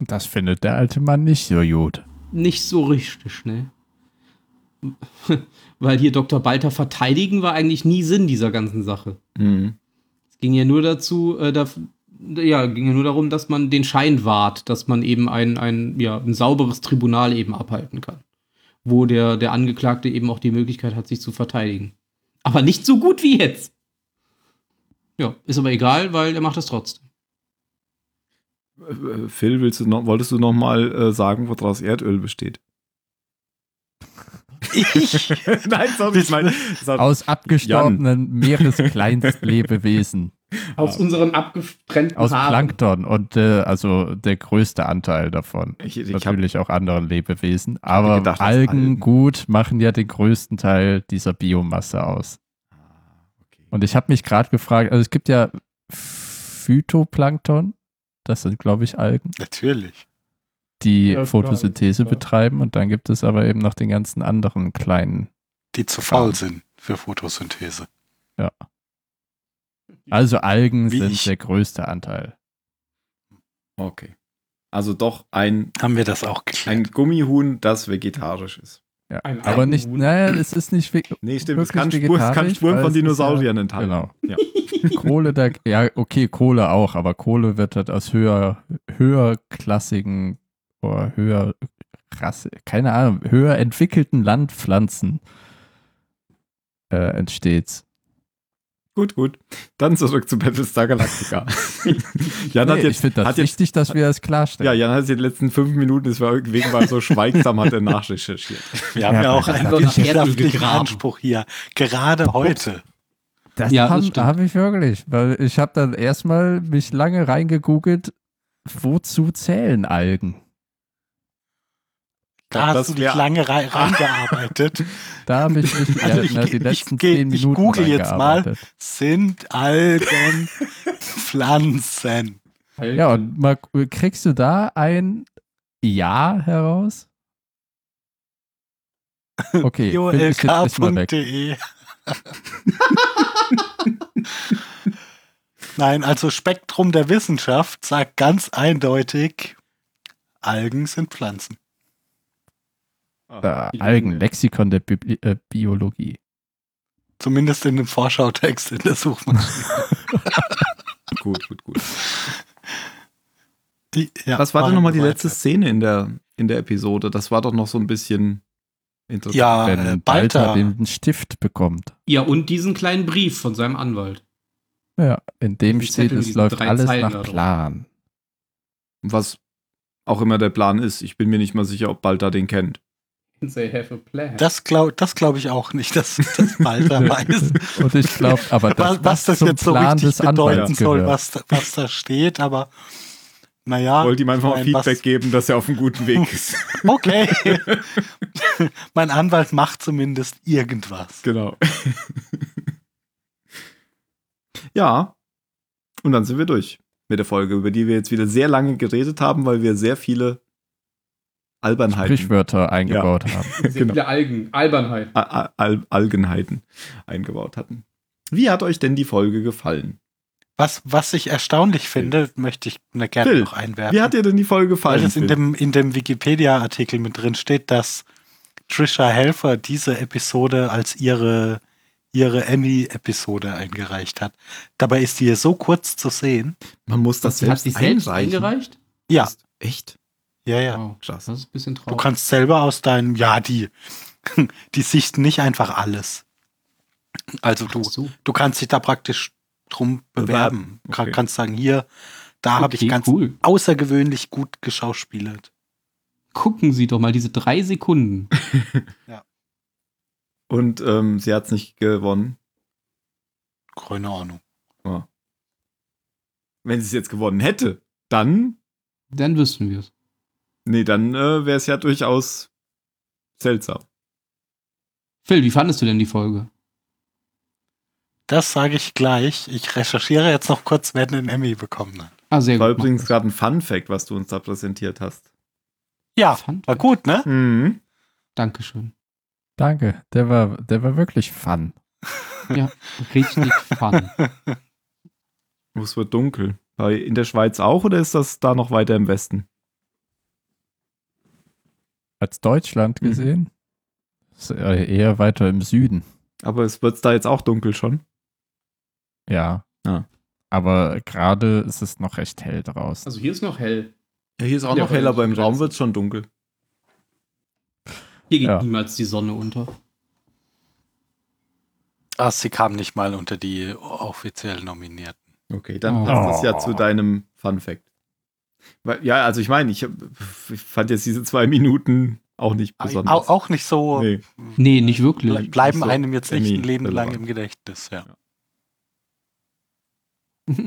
Speaker 5: Das findet der alte Mann nicht so gut.
Speaker 6: Nicht so richtig, ne? <laughs> Weil hier Dr. Balter verteidigen war eigentlich nie Sinn dieser ganzen Sache. ging ja nur dazu, äh, da, ja, ging ja nur darum, dass man den Schein wahrt, dass man eben ein, ein, ja, ein sauberes Tribunal eben abhalten kann. Wo der, der Angeklagte eben auch die Möglichkeit hat, sich zu verteidigen. Aber nicht so gut wie jetzt. Ja, ist aber egal, weil er macht das trotzdem.
Speaker 4: Äh, äh, Phil, willst du noch, wolltest du noch mal äh, sagen, woraus Erdöl besteht?
Speaker 1: Ich?
Speaker 4: <laughs> Nein, sorry, ich meine, sorry.
Speaker 5: Aus abgestorbenen Meereskleinstlebewesen.
Speaker 6: Aus unseren abgetrennten
Speaker 5: <laughs> Aus Plankton und äh, also der größte Anteil davon.
Speaker 4: ich, ich habe
Speaker 5: Natürlich auch anderen Lebewesen, aber
Speaker 4: gedacht, aus Algen.
Speaker 5: Algen gut machen ja den größten Teil dieser Biomasse aus.
Speaker 4: Ah,
Speaker 5: Und ich habe mich gerade gefragt, also es gibt ja Phytoplankton, das sind glaube ich Algen,
Speaker 1: Natürlich.
Speaker 5: die
Speaker 7: Ja, klar,
Speaker 5: Photosynthese
Speaker 7: klar.
Speaker 5: betreiben und dann gibt es aber eben noch den ganzen anderen kleinen.
Speaker 1: Die zu faul sind für Photosynthese.
Speaker 5: Also Algen
Speaker 1: Wie
Speaker 5: sind
Speaker 1: ich.
Speaker 5: der größte Anteil.
Speaker 4: Okay. Also doch ein
Speaker 1: Haben wir das auch
Speaker 4: Ein
Speaker 1: geklärt?
Speaker 4: Gummihuhn, das vegetarisch ist.
Speaker 5: Ja.
Speaker 7: Ein
Speaker 5: Aber nicht, ne?
Speaker 7: Eigenhuhn.
Speaker 5: naja, es ist nicht we-
Speaker 4: Nee, stimmt.
Speaker 5: wirklich
Speaker 4: Es kann, Spur, es kann
Speaker 5: vegetarisch,
Speaker 4: Spuren
Speaker 5: weil
Speaker 4: von
Speaker 5: es ist
Speaker 4: Dinosauriern
Speaker 1: Ah.
Speaker 4: enthalten.
Speaker 5: Genau.
Speaker 4: Ja.
Speaker 5: <laughs> Kohle, da, ja, okay, Kohle auch, aber Kohle wird halt aus höher, höherklassigen oder höher Rasse, keine Ahnung, höher entwickelten Landpflanzen äh, entsteht.
Speaker 4: Gut, gut. Dann zurück zu Battlestar
Speaker 5: <laughs>
Speaker 4: Galactica. Jan
Speaker 5: Nee,
Speaker 4: hat
Speaker 5: ich
Speaker 4: jetzt,
Speaker 5: finde das
Speaker 4: hat jetzt
Speaker 5: wichtig, dass wir das klarstellen.
Speaker 4: ja, Jan hat jetzt die letzten fünf Minuten, es war wegen weil so
Speaker 5: <laughs>
Speaker 4: schweigsam hat er nachrecherchiert.
Speaker 1: Wir haben
Speaker 5: Ja,
Speaker 1: ja, auch
Speaker 5: das
Speaker 1: einen
Speaker 6: hat sich
Speaker 1: wissenschaftlichen
Speaker 6: gegraben.
Speaker 1: Anspruch hier. Gerade heute.
Speaker 5: Das
Speaker 6: Ja, das
Speaker 5: habe
Speaker 6: stimmt.
Speaker 5: hab ich wirklich, weil ich habe dann erstmal mich lange reingegoogelt, wozu zählen Algen?
Speaker 4: glaub,
Speaker 1: Da
Speaker 4: das
Speaker 1: hast du dich
Speaker 4: wär-
Speaker 1: lange rei-
Speaker 6: <laughs>
Speaker 1: reingearbeitet.
Speaker 5: Da habe ich
Speaker 1: <laughs>
Speaker 5: mich
Speaker 1: Also
Speaker 5: ja,
Speaker 1: ich-
Speaker 5: na, die
Speaker 1: ich
Speaker 5: letzten
Speaker 1: geh-
Speaker 5: zehn
Speaker 1: ich
Speaker 5: Minuten
Speaker 1: google jetzt mal.
Speaker 5: reingearbeitet.
Speaker 1: Sind Algen Pflanzen?
Speaker 5: Ja, und mal, kriegst du da ein Ja
Speaker 1: <laughs>
Speaker 5: heraus? Okay, bin
Speaker 1: äh,
Speaker 5: ich jetzt erstmal weg.
Speaker 1: JoLK.de. Nein, also Spektrum der Wissenschaft sagt ganz eindeutig, Algen sind Pflanzen.
Speaker 4: Ah,
Speaker 5: Äh, Algen, Lexikon der Bibli äh, Biologie.
Speaker 1: Zumindest in dem Vorschautext in der Suchmaschine.
Speaker 4: Gut, gut, gut.
Speaker 1: Die- ja,
Speaker 4: Was war denn
Speaker 1: machen
Speaker 4: nochmal die
Speaker 1: wir
Speaker 4: letzte
Speaker 1: weiter.
Speaker 4: Szene in der, in der Episode? Das war doch noch so ein bisschen interessant.
Speaker 1: Ja, äh,
Speaker 5: Wenn
Speaker 1: Balta.
Speaker 5: Balta den Stift bekommt.
Speaker 6: Ja, und diesen kleinen Brief von seinem Anwalt.
Speaker 5: Ja, in dem steht,
Speaker 6: Diesen Zettel mit
Speaker 5: es
Speaker 6: diesen
Speaker 5: läuft
Speaker 6: drei
Speaker 5: alles
Speaker 6: Zeilen da
Speaker 5: nach
Speaker 6: drauf.
Speaker 5: Plan.
Speaker 4: Was auch immer der Plan ist. Ich bin mir nicht mal sicher, ob Balta den kennt.
Speaker 6: They have a plan.
Speaker 1: Das glaube das glaub ich auch nicht, dass das bald
Speaker 5: <laughs>
Speaker 1: weiß.
Speaker 5: Und ich glaube,
Speaker 1: <laughs>
Speaker 5: aber dass
Speaker 1: was, was das
Speaker 5: zum
Speaker 1: jetzt so
Speaker 5: Plan
Speaker 1: richtig
Speaker 5: des
Speaker 1: bedeuten
Speaker 5: Anwalts
Speaker 1: soll,
Speaker 5: gehört.
Speaker 1: was, da- was da steht, aber naja.
Speaker 4: Wollte ihm einfach mal
Speaker 1: mein, Ah, was-
Speaker 4: Feedback geben, dass er auf einem guten Weg ist.
Speaker 1: <laughs> Okay. mein Anwalt macht zumindest irgendwas.
Speaker 4: genau. ja. Und dann sind wir durch mit der Folge, über die wir jetzt wieder sehr lange geredet haben, weil wir sehr viele Albernheiten
Speaker 5: Sprichwörter eingebaut haben.
Speaker 6: <laughs> Sehr
Speaker 4: genau.
Speaker 6: viele Algen, Albernheit.
Speaker 4: Al Al Algenheiten eingebaut hatten. Wie hat euch denn die Folge gefallen?
Speaker 1: Was, was ich erstaunlich finde, möchte ich ne, gerne
Speaker 4: Phil,
Speaker 1: noch einwerfen.
Speaker 4: Wie hat dir denn die Folge
Speaker 1: weil
Speaker 4: gefallen?
Speaker 1: es in
Speaker 4: Phil?
Speaker 1: dem, in dem Wikipedia-Artikel mit drin steht, dass Trisha Helfer diese Episode als ihre, ihre Emmy-Episode eingereicht hat. Dabei ist die hier so kurz zu sehen.
Speaker 4: Man muss das
Speaker 6: Hat
Speaker 4: selbst
Speaker 6: sich selbst
Speaker 4: einreichen.
Speaker 6: eingereicht?
Speaker 1: Ja,
Speaker 4: Echt?
Speaker 1: ja, ja.
Speaker 6: Wow,
Speaker 4: Krass.
Speaker 6: das ist ein bisschen
Speaker 1: Du
Speaker 4: Oh.
Speaker 6: traurig.
Speaker 1: kannst selber aus deinem, ja, die, <laughs> die sichten nicht einfach alles. Also du,
Speaker 6: so.
Speaker 1: du kannst dich da praktisch drum bewerben. Ka-
Speaker 4: okay.
Speaker 1: Kannst sagen, hier, da habe ich
Speaker 6: Okay,
Speaker 1: ganz
Speaker 6: cool.
Speaker 1: außergewöhnlich gut geschauspielert.
Speaker 6: Gucken Sie doch mal diese drei Sekunden.
Speaker 4: Und ähm, sie hat es nicht gewonnen.
Speaker 1: Keine Ahnung.
Speaker 4: Wenn sie es jetzt gewonnen hätte, dann
Speaker 6: Dann wüssten wir es.
Speaker 4: Nee, dann äh, wäre es ja durchaus seltsam.
Speaker 6: Phil, wie fandest du denn die Folge?
Speaker 1: Das sage ich gleich. Ich recherchiere jetzt noch kurz, wer denn den Emmy bekommen hat.
Speaker 6: Ah, sehr
Speaker 4: Das war
Speaker 6: gut.
Speaker 4: übrigens
Speaker 6: Markus.
Speaker 4: gerade ein Fun-Fact, was du uns da präsentiert hast.
Speaker 1: Ja,
Speaker 6: Fand-
Speaker 1: war gut, ne?
Speaker 4: Mhm.
Speaker 6: Dankeschön.
Speaker 5: Danke, der war, der war wirklich fun.
Speaker 6: Ja, richtig fun.
Speaker 4: Oh, Es wird dunkel. Bei- In der Schweiz auch oder ist das da noch weiter im Westen?
Speaker 5: Als Deutschland
Speaker 4: Mhm.
Speaker 5: gesehen? Ist äh, eher weiter im Süden,
Speaker 4: Aber es wird da jetzt auch dunkel schon.
Speaker 5: ja.
Speaker 4: Ah.
Speaker 5: Aber gerade ist es noch recht hell draußen.
Speaker 6: Also hier ist noch hell.
Speaker 4: Ja, hier ist auch
Speaker 6: Ja, äh,
Speaker 4: noch hell, aber im
Speaker 6: Grenzen.
Speaker 4: Raum wird es schon dunkel.
Speaker 6: Hier geht
Speaker 5: Ja.
Speaker 6: niemals die Sonne unter.
Speaker 1: Ach, Ah, sie kam nicht mal unter die offiziell Nominierten.
Speaker 4: Okay, dann
Speaker 6: Oh.
Speaker 4: passt das ja zu deinem Fun-Fact. Weil- Ja, also ich meine, ich, hab- ich fand jetzt diese zwei Minuten auch nicht besonders.
Speaker 1: Auch, auch nicht so,
Speaker 4: Nee.
Speaker 6: Nee, nicht wirklich.
Speaker 1: ble- bleiben
Speaker 4: nicht so
Speaker 1: einem jetzt nicht ein Leben lang
Speaker 4: Emmy-relevant.
Speaker 1: im Gedächtnis. Ja.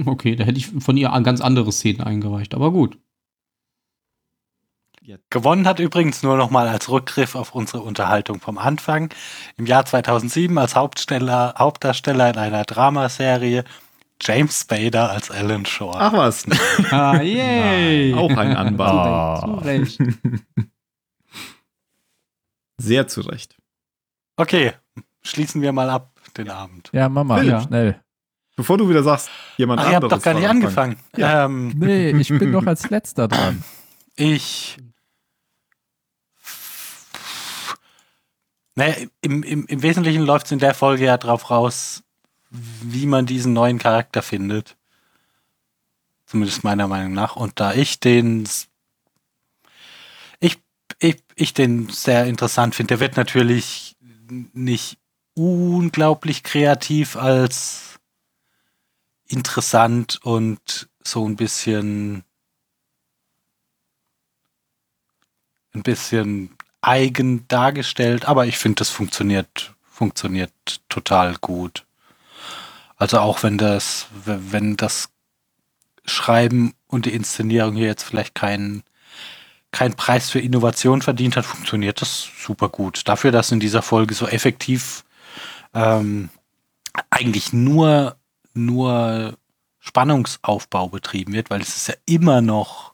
Speaker 6: Okay, da hätte ich von ihr an ganz andere Szenen eingereicht, aber gut.
Speaker 1: Gewonnen hat übrigens nur nochmal als Rückgriff auf unsere Unterhaltung vom Anfang. Im Jahr 2007 als Hauptsteller, Hauptdarsteller in einer Dramaserie James Spader als Alan Shore.
Speaker 4: Ach was,
Speaker 6: Ah, yay!
Speaker 4: auch
Speaker 6: <laughs>
Speaker 4: ein Anbau.
Speaker 5: Oh.
Speaker 6: Zu Recht. zu Recht.
Speaker 4: Sehr zu Recht.
Speaker 1: Okay, schließen wir mal ab den Abend.
Speaker 5: Ja, Mama,
Speaker 6: Ja.
Speaker 5: schnell.
Speaker 4: Bevor du wieder sagst, jemand
Speaker 1: Ach, ihr
Speaker 4: anderes.
Speaker 1: habt doch gar
Speaker 4: war
Speaker 1: nicht
Speaker 4: am Anfang.
Speaker 1: angefangen.
Speaker 4: Ja.
Speaker 1: Ähm,
Speaker 5: Nee, ich bin noch als letzter dran.
Speaker 1: ich Naja, im, im, im Wesentlichen läuft es in der Folge ja drauf raus, wie man diesen neuen Charakter findet. Zumindest meiner Meinung nach. Und da ich den s- ich, ich, ich den sehr interessant finde, der wird natürlich nicht unglaublich kreativ als interessant und so ein bisschen ein bisschen eigen dargestellt, aber ich finde, das funktioniert, funktioniert total gut. Also auch wenn das, w- wenn das Schreiben und die Inszenierung hier jetzt vielleicht keinen keinen Preis für Innovation verdient hat, funktioniert das super gut. Dafür, dass in dieser Folge so effektiv ähm, eigentlich nur, nur Spannungsaufbau betrieben wird, weil es ist ja immer noch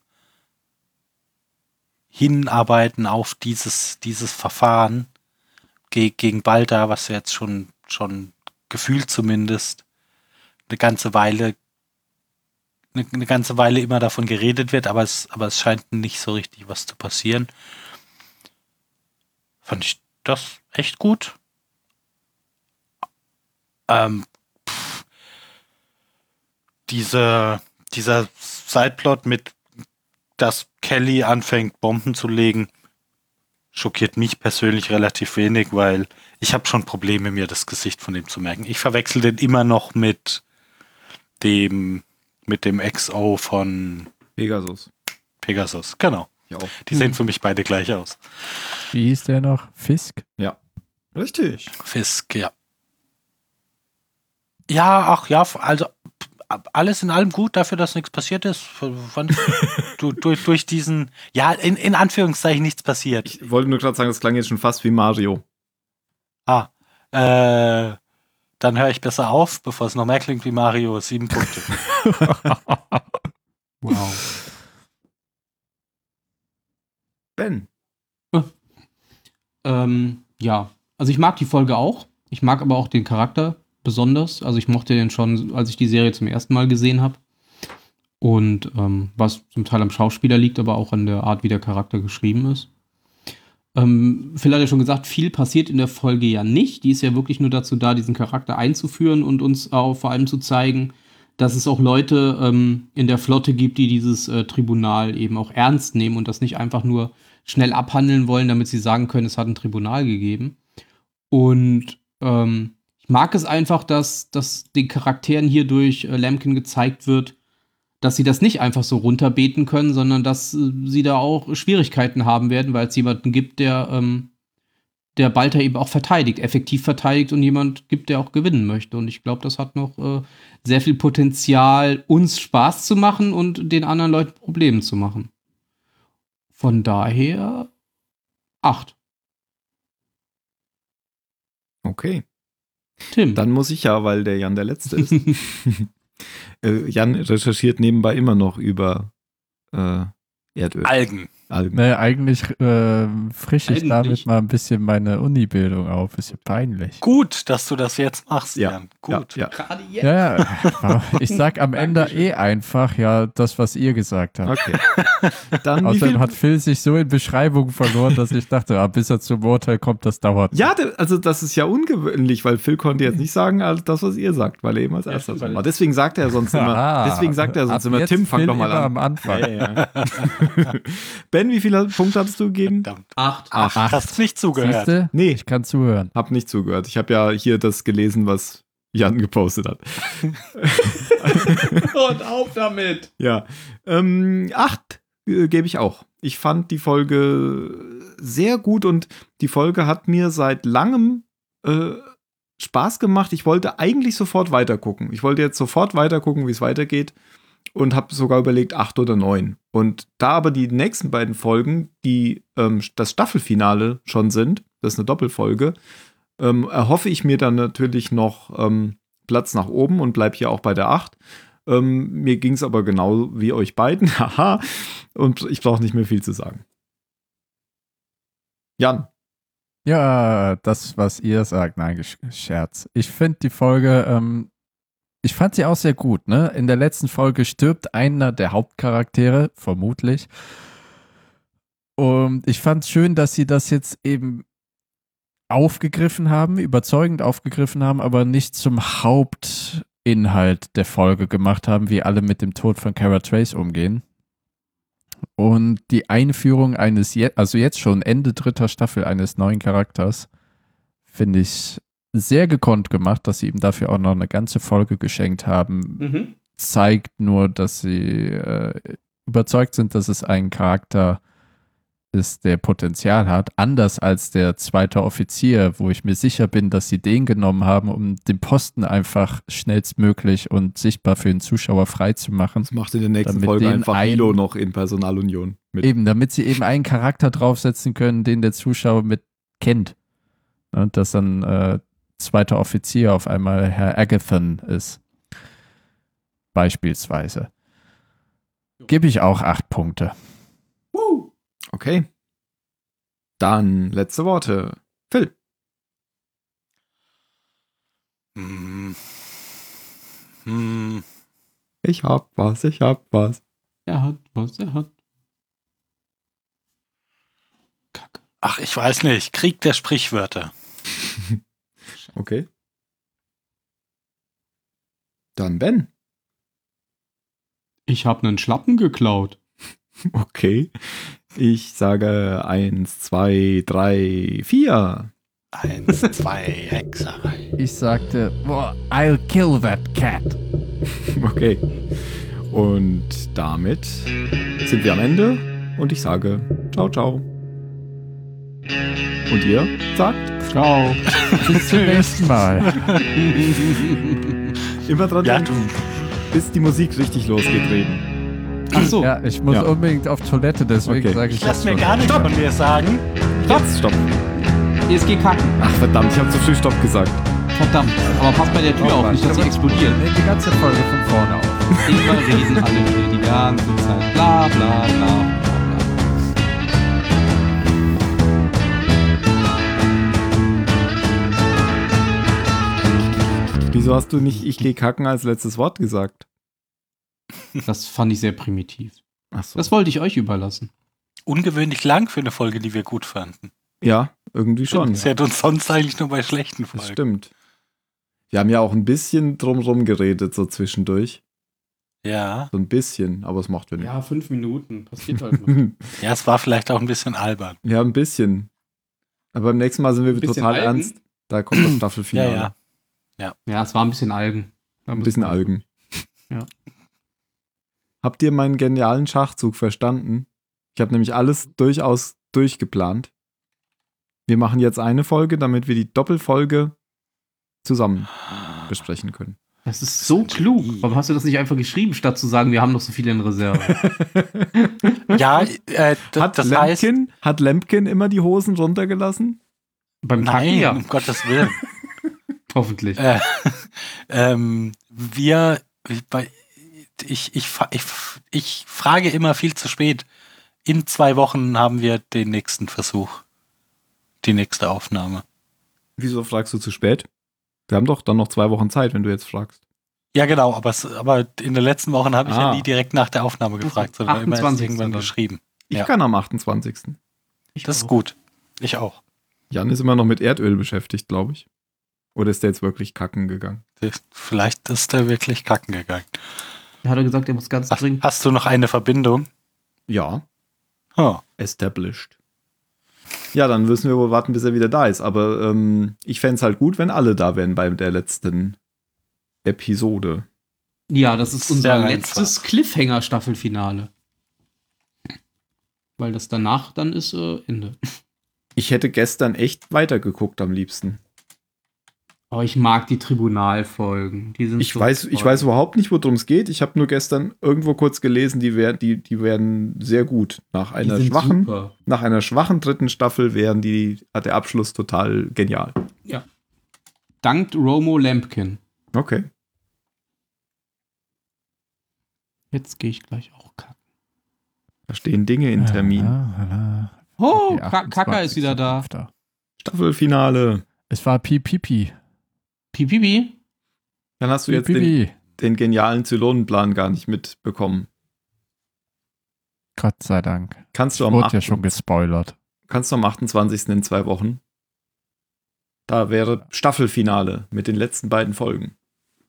Speaker 1: hinarbeiten auf dieses, dieses Verfahren ge gegen Balda, was wir jetzt schon, schon gefühlt zumindest eine ganze Weile eine, eine ganze Weile immer davon geredet wird, aber es, aber es scheint nicht so richtig was zu passieren. Fand ich das echt gut. Ähm, pff, diese, dieser Sideplot mit dass Kelly anfängt, Bomben zu legen, schockiert mich persönlich relativ wenig, weil ich habe schon Probleme, mir das Gesicht von dem zu merken. Ich verwechsel den immer noch mit dem, mit dem XO von
Speaker 4: Pegasus.
Speaker 1: Pegasus. Genau.
Speaker 4: Ja.
Speaker 1: Die sehen für mich beide gleich aus.
Speaker 5: <laughs> Wie hieß der noch? Fisk?
Speaker 4: Hm, Richtig.
Speaker 1: Fisk, ja. Ja, ach ja, also p- ab- alles in allem gut dafür, dass nichts passiert ist. F- <laughs> Fand ich, du, durch, durch diesen, ja, in, in Anführungszeichen nichts passiert.
Speaker 4: Ich wollte nur gerade sagen, das klang jetzt schon fast wie Mario.
Speaker 1: Ah, äh, dann höre ich besser auf, bevor es noch mehr klingt wie Mario. Sieben Punkte.
Speaker 4: <laughs>
Speaker 6: Wow.
Speaker 4: Ben.
Speaker 6: ähm, ja, also ich mag die Folge auch. Ich mag aber auch den Charakter besonders. Also ich mochte den schon, als ich die Serie zum ersten Mal gesehen habe. Und ähm, was zum Teil am Schauspieler liegt, aber auch an der Art, wie der Charakter geschrieben ist. Ähm, Phil hat ja schon gesagt, viel passiert in der Folge ja nicht. Die ist ja wirklich nur dazu da, diesen Charakter einzuführen und uns äh, auch vor allem zu zeigen, dass es auch Leute ähm, in der Flotte gibt, die dieses äh, Tribunal eben auch ernst nehmen und das nicht einfach nur schnell abhandeln wollen, damit sie sagen können, es hat ein Tribunal gegeben. Und ähm, ich mag es einfach, dass, dass den Charakteren hier durch äh, Lemkin gezeigt wird, dass sie das nicht einfach so runterbeten können, sondern dass äh, sie da auch Schwierigkeiten haben werden, weil es jemanden gibt, der, ähm, der Balter eben auch verteidigt, effektiv verteidigt und jemand gibt, der auch gewinnen möchte. Und ich glaube, das hat noch äh, sehr viel Potenzial, uns Spaß zu machen und den anderen Leuten Probleme zu machen. Von daher acht.
Speaker 4: Okay.
Speaker 6: Tim.
Speaker 4: Dann muss ich ja, weil der Jan der Letzte ist. äh, Jan recherchiert nebenbei immer noch über äh, Erdöl.
Speaker 1: Algen.
Speaker 4: Algen.
Speaker 5: Nee, eigentlich äh, frische ich
Speaker 6: Eigentlich.
Speaker 5: damit mal ein bisschen meine Uni-Bildung auf. Ist ja peinlich.
Speaker 1: Gut, dass du das jetzt machst,
Speaker 4: Ja,
Speaker 1: Jan. Gut.
Speaker 4: Ja,
Speaker 6: Gerade jetzt.
Speaker 5: Ja, ja. ich sag am Ende eh einfach ja das, was ihr gesagt
Speaker 4: ja.
Speaker 5: habt.
Speaker 4: Okay. Dann wie viel
Speaker 5: Außerdem hat Phil sich so in Beschreibungen verloren, dass ich dachte, ah, bis er zum Urteil kommt, das dauert.
Speaker 4: Ja, de- also das ist ja ungewöhnlich, weil Phil konnte jetzt nicht sagen, also das, was ihr sagt, weil er eben als erster
Speaker 6: stimmt,
Speaker 4: dran
Speaker 6: weil-
Speaker 4: war. Deswegen sagt er sonst immer,
Speaker 5: Ah,
Speaker 4: deswegen sagt er
Speaker 5: ab
Speaker 4: sonst immer,
Speaker 5: jetzt
Speaker 4: Tim, fang
Speaker 5: Phil
Speaker 4: doch mal
Speaker 5: immer
Speaker 4: an.
Speaker 5: am Anfang.
Speaker 4: <laughs> ben, wie viele Punkte hattest du gegeben?
Speaker 1: Verdammt.
Speaker 6: Acht.
Speaker 4: <laughs> Ach,
Speaker 1: Hast nicht zugehört.
Speaker 5: Siehste?
Speaker 4: Nee.
Speaker 5: Ich kann zuhören.
Speaker 4: hab nicht zugehört. Ich habe ja hier das gelesen, was Jan gepostet hat.
Speaker 5: <laughs>
Speaker 6: Und auf damit.
Speaker 4: Ja. Ähm, acht äh, gebe ich auch. Ich fand die Folge sehr gut und die Folge hat mir seit langem äh, Spaß gemacht. Ich wollte eigentlich sofort weitergucken. Ich wollte jetzt sofort weitergucken, wie es weitergeht und habe sogar überlegt, acht oder neun. Und da aber die nächsten beiden Folgen, die ähm, das Staffelfinale schon sind, das ist eine Doppelfolge, ähm, erhoffe ich mir dann natürlich noch ähm, Platz nach oben und bleibe hier auch bei der acht. Ähm, mir ging es aber genau wie euch beiden. <laughs> Haha. Und ich brauche nicht mehr viel zu sagen. Jan,
Speaker 5: Ja, das, was ihr sagt. Nein, Gesch- Scherz. Ich finde die Folge, ähm, ich fand sie auch sehr gut. Ne? In der letzten Folge stirbt einer der Hauptcharaktere, vermutlich. Und ich fand schön, dass sie das jetzt eben aufgegriffen haben, überzeugend aufgegriffen haben, aber nicht zum Hauptinhalt der Folge gemacht haben, wie alle mit dem Tod von Cara Trace umgehen. Und die Einführung eines, je also jetzt schon Ende dritter Staffel eines neuen Charakters, finde ich sehr gekonnt gemacht, dass sie ihm dafür auch noch eine ganze Folge geschenkt haben.
Speaker 6: Mhm.
Speaker 5: Zeigt nur, dass sie äh, überzeugt sind, dass es ein Charakter ist, der Potenzial hat. Anders als der zweite Offizier, wo ich mir sicher bin, dass sie den genommen haben, um den Posten einfach schnellstmöglich und sichtbar für den Zuschauer freizumachen.
Speaker 4: Das macht in der nächsten
Speaker 5: Damit
Speaker 4: Folge
Speaker 5: den
Speaker 4: einfach
Speaker 5: ein-
Speaker 4: Hilo noch in Personalunion mit.
Speaker 5: Eben, damit sie eben einen Charakter draufsetzen können, den der Zuschauer mit kennt. Ne, dass dann äh, zweiter Offizier auf einmal Herr Agathon ist. Beispielsweise. Gebe ich auch acht Punkte.
Speaker 4: Okay. Dann letzte Worte. Phil.
Speaker 1: Hm. Hm.
Speaker 4: Ich hab was, ich hab was.
Speaker 6: Er hat was, er hat. Kacke.
Speaker 1: Ach, ich weiß nicht. Krieg der Sprichwörter.
Speaker 4: Okay. Dann Ben.
Speaker 6: Ich habe einen Schlappen geklaut.
Speaker 4: Okay. Ich sage eins, zwei, drei, vier.
Speaker 1: Eins, zwei, Hexerei.
Speaker 5: Ich sagte, boah, I'll kill that cat.
Speaker 4: Okay. Und damit sind wir am Ende und ich sage ciao, ciao. Und ihr sagt
Speaker 6: Ciao.
Speaker 5: Bis zum nächsten Mal.
Speaker 4: immer dran
Speaker 1: Ja,
Speaker 4: denken,
Speaker 1: du.
Speaker 4: bis die Musik richtig losgeht reden.
Speaker 6: Ach so.
Speaker 5: Ja, ich muss
Speaker 4: Ja.
Speaker 5: unbedingt auf Toilette, deswegen
Speaker 4: Okay.
Speaker 5: sage ich
Speaker 1: Ich lass
Speaker 5: jetzt
Speaker 1: mir
Speaker 5: schon.
Speaker 1: gar nichts von dir sagen.
Speaker 4: Jetzt stopp.
Speaker 6: ESG kacken.
Speaker 4: Ach verdammt, ich habe zu früh Stopp gesagt.
Speaker 6: Verdammt. Aber passt bei der
Speaker 5: Oh
Speaker 6: Tür auf, nicht, dass sie explodiert.
Speaker 5: Nee, die ganze Folge von vorne auf.
Speaker 6: Immer reden alle hier die ganze Zeit. Bla bla bla. bla, bla.
Speaker 4: Wieso hast du nicht ich geh kacken als letztes Wort gesagt?
Speaker 6: Das fand ich sehr primitiv.
Speaker 4: Ach so.
Speaker 6: Das wollte ich euch überlassen.
Speaker 1: Ungewöhnlich lang für eine Folge, die wir gut fanden.
Speaker 4: Ja, irgendwie schon.
Speaker 1: Sie hat uns sonst eigentlich nur bei schlechten
Speaker 4: Das
Speaker 1: Folgen.
Speaker 4: stimmt. Wir haben ja auch ein bisschen drumrum geredet, so zwischendurch.
Speaker 1: Ja.
Speaker 4: So ein bisschen, aber es macht wir nicht.
Speaker 6: fünf Minuten. Passiert halt
Speaker 4: <laughs>
Speaker 1: Ja, es war vielleicht auch ein bisschen albern.
Speaker 4: ja, ein bisschen. Aber beim nächsten Mal sind wir total ernst. Da kommt
Speaker 1: <clears throat>
Speaker 4: das Staffelfinale.
Speaker 1: Ja, ja.
Speaker 6: Ja, es war ein bisschen Algen.
Speaker 4: Ein bisschen Algen.
Speaker 6: Ja.
Speaker 4: Habt ihr meinen genialen Schachzug verstanden? Ich habe nämlich alles durchaus durchgeplant. Wir machen jetzt eine Folge, damit wir die Doppelfolge zusammen besprechen können.
Speaker 6: Das ist so klug. Warum hast du das nicht einfach geschrieben, statt zu sagen, wir haben noch so viele in
Speaker 1: <laughs>
Speaker 6: Reserve?
Speaker 1: Ja, äh, d-
Speaker 4: Hat,
Speaker 1: das heißt.
Speaker 4: Lempkin, hat Lempkin immer die Hosen runtergelassen?
Speaker 6: Beim Kacken
Speaker 1: Nein,
Speaker 6: ja.
Speaker 1: um Gottes Willen.
Speaker 6: Hoffentlich.
Speaker 1: Äh, ähm, wir, bei- ich, ich, fa- ich, ich frage immer viel zu spät. In zwei Wochen haben wir den nächsten Versuch. Die nächste Aufnahme.
Speaker 4: Wieso fragst du zu spät? Wir haben doch dann noch zwei Wochen Zeit, wenn du jetzt fragst.
Speaker 1: Ja, genau, aber, es, aber in den letzten Wochen habe ich ja
Speaker 4: Ah.
Speaker 1: nie direkt nach der Aufnahme gefragt, sondern immer erst
Speaker 6: 28.
Speaker 1: irgendwann
Speaker 6: dann.
Speaker 1: geschrieben.
Speaker 4: Ich
Speaker 1: Ja.
Speaker 4: kann am 28.
Speaker 1: Das ist gut. Ich auch.
Speaker 4: Jan ist immer noch mit Erdöl beschäftigt, glaube ich. Oder ist der jetzt wirklich kacken gegangen?
Speaker 1: Das- Äh, Vielleicht ist er wirklich kacken gegangen.
Speaker 6: Hat er gesagt, er muss ganz
Speaker 1: Hast,
Speaker 6: dringend.
Speaker 1: hast du noch eine Verbindung?
Speaker 4: Ja,
Speaker 1: Oh,
Speaker 4: established. Ja, dann müssen wir wohl warten, bis er wieder da ist. Aber ähm, ich fände es halt gut, wenn alle da wären bei der letzten Episode.
Speaker 6: Ja, das ist
Speaker 1: Sehr
Speaker 6: unser
Speaker 1: einfach.
Speaker 6: letztes Cliffhanger-Staffelfinale. Weil das danach dann ist äh, Ende.
Speaker 4: Ich hätte gestern echt weitergeguckt am liebsten.
Speaker 6: Aber ich mag die Tribunalfolgen. Die sind
Speaker 4: Ich
Speaker 6: Hm, so
Speaker 4: weiß, ich
Speaker 6: toll.
Speaker 4: weiß überhaupt nicht, worum es geht. Ich habe nur gestern irgendwo kurz gelesen, die, wär, die, die werden sehr gut. Nach
Speaker 6: die
Speaker 4: einer
Speaker 6: sind
Speaker 4: schwachen,
Speaker 6: super.
Speaker 4: nach einer schwachen dritten Staffel wären die, hat der Abschluss total genial.
Speaker 6: Dankt Romo Lampkin.
Speaker 4: Okay.
Speaker 6: Jetzt gehe ich gleich auch kacken.
Speaker 4: Da stehen Dinge
Speaker 6: Ah.
Speaker 4: in Termin.
Speaker 5: Ah,
Speaker 6: Oh,
Speaker 5: Die
Speaker 6: Ka- Kaka ist wieder da.
Speaker 5: 28..
Speaker 4: Staffelfinale.
Speaker 5: Es war Pipipi.
Speaker 6: Pipipi.
Speaker 4: Dann hast du jetzt den,
Speaker 5: Pipipi.
Speaker 4: den genialen Zylonenplan gar nicht mitbekommen.
Speaker 5: Gott sei Dank.
Speaker 4: Kannst du, am
Speaker 5: Wurde ja
Speaker 4: 8,
Speaker 5: schon gespoilert.
Speaker 4: kannst du am 28. in zwei Wochen? Da wäre Staffelfinale mit den letzten beiden Folgen.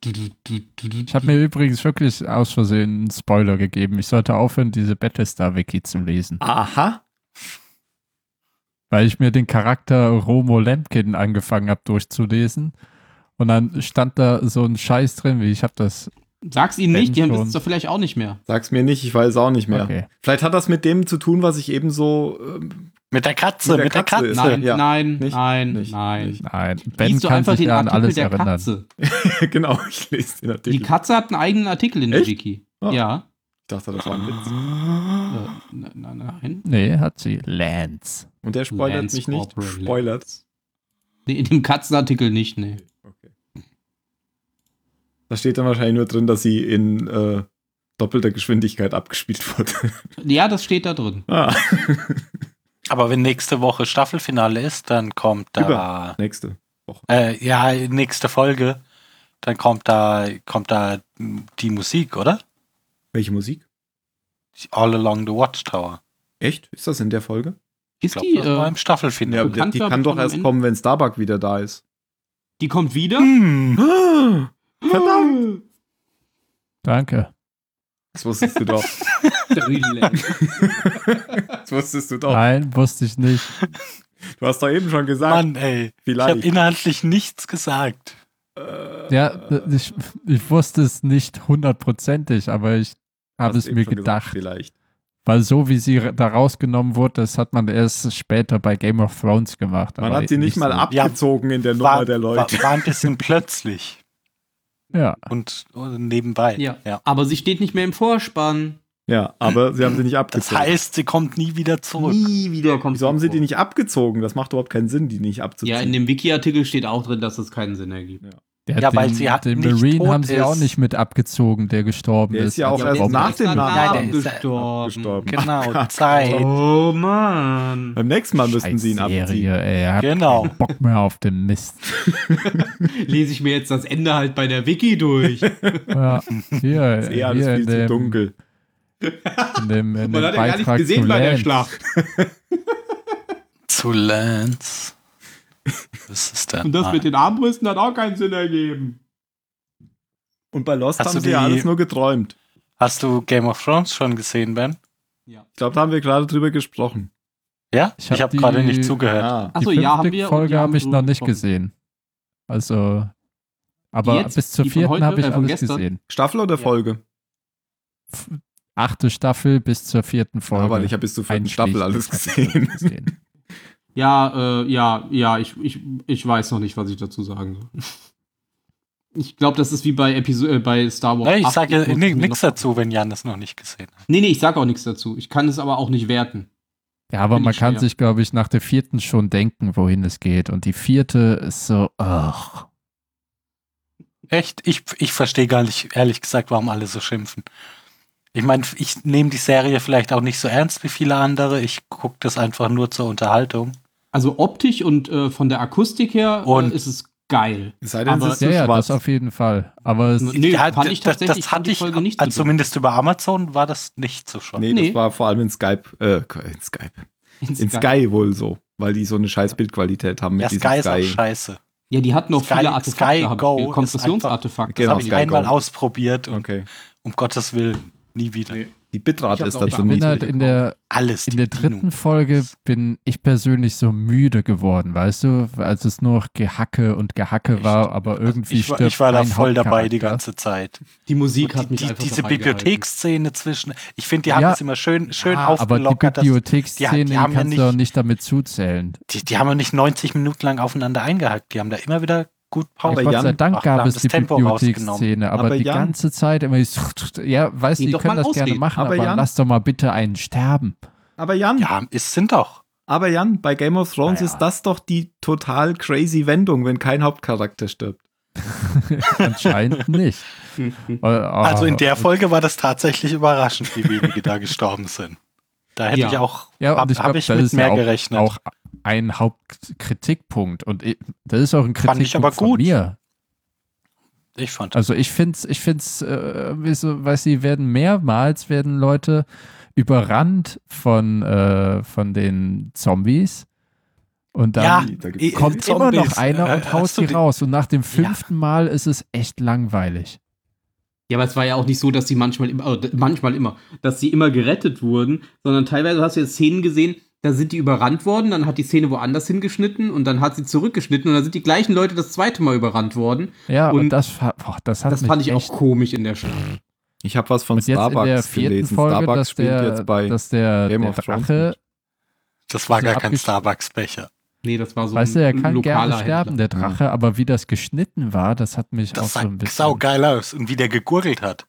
Speaker 5: Ich habe mir übrigens wirklich aus Versehen einen Spoiler gegeben. Ich sollte aufhören, diese Battlestar-Wiki zu lesen,
Speaker 4: Aha.
Speaker 5: weil ich mir den Charakter Romo Lampkin angefangen habe durchzulesen. Und dann stand da so ein Scheiß drin, wie ich habe das.
Speaker 6: Sag's ihnen nicht, die haben
Speaker 5: Wenn
Speaker 6: das
Speaker 5: schon.
Speaker 6: doch vielleicht auch nicht mehr.
Speaker 4: Sag's mir nicht, ich weiß auch nicht mehr.
Speaker 5: Okay.
Speaker 4: Vielleicht hat das mit dem zu tun, was ich eben so. Ähm, <laughs>
Speaker 1: Mit der Katze,
Speaker 4: Mit der
Speaker 1: mit der
Speaker 4: Katze
Speaker 1: Katze.
Speaker 4: ist er.
Speaker 6: Nein,
Speaker 4: ja,
Speaker 6: nein,
Speaker 4: nicht,
Speaker 6: nein,
Speaker 4: nicht,
Speaker 6: nein.
Speaker 4: nicht.
Speaker 5: Nein, Ben
Speaker 6: Lies doch
Speaker 5: kann
Speaker 6: einfach
Speaker 5: sich
Speaker 6: den
Speaker 5: ja an
Speaker 6: Artikel
Speaker 5: alles
Speaker 6: der
Speaker 5: erinnern.
Speaker 6: Katze.
Speaker 4: genau, ich lese den Artikel.
Speaker 6: Die Katze hat einen eigenen Artikel in der
Speaker 4: Echt?
Speaker 6: Wiki.
Speaker 4: Ah.
Speaker 6: Ja.
Speaker 4: ich dachte, das war ein Witz.
Speaker 6: Äh, nein, nein, nein.
Speaker 5: Nee, hat sie. Lance.
Speaker 4: Und der spoilert
Speaker 6: Lance
Speaker 4: mich nicht.
Speaker 6: Corporal Lance.
Speaker 4: Spoilert.
Speaker 6: Nee, in dem Katzenartikel nicht, nee.
Speaker 4: Da steht dann wahrscheinlich nur drin, dass sie in äh, doppelter Geschwindigkeit abgespielt wurde.
Speaker 6: Ja, das steht da drin.
Speaker 4: <laughs> ah,
Speaker 1: Aber wenn nächste Woche Staffelfinale ist, dann kommt da.
Speaker 4: nächste.
Speaker 1: Äh, ja, nächste Folge. Dann kommt da, kommt da die Musik, oder?
Speaker 4: Welche Musik?
Speaker 1: All Along the Watchtower.
Speaker 4: Echt? Ist das in der Folge?
Speaker 1: Ich
Speaker 6: Ist
Speaker 1: glaube,
Speaker 6: die,
Speaker 1: das war
Speaker 6: äh,
Speaker 1: im Staffelfinale.
Speaker 6: bekannt,
Speaker 4: die
Speaker 6: glaub
Speaker 4: kann
Speaker 6: ich,
Speaker 4: doch
Speaker 6: schon am
Speaker 4: erst
Speaker 6: Ende.
Speaker 4: kommen, wenn Starbuck wieder da ist.
Speaker 6: die kommt wieder?
Speaker 1: Hm.
Speaker 4: <laughs> Verdammt!
Speaker 5: Danke.
Speaker 4: Das wusstest du doch. Das wusstest
Speaker 6: Oh.
Speaker 4: du doch.
Speaker 5: Nein, wusste ich nicht.
Speaker 4: Du hast doch eben schon gesagt,
Speaker 1: Mann, ey. Ich habe
Speaker 4: vielleicht.
Speaker 1: inhaltlich nichts gesagt.
Speaker 5: Ja, äh,
Speaker 4: Äh,
Speaker 5: ich, ich wusste es nicht hundertprozentig, aber ich
Speaker 4: Hast
Speaker 5: habe es
Speaker 4: eben
Speaker 5: mir
Speaker 4: schon
Speaker 5: gedacht.
Speaker 4: vielleicht.
Speaker 5: weil so wie sie da rausgenommen wurde, das hat man erst später bei Game of Thrones gemacht.
Speaker 4: Man
Speaker 5: aber
Speaker 4: hat sie nicht mal
Speaker 5: so.
Speaker 4: abgezogen in der Nummer
Speaker 1: War,
Speaker 4: der Leute.
Speaker 1: war, war ein bisschen plötzlich
Speaker 5: Ja,
Speaker 1: und, und nebenbei.
Speaker 6: ja. Aber sie steht nicht mehr im Vorspann.
Speaker 4: Ja, aber sie haben sie nicht
Speaker 1: Das
Speaker 4: abgezogen.
Speaker 1: heißt, sie kommt nie wieder zurück.
Speaker 6: Nie wieder kommt
Speaker 4: Wieso haben sie
Speaker 6: vor.
Speaker 4: die nicht abgezogen? Das macht überhaupt keinen Sinn, die nicht abzuziehen.
Speaker 6: Ja, in dem Wiki-Artikel steht auch drin, dass es keinen Sinn ergibt.
Speaker 5: der,
Speaker 1: Ja, weil
Speaker 5: den,
Speaker 1: sie hat
Speaker 5: den
Speaker 1: nicht
Speaker 5: Marine
Speaker 1: tot
Speaker 5: haben sie auch
Speaker 1: ist.
Speaker 5: nicht mit abgezogen, der gestorben
Speaker 4: Der ist ja auch
Speaker 5: als
Speaker 4: erst
Speaker 6: aber der
Speaker 5: Bombe.
Speaker 4: nach
Speaker 6: ist
Speaker 4: dem
Speaker 6: dann
Speaker 4: Namen
Speaker 6: gestorben.
Speaker 4: gestorben.
Speaker 6: <laughs>
Speaker 1: Genau, Zeit.
Speaker 6: Oh Mann.
Speaker 4: Beim nächsten Mal müssten
Speaker 5: Scheiß
Speaker 4: sie ihn abziehen.
Speaker 5: Serie, ey, hab
Speaker 1: Genau.
Speaker 5: keinen Bock mehr auf den
Speaker 4: <laughs>
Speaker 5: Mist.
Speaker 6: Lese ich mir jetzt das Ende halt bei der Wiki <laughs> durch.
Speaker 5: Ja, hier,
Speaker 4: Ist eh
Speaker 5: hier
Speaker 4: alles viel
Speaker 5: in
Speaker 4: zu
Speaker 5: dem,
Speaker 4: dunkel.
Speaker 5: in dem, in
Speaker 6: Man
Speaker 5: dem
Speaker 6: hat ja gar nicht
Speaker 5: Beitrag
Speaker 6: gesehen
Speaker 5: zu
Speaker 6: bei der
Speaker 5: Lance.
Speaker 6: Schlacht.
Speaker 1: Zu Lance. Was ist denn?
Speaker 6: Und das
Speaker 1: Ah,
Speaker 6: mit den Armbrüsten hat auch keinen Sinn ergeben.
Speaker 4: Und bei Lost
Speaker 1: Hast
Speaker 4: haben
Speaker 1: du
Speaker 4: sie ja
Speaker 1: die-
Speaker 4: alles nur geträumt.
Speaker 1: Hast du Game of Thrones schon gesehen, Ben?
Speaker 4: Ich glaube, da haben wir gerade drüber gesprochen.
Speaker 1: Ja?
Speaker 5: Ich
Speaker 1: Ich
Speaker 5: hab
Speaker 1: habe
Speaker 5: die-
Speaker 1: gerade nicht zugehört.
Speaker 4: Ah.
Speaker 5: Die
Speaker 6: Achso, ja, haben
Speaker 5: fünfte
Speaker 6: wir. und
Speaker 5: Folge
Speaker 6: die haben
Speaker 5: habe ich
Speaker 6: wir
Speaker 5: noch nicht
Speaker 6: besprochen.
Speaker 5: gesehen. Also, aber
Speaker 6: Die jetzt?
Speaker 5: bis zur
Speaker 6: Die von
Speaker 5: vierten
Speaker 6: heute?
Speaker 5: habe ich
Speaker 6: Äh, von
Speaker 5: alles
Speaker 6: gestern?
Speaker 5: gesehen.
Speaker 4: Staffel oder
Speaker 6: Ja.
Speaker 4: Folge?
Speaker 5: Achte Staffel bis zur vierten Folge.
Speaker 4: Aber ich habe bis zur vierten
Speaker 5: Einschließlich
Speaker 4: Staffel alles
Speaker 5: der vierten <laughs>
Speaker 4: gesehen.
Speaker 5: gesehen.
Speaker 6: Ja, äh, ja, ja, ich, ich, ich weiß noch nicht, was ich dazu sagen soll. Ich glaube, das ist wie bei, Episo äh, bei Star Wars.
Speaker 1: Nee, ich
Speaker 6: 8.
Speaker 1: sage
Speaker 6: muss mir
Speaker 1: nichts
Speaker 6: noch-
Speaker 1: dazu, wenn Jan es noch nicht gesehen hat.
Speaker 6: Nee, nee, ich sage auch nichts dazu. Ich kann es aber auch nicht werten.
Speaker 5: Ja, aber
Speaker 6: Finde
Speaker 5: man
Speaker 6: ich
Speaker 5: kann
Speaker 6: schwer.
Speaker 5: sich, glaube ich, nach der vierten schon denken, wohin es geht. Und die vierte ist so, ach.
Speaker 1: Echt? Ich, ich verstehe gar nicht, ehrlich gesagt, warum alle so schimpfen. Ich meine, ich nehme die Serie vielleicht auch nicht so ernst wie viele andere. Ich gucke das einfach nur zur Unterhaltung.
Speaker 6: Also optisch und äh, von der Akustik her
Speaker 1: Und-
Speaker 6: äh, ist es geil.
Speaker 4: Es sei denn,
Speaker 1: Also
Speaker 6: Aber-
Speaker 4: es ist
Speaker 5: Ja,
Speaker 4: zu
Speaker 5: ja,
Speaker 4: schwarz.
Speaker 5: das auf jeden Fall. Aber es,
Speaker 6: Nee,
Speaker 1: Ja,
Speaker 6: fand ich
Speaker 1: das-
Speaker 6: tatsächlich
Speaker 1: das hatte
Speaker 6: die
Speaker 1: ich,
Speaker 6: Folge nicht so
Speaker 1: also zumindest über Amazon war das nicht so schon.
Speaker 4: nee,
Speaker 6: Nee.
Speaker 4: das war vor allem in Skype, äh, in Skype.
Speaker 6: <laughs>
Speaker 4: In Sky wohl so, weil die so eine scheiß Bildqualität haben mit
Speaker 1: ja,
Speaker 4: diesem
Speaker 1: Sky ist auch
Speaker 4: Sky.
Speaker 1: scheiße.
Speaker 6: Ja, die hat noch
Speaker 1: Sky-
Speaker 6: viele Artefakte,
Speaker 1: Sky
Speaker 6: hab ich
Speaker 1: Go
Speaker 6: gesehen,
Speaker 1: ist
Speaker 6: Konstruktionsartefakte.
Speaker 1: Das
Speaker 4: Genau,
Speaker 1: habe ich
Speaker 4: Sky
Speaker 1: einmal
Speaker 4: Go.
Speaker 1: ausprobiert und
Speaker 4: Okay.
Speaker 1: um Gottes Willen nie wieder.
Speaker 4: Die
Speaker 6: Ich
Speaker 4: Bitrate
Speaker 6: hab's
Speaker 4: ist
Speaker 6: auch
Speaker 4: dazu
Speaker 5: ich bin halt
Speaker 4: niedrig.
Speaker 5: in der,
Speaker 1: Alles.
Speaker 5: in
Speaker 1: die
Speaker 5: der
Speaker 1: Bedienung.
Speaker 5: dritten Folge bin ich persönlich so müde geworden, weißt du? Als es nur noch Gehacke und Gehacke war, aber irgendwie
Speaker 1: ich war,
Speaker 5: stirbt
Speaker 1: ich war da
Speaker 5: kein
Speaker 1: voll dabei die
Speaker 5: Hauptcharakter.
Speaker 1: ganze Zeit.
Speaker 6: Die Musik
Speaker 1: Die,
Speaker 6: hat mich
Speaker 1: die,
Speaker 6: einfach
Speaker 1: diese
Speaker 6: dabei
Speaker 1: Bibliotheksszene zwischen, ich finde, die haben
Speaker 5: Ja.
Speaker 1: das immer schön, schön
Speaker 5: Ja, Ah, aber die
Speaker 1: aufgelockert. dass-
Speaker 5: Bibliotheksszene
Speaker 1: die haben ja
Speaker 5: kannst du
Speaker 1: nicht-
Speaker 5: auch nicht damit zuzählen.
Speaker 1: die, die haben ja nicht 90 Minuten lang aufeinander eingehackt. Die haben da immer wieder gut Power.
Speaker 5: Aber
Speaker 4: Aber
Speaker 5: Gott sei
Speaker 4: Jan-
Speaker 5: Dank
Speaker 1: Ach, da
Speaker 5: gab
Speaker 1: haben
Speaker 5: es
Speaker 1: das
Speaker 5: die
Speaker 1: Tempo
Speaker 5: Bibliotheksszene, aber,
Speaker 4: Aber
Speaker 5: die
Speaker 4: Jan-
Speaker 5: ganze Zeit immer ich, <laughs> ja, weißt du,
Speaker 6: Ihn
Speaker 5: die
Speaker 6: doch
Speaker 5: können
Speaker 6: mal
Speaker 5: das gerne
Speaker 6: ausreden.
Speaker 5: machen, aber,
Speaker 4: Aber Jan-
Speaker 5: lass doch mal bitte einen sterben.
Speaker 4: Aber Jan,
Speaker 1: Ja, es sind doch.
Speaker 4: aber Jan, bei Game of Thrones
Speaker 5: Naja.
Speaker 4: ist das doch die total crazy Wendung, wenn kein Hauptcharakter stirbt.
Speaker 5: <laughs> Anscheinend nicht. Äh, ah.
Speaker 1: Also in der Folge war das tatsächlich überraschend, wie wenige da <laughs> gestorben sind. Da hätte
Speaker 6: Ja.
Speaker 1: ich auch,
Speaker 5: ja, und
Speaker 1: habe ich,
Speaker 5: ich
Speaker 1: hab
Speaker 5: glaube,
Speaker 1: ich
Speaker 5: das
Speaker 1: mit
Speaker 5: ist
Speaker 1: mehr
Speaker 5: ja auch,
Speaker 1: gerechnet.
Speaker 5: auch ein Hauptkritikpunkt und ich, das ist auch ein
Speaker 1: Fand
Speaker 5: Kritikpunkt
Speaker 1: ich aber
Speaker 5: von
Speaker 1: gut.
Speaker 5: mir.
Speaker 1: Ich fand
Speaker 5: Also ich find's, ich find's, äh, wie so, weiß sie werden mehrmals werden Leute überrannt von äh, von den Zombies Und
Speaker 1: Ja,
Speaker 5: dann
Speaker 4: Da gibt's
Speaker 1: eh,
Speaker 5: kommt
Speaker 1: immer
Speaker 5: noch
Speaker 1: noch.
Speaker 5: einer
Speaker 1: Äh,
Speaker 5: und haut
Speaker 1: hast du
Speaker 5: sie
Speaker 1: die-
Speaker 5: raus. Und nach dem fünften Mal ist es echt langweilig.
Speaker 6: Ja, aber es war ja auch nicht so, dass sie manchmal immer, oh, manchmal immer, dass sie immer gerettet wurden, sondern teilweise hast du jetzt Szenen gesehen, da sind die überrannt worden, dann hat die Szene woanders hingeschnitten und dann hat sie zurückgeschnitten und dann sind die gleichen Leute das zweite Mal überrannt worden.
Speaker 5: Ja, und,
Speaker 6: Und
Speaker 5: das, fa- boah, das hat
Speaker 6: Das
Speaker 5: mich
Speaker 6: fand ich
Speaker 5: echt
Speaker 6: auch komisch in der Stadt.
Speaker 4: Ich habe was von
Speaker 5: Und jetzt in der
Speaker 4: Starbucks
Speaker 5: vierten
Speaker 4: gelesen.
Speaker 5: Folge,
Speaker 4: Starbucks
Speaker 5: dass
Speaker 4: spielt
Speaker 5: der,
Speaker 4: jetzt bei.
Speaker 5: dass der,
Speaker 4: Game
Speaker 5: der
Speaker 4: of Thrones
Speaker 5: Drache,
Speaker 4: mit.
Speaker 1: Das war
Speaker 5: Also
Speaker 1: gar kein
Speaker 5: abgesch-
Speaker 1: Starbucks-Becher.
Speaker 6: Nee, das war so
Speaker 5: weißt du, er kann gerne
Speaker 6: Händler.
Speaker 5: sterben, der Drache, aber wie das geschnitten war, das hat mich auch
Speaker 1: Das
Speaker 5: so
Speaker 1: sah
Speaker 5: ein bisschen.
Speaker 1: saugeil aus. Und wie der gegurgelt hat.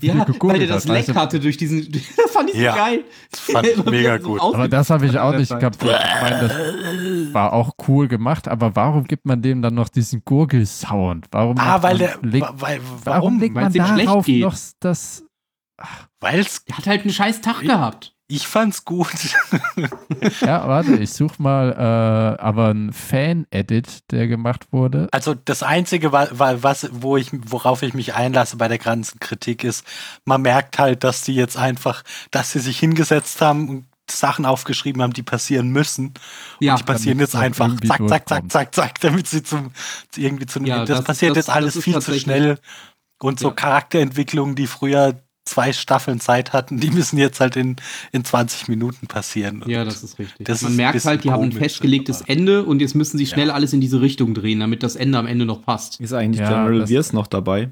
Speaker 6: Ja, weil
Speaker 5: gegurgelt
Speaker 6: der das
Speaker 5: hat, weißt
Speaker 6: Leck
Speaker 5: du.
Speaker 6: hatte durch diesen, <laughs> das fand ich so
Speaker 1: Ja.
Speaker 6: geil.
Speaker 1: Das
Speaker 5: <laughs>
Speaker 6: <laughs>
Speaker 1: fand ich
Speaker 6: Immer wieder
Speaker 1: mega
Speaker 6: so
Speaker 1: gut.
Speaker 6: aus-
Speaker 5: aber das habe ich auch nicht
Speaker 4: Zeit.
Speaker 5: gehabt. Ich meine, das war auch cool gemacht, aber warum gibt man dem dann noch diesen Gurgelsound? Warum
Speaker 1: Ah,
Speaker 5: macht
Speaker 1: weil
Speaker 5: man-
Speaker 1: der.
Speaker 5: legt,
Speaker 1: wa- Weil,
Speaker 5: warum
Speaker 1: warum?
Speaker 5: legt man
Speaker 6: Weil's ihm schlecht
Speaker 5: darauf
Speaker 6: geht.
Speaker 5: noch das?
Speaker 1: Weil's.
Speaker 6: Der hat halt einen scheiß Tag gehabt.
Speaker 1: Ich fand's gut.
Speaker 5: Ja, warte, ich suche mal, äh, aber ein Fan-Edit, der gemacht wurde.
Speaker 1: Also das einzige, wa- wa- was, wo ich, worauf ich mich einlasse bei der ganzen Kritik ist, man merkt halt, dass die jetzt einfach, dass sie sich hingesetzt haben und Sachen aufgeschrieben haben, die passieren müssen.
Speaker 6: Ja, halt
Speaker 1: die passieren
Speaker 5: damit
Speaker 1: jetzt
Speaker 5: man
Speaker 1: einfach
Speaker 5: irgendwie
Speaker 1: zack, zack,
Speaker 5: durchkommt.
Speaker 1: zack, zack, zack, damit sie zum zu- irgendwie zu einem.
Speaker 6: Ja,
Speaker 1: das,
Speaker 6: das-
Speaker 1: passiert
Speaker 6: das-
Speaker 1: jetzt alles
Speaker 6: das ist
Speaker 1: viel zu
Speaker 6: tatsächlich-
Speaker 1: schnell und so
Speaker 6: Ja.
Speaker 1: Charakterentwicklungen, die früher zwei Staffeln Zeit hatten, die müssen jetzt halt in, in 20 Minuten passieren.
Speaker 6: Ja,
Speaker 1: Und
Speaker 6: das ist richtig.
Speaker 1: das
Speaker 6: Man
Speaker 1: ist ein
Speaker 6: merkt halt, die
Speaker 1: bisschen
Speaker 6: haben ein
Speaker 1: komisch,
Speaker 6: festgelegtes
Speaker 1: aber-
Speaker 6: Ende und jetzt müssen sie schnell alles in diese Richtung drehen, damit das Ende am Ende noch passt.
Speaker 4: Ist eigentlich
Speaker 5: Ja,
Speaker 4: General
Speaker 5: das-
Speaker 4: Wirs noch dabei?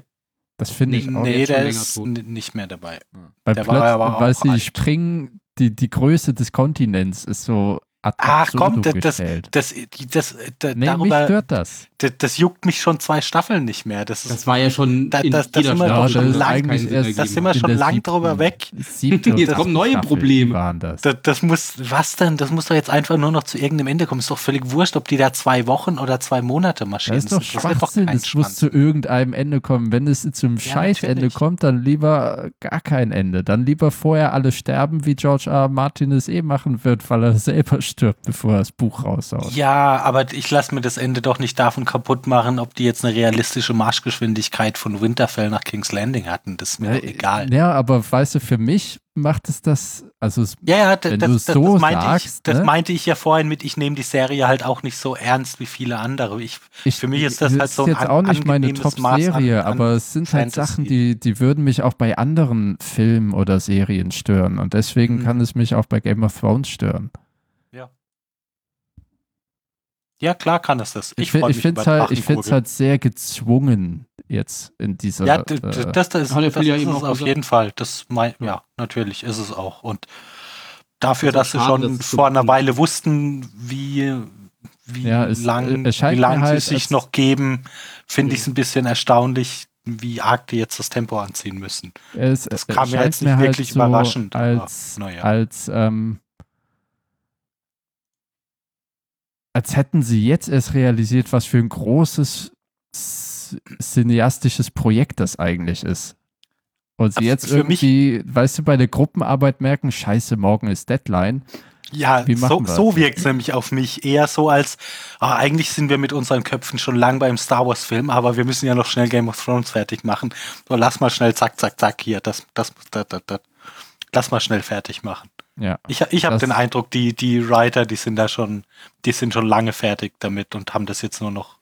Speaker 5: Das finde ich auch
Speaker 1: Nee,
Speaker 6: jetzt schon
Speaker 1: der
Speaker 6: länger
Speaker 1: ist
Speaker 6: tot.
Speaker 1: n- nicht mehr dabei.
Speaker 5: Weil
Speaker 1: Der war
Speaker 5: plötzlich,
Speaker 1: aber auch
Speaker 5: weißt du, die
Speaker 1: alt.
Speaker 5: springen, die, die Größe des Kontinents ist so ad
Speaker 1: Ach komm,
Speaker 5: absurdum
Speaker 1: das, das,
Speaker 5: gestellt.
Speaker 1: das, das, das
Speaker 5: Nee, mich
Speaker 1: darüber,
Speaker 5: stört das.
Speaker 1: das, das juckt mich schon zwei Staffeln nicht mehr. Das ist,
Speaker 6: Das war ja schon
Speaker 1: Da-
Speaker 6: in
Speaker 1: das- das
Speaker 6: jeder
Speaker 1: sind wir
Speaker 6: Staffel
Speaker 1: doch schon lang-
Speaker 6: schon keinen
Speaker 5: eigentlich
Speaker 6: Sinn
Speaker 5: erst-
Speaker 6: ergeben.
Speaker 1: das sind wir
Speaker 5: in
Speaker 1: schon
Speaker 5: der
Speaker 1: lang
Speaker 5: siebten-
Speaker 1: drüber weg.
Speaker 5: siebte und
Speaker 6: Jetzt kommen
Speaker 5: achte
Speaker 6: neue
Speaker 5: Staffel,
Speaker 6: Probleme.
Speaker 5: die Waren das.
Speaker 1: Das, das muss, was denn? Das muss doch jetzt einfach nur noch zu irgendeinem Ende kommen. Ist doch völlig wurscht, ob die da zwei Wochen oder zwei Monate marschieren.
Speaker 5: Das ist doch
Speaker 1: macht
Speaker 5: Schwachsinn.
Speaker 1: keinen
Speaker 5: Es muss
Speaker 1: Schwanz.
Speaker 5: zu irgendeinem Ende kommen. Wenn es zum Scheißende
Speaker 1: natürlich.
Speaker 5: kommt, dann lieber gar kein Ende. Dann lieber vorher alle sterben, wie George R. R. Martin es eh machen wird, weil er selber stirbt, bevor er das Buch raushaut.
Speaker 1: ja, aber ich lasse mir das Ende doch nicht davon kaputt machen, ob die jetzt eine realistische Marschgeschwindigkeit von Winterfell nach King's Landing hatten. Das ist mir doch egal.
Speaker 5: Ja, aber weißt du, für mich macht es das, also es
Speaker 1: Ja, ja, d-
Speaker 5: Wenn
Speaker 1: das,
Speaker 5: du
Speaker 1: das,
Speaker 5: es so
Speaker 1: das, meinte ich,
Speaker 5: sagst,
Speaker 1: das
Speaker 5: ne?
Speaker 1: meinte ich ja vorhin mit, ich nehme die Serie halt auch nicht so ernst wie viele andere. Ich,
Speaker 5: Ich,
Speaker 1: Für mich ist das halt so ein
Speaker 5: jetzt auch nicht meine
Speaker 1: angenehmes Maß an-
Speaker 5: Top-Serie,
Speaker 1: an
Speaker 5: aber es sind halt
Speaker 1: Fantasy.
Speaker 5: Sachen, die, die würden mich auch bei anderen Filmen oder Serien stören. Und deswegen
Speaker 1: Mhm.
Speaker 5: kann es mich auch bei Game of Thrones stören.
Speaker 1: ja, klar kann es das.
Speaker 5: Ich,
Speaker 1: freu
Speaker 5: fi- ich
Speaker 1: mich über
Speaker 5: finde es halt, ich
Speaker 1: Drachenkugel.
Speaker 5: find's halt sehr gezwungen jetzt in dieser.
Speaker 1: Ja, d- d-
Speaker 5: äh,
Speaker 1: das, das,
Speaker 6: hat der
Speaker 1: das,
Speaker 6: Phil ja
Speaker 1: ist
Speaker 6: eben
Speaker 1: es
Speaker 6: auch
Speaker 1: auf
Speaker 6: gesagt.
Speaker 1: jeden Fall. Das mein, ja, natürlich ist es auch. Und dafür, dass
Speaker 6: Das ist
Speaker 1: sie
Speaker 6: auch Also schade,
Speaker 1: schon
Speaker 6: dass es so
Speaker 1: vor einer
Speaker 6: gut
Speaker 1: Weile wussten, wie, wie
Speaker 5: Ja, es-
Speaker 1: lang,
Speaker 5: es scheint
Speaker 1: wie lang
Speaker 5: mir halt,
Speaker 1: sie sich
Speaker 5: als-
Speaker 1: noch geben, finde ich
Speaker 6: Ja.
Speaker 1: es ein bisschen erstaunlich, wie arg die jetzt das Tempo anziehen müssen.
Speaker 5: es, äh,
Speaker 1: das
Speaker 5: es
Speaker 1: kam mir
Speaker 5: scheint
Speaker 1: jetzt nicht wirklich überraschend, aber
Speaker 5: halt Als,
Speaker 1: naja.
Speaker 5: als, ähm, als hätten sie jetzt erst realisiert, was für ein großes s- cineastisches Projekt das eigentlich ist. Und sie
Speaker 1: Also
Speaker 5: jetzt
Speaker 1: für mich-
Speaker 5: irgendwie, weißt du, bei der Gruppenarbeit merken, scheiße, morgen ist Deadline.
Speaker 1: Ja,
Speaker 5: Wie
Speaker 1: so,
Speaker 5: machen wir
Speaker 1: so
Speaker 5: das?
Speaker 1: wirkt es nämlich auf mich. Eher so als, ah, eigentlich sind wir mit unseren Köpfen schon lang beim Star Wars-Film, aber wir müssen ja noch schnell Game of Thrones fertig machen. So, lass mal schnell, zack, zack, zack, hier, das, das, das, das, das. Lass mal schnell fertig machen.
Speaker 5: Ja.
Speaker 1: Ich, ich habe
Speaker 5: Das-
Speaker 1: den Eindruck, die, die Writer, die sind da schon, die sind schon lange fertig damit und haben das jetzt nur noch.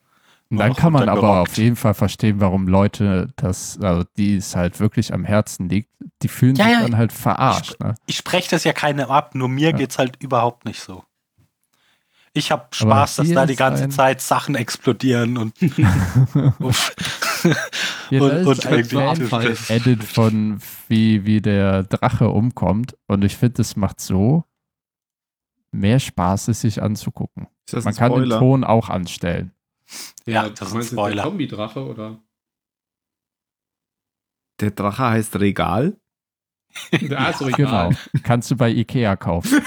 Speaker 5: Und
Speaker 1: nur
Speaker 5: dann
Speaker 1: noch
Speaker 5: kann man aber
Speaker 1: runtergerockt.
Speaker 5: auf jeden Fall verstehen, warum Leute das, also die es halt wirklich am Herzen liegt, die fühlen
Speaker 1: Ja,
Speaker 5: sich
Speaker 1: ja.
Speaker 5: dann halt verarscht. Ne?
Speaker 1: Ich spreche das ja keinem ab, nur mir
Speaker 5: Ja.
Speaker 1: geht's halt überhaupt nicht so. Ich habe Spaß, dass
Speaker 5: hier
Speaker 1: da die
Speaker 5: ist
Speaker 1: ganze
Speaker 5: ein-
Speaker 1: Zeit Sachen explodieren
Speaker 5: <laughs>
Speaker 1: und. Uff.
Speaker 5: Ja,
Speaker 1: Und-
Speaker 5: da ist halt
Speaker 1: und
Speaker 5: ein
Speaker 1: irgendwie-
Speaker 5: Fan-
Speaker 1: das-
Speaker 5: Edit von wie, wie der Drache umkommt. Und ich finde, das macht so mehr Spaß, es sich anzugucken.
Speaker 4: Ist das
Speaker 5: Man kann den Ton auch anstellen.
Speaker 1: Ja, Ja, das ist ein meinst du, der Spoiler.
Speaker 6: Kombi-Drache
Speaker 1: <laughs>
Speaker 6: oder?
Speaker 4: Der Drache heißt Regal.
Speaker 6: Ah, ist doch
Speaker 5: Genau. Kannst du bei Ikea kaufen.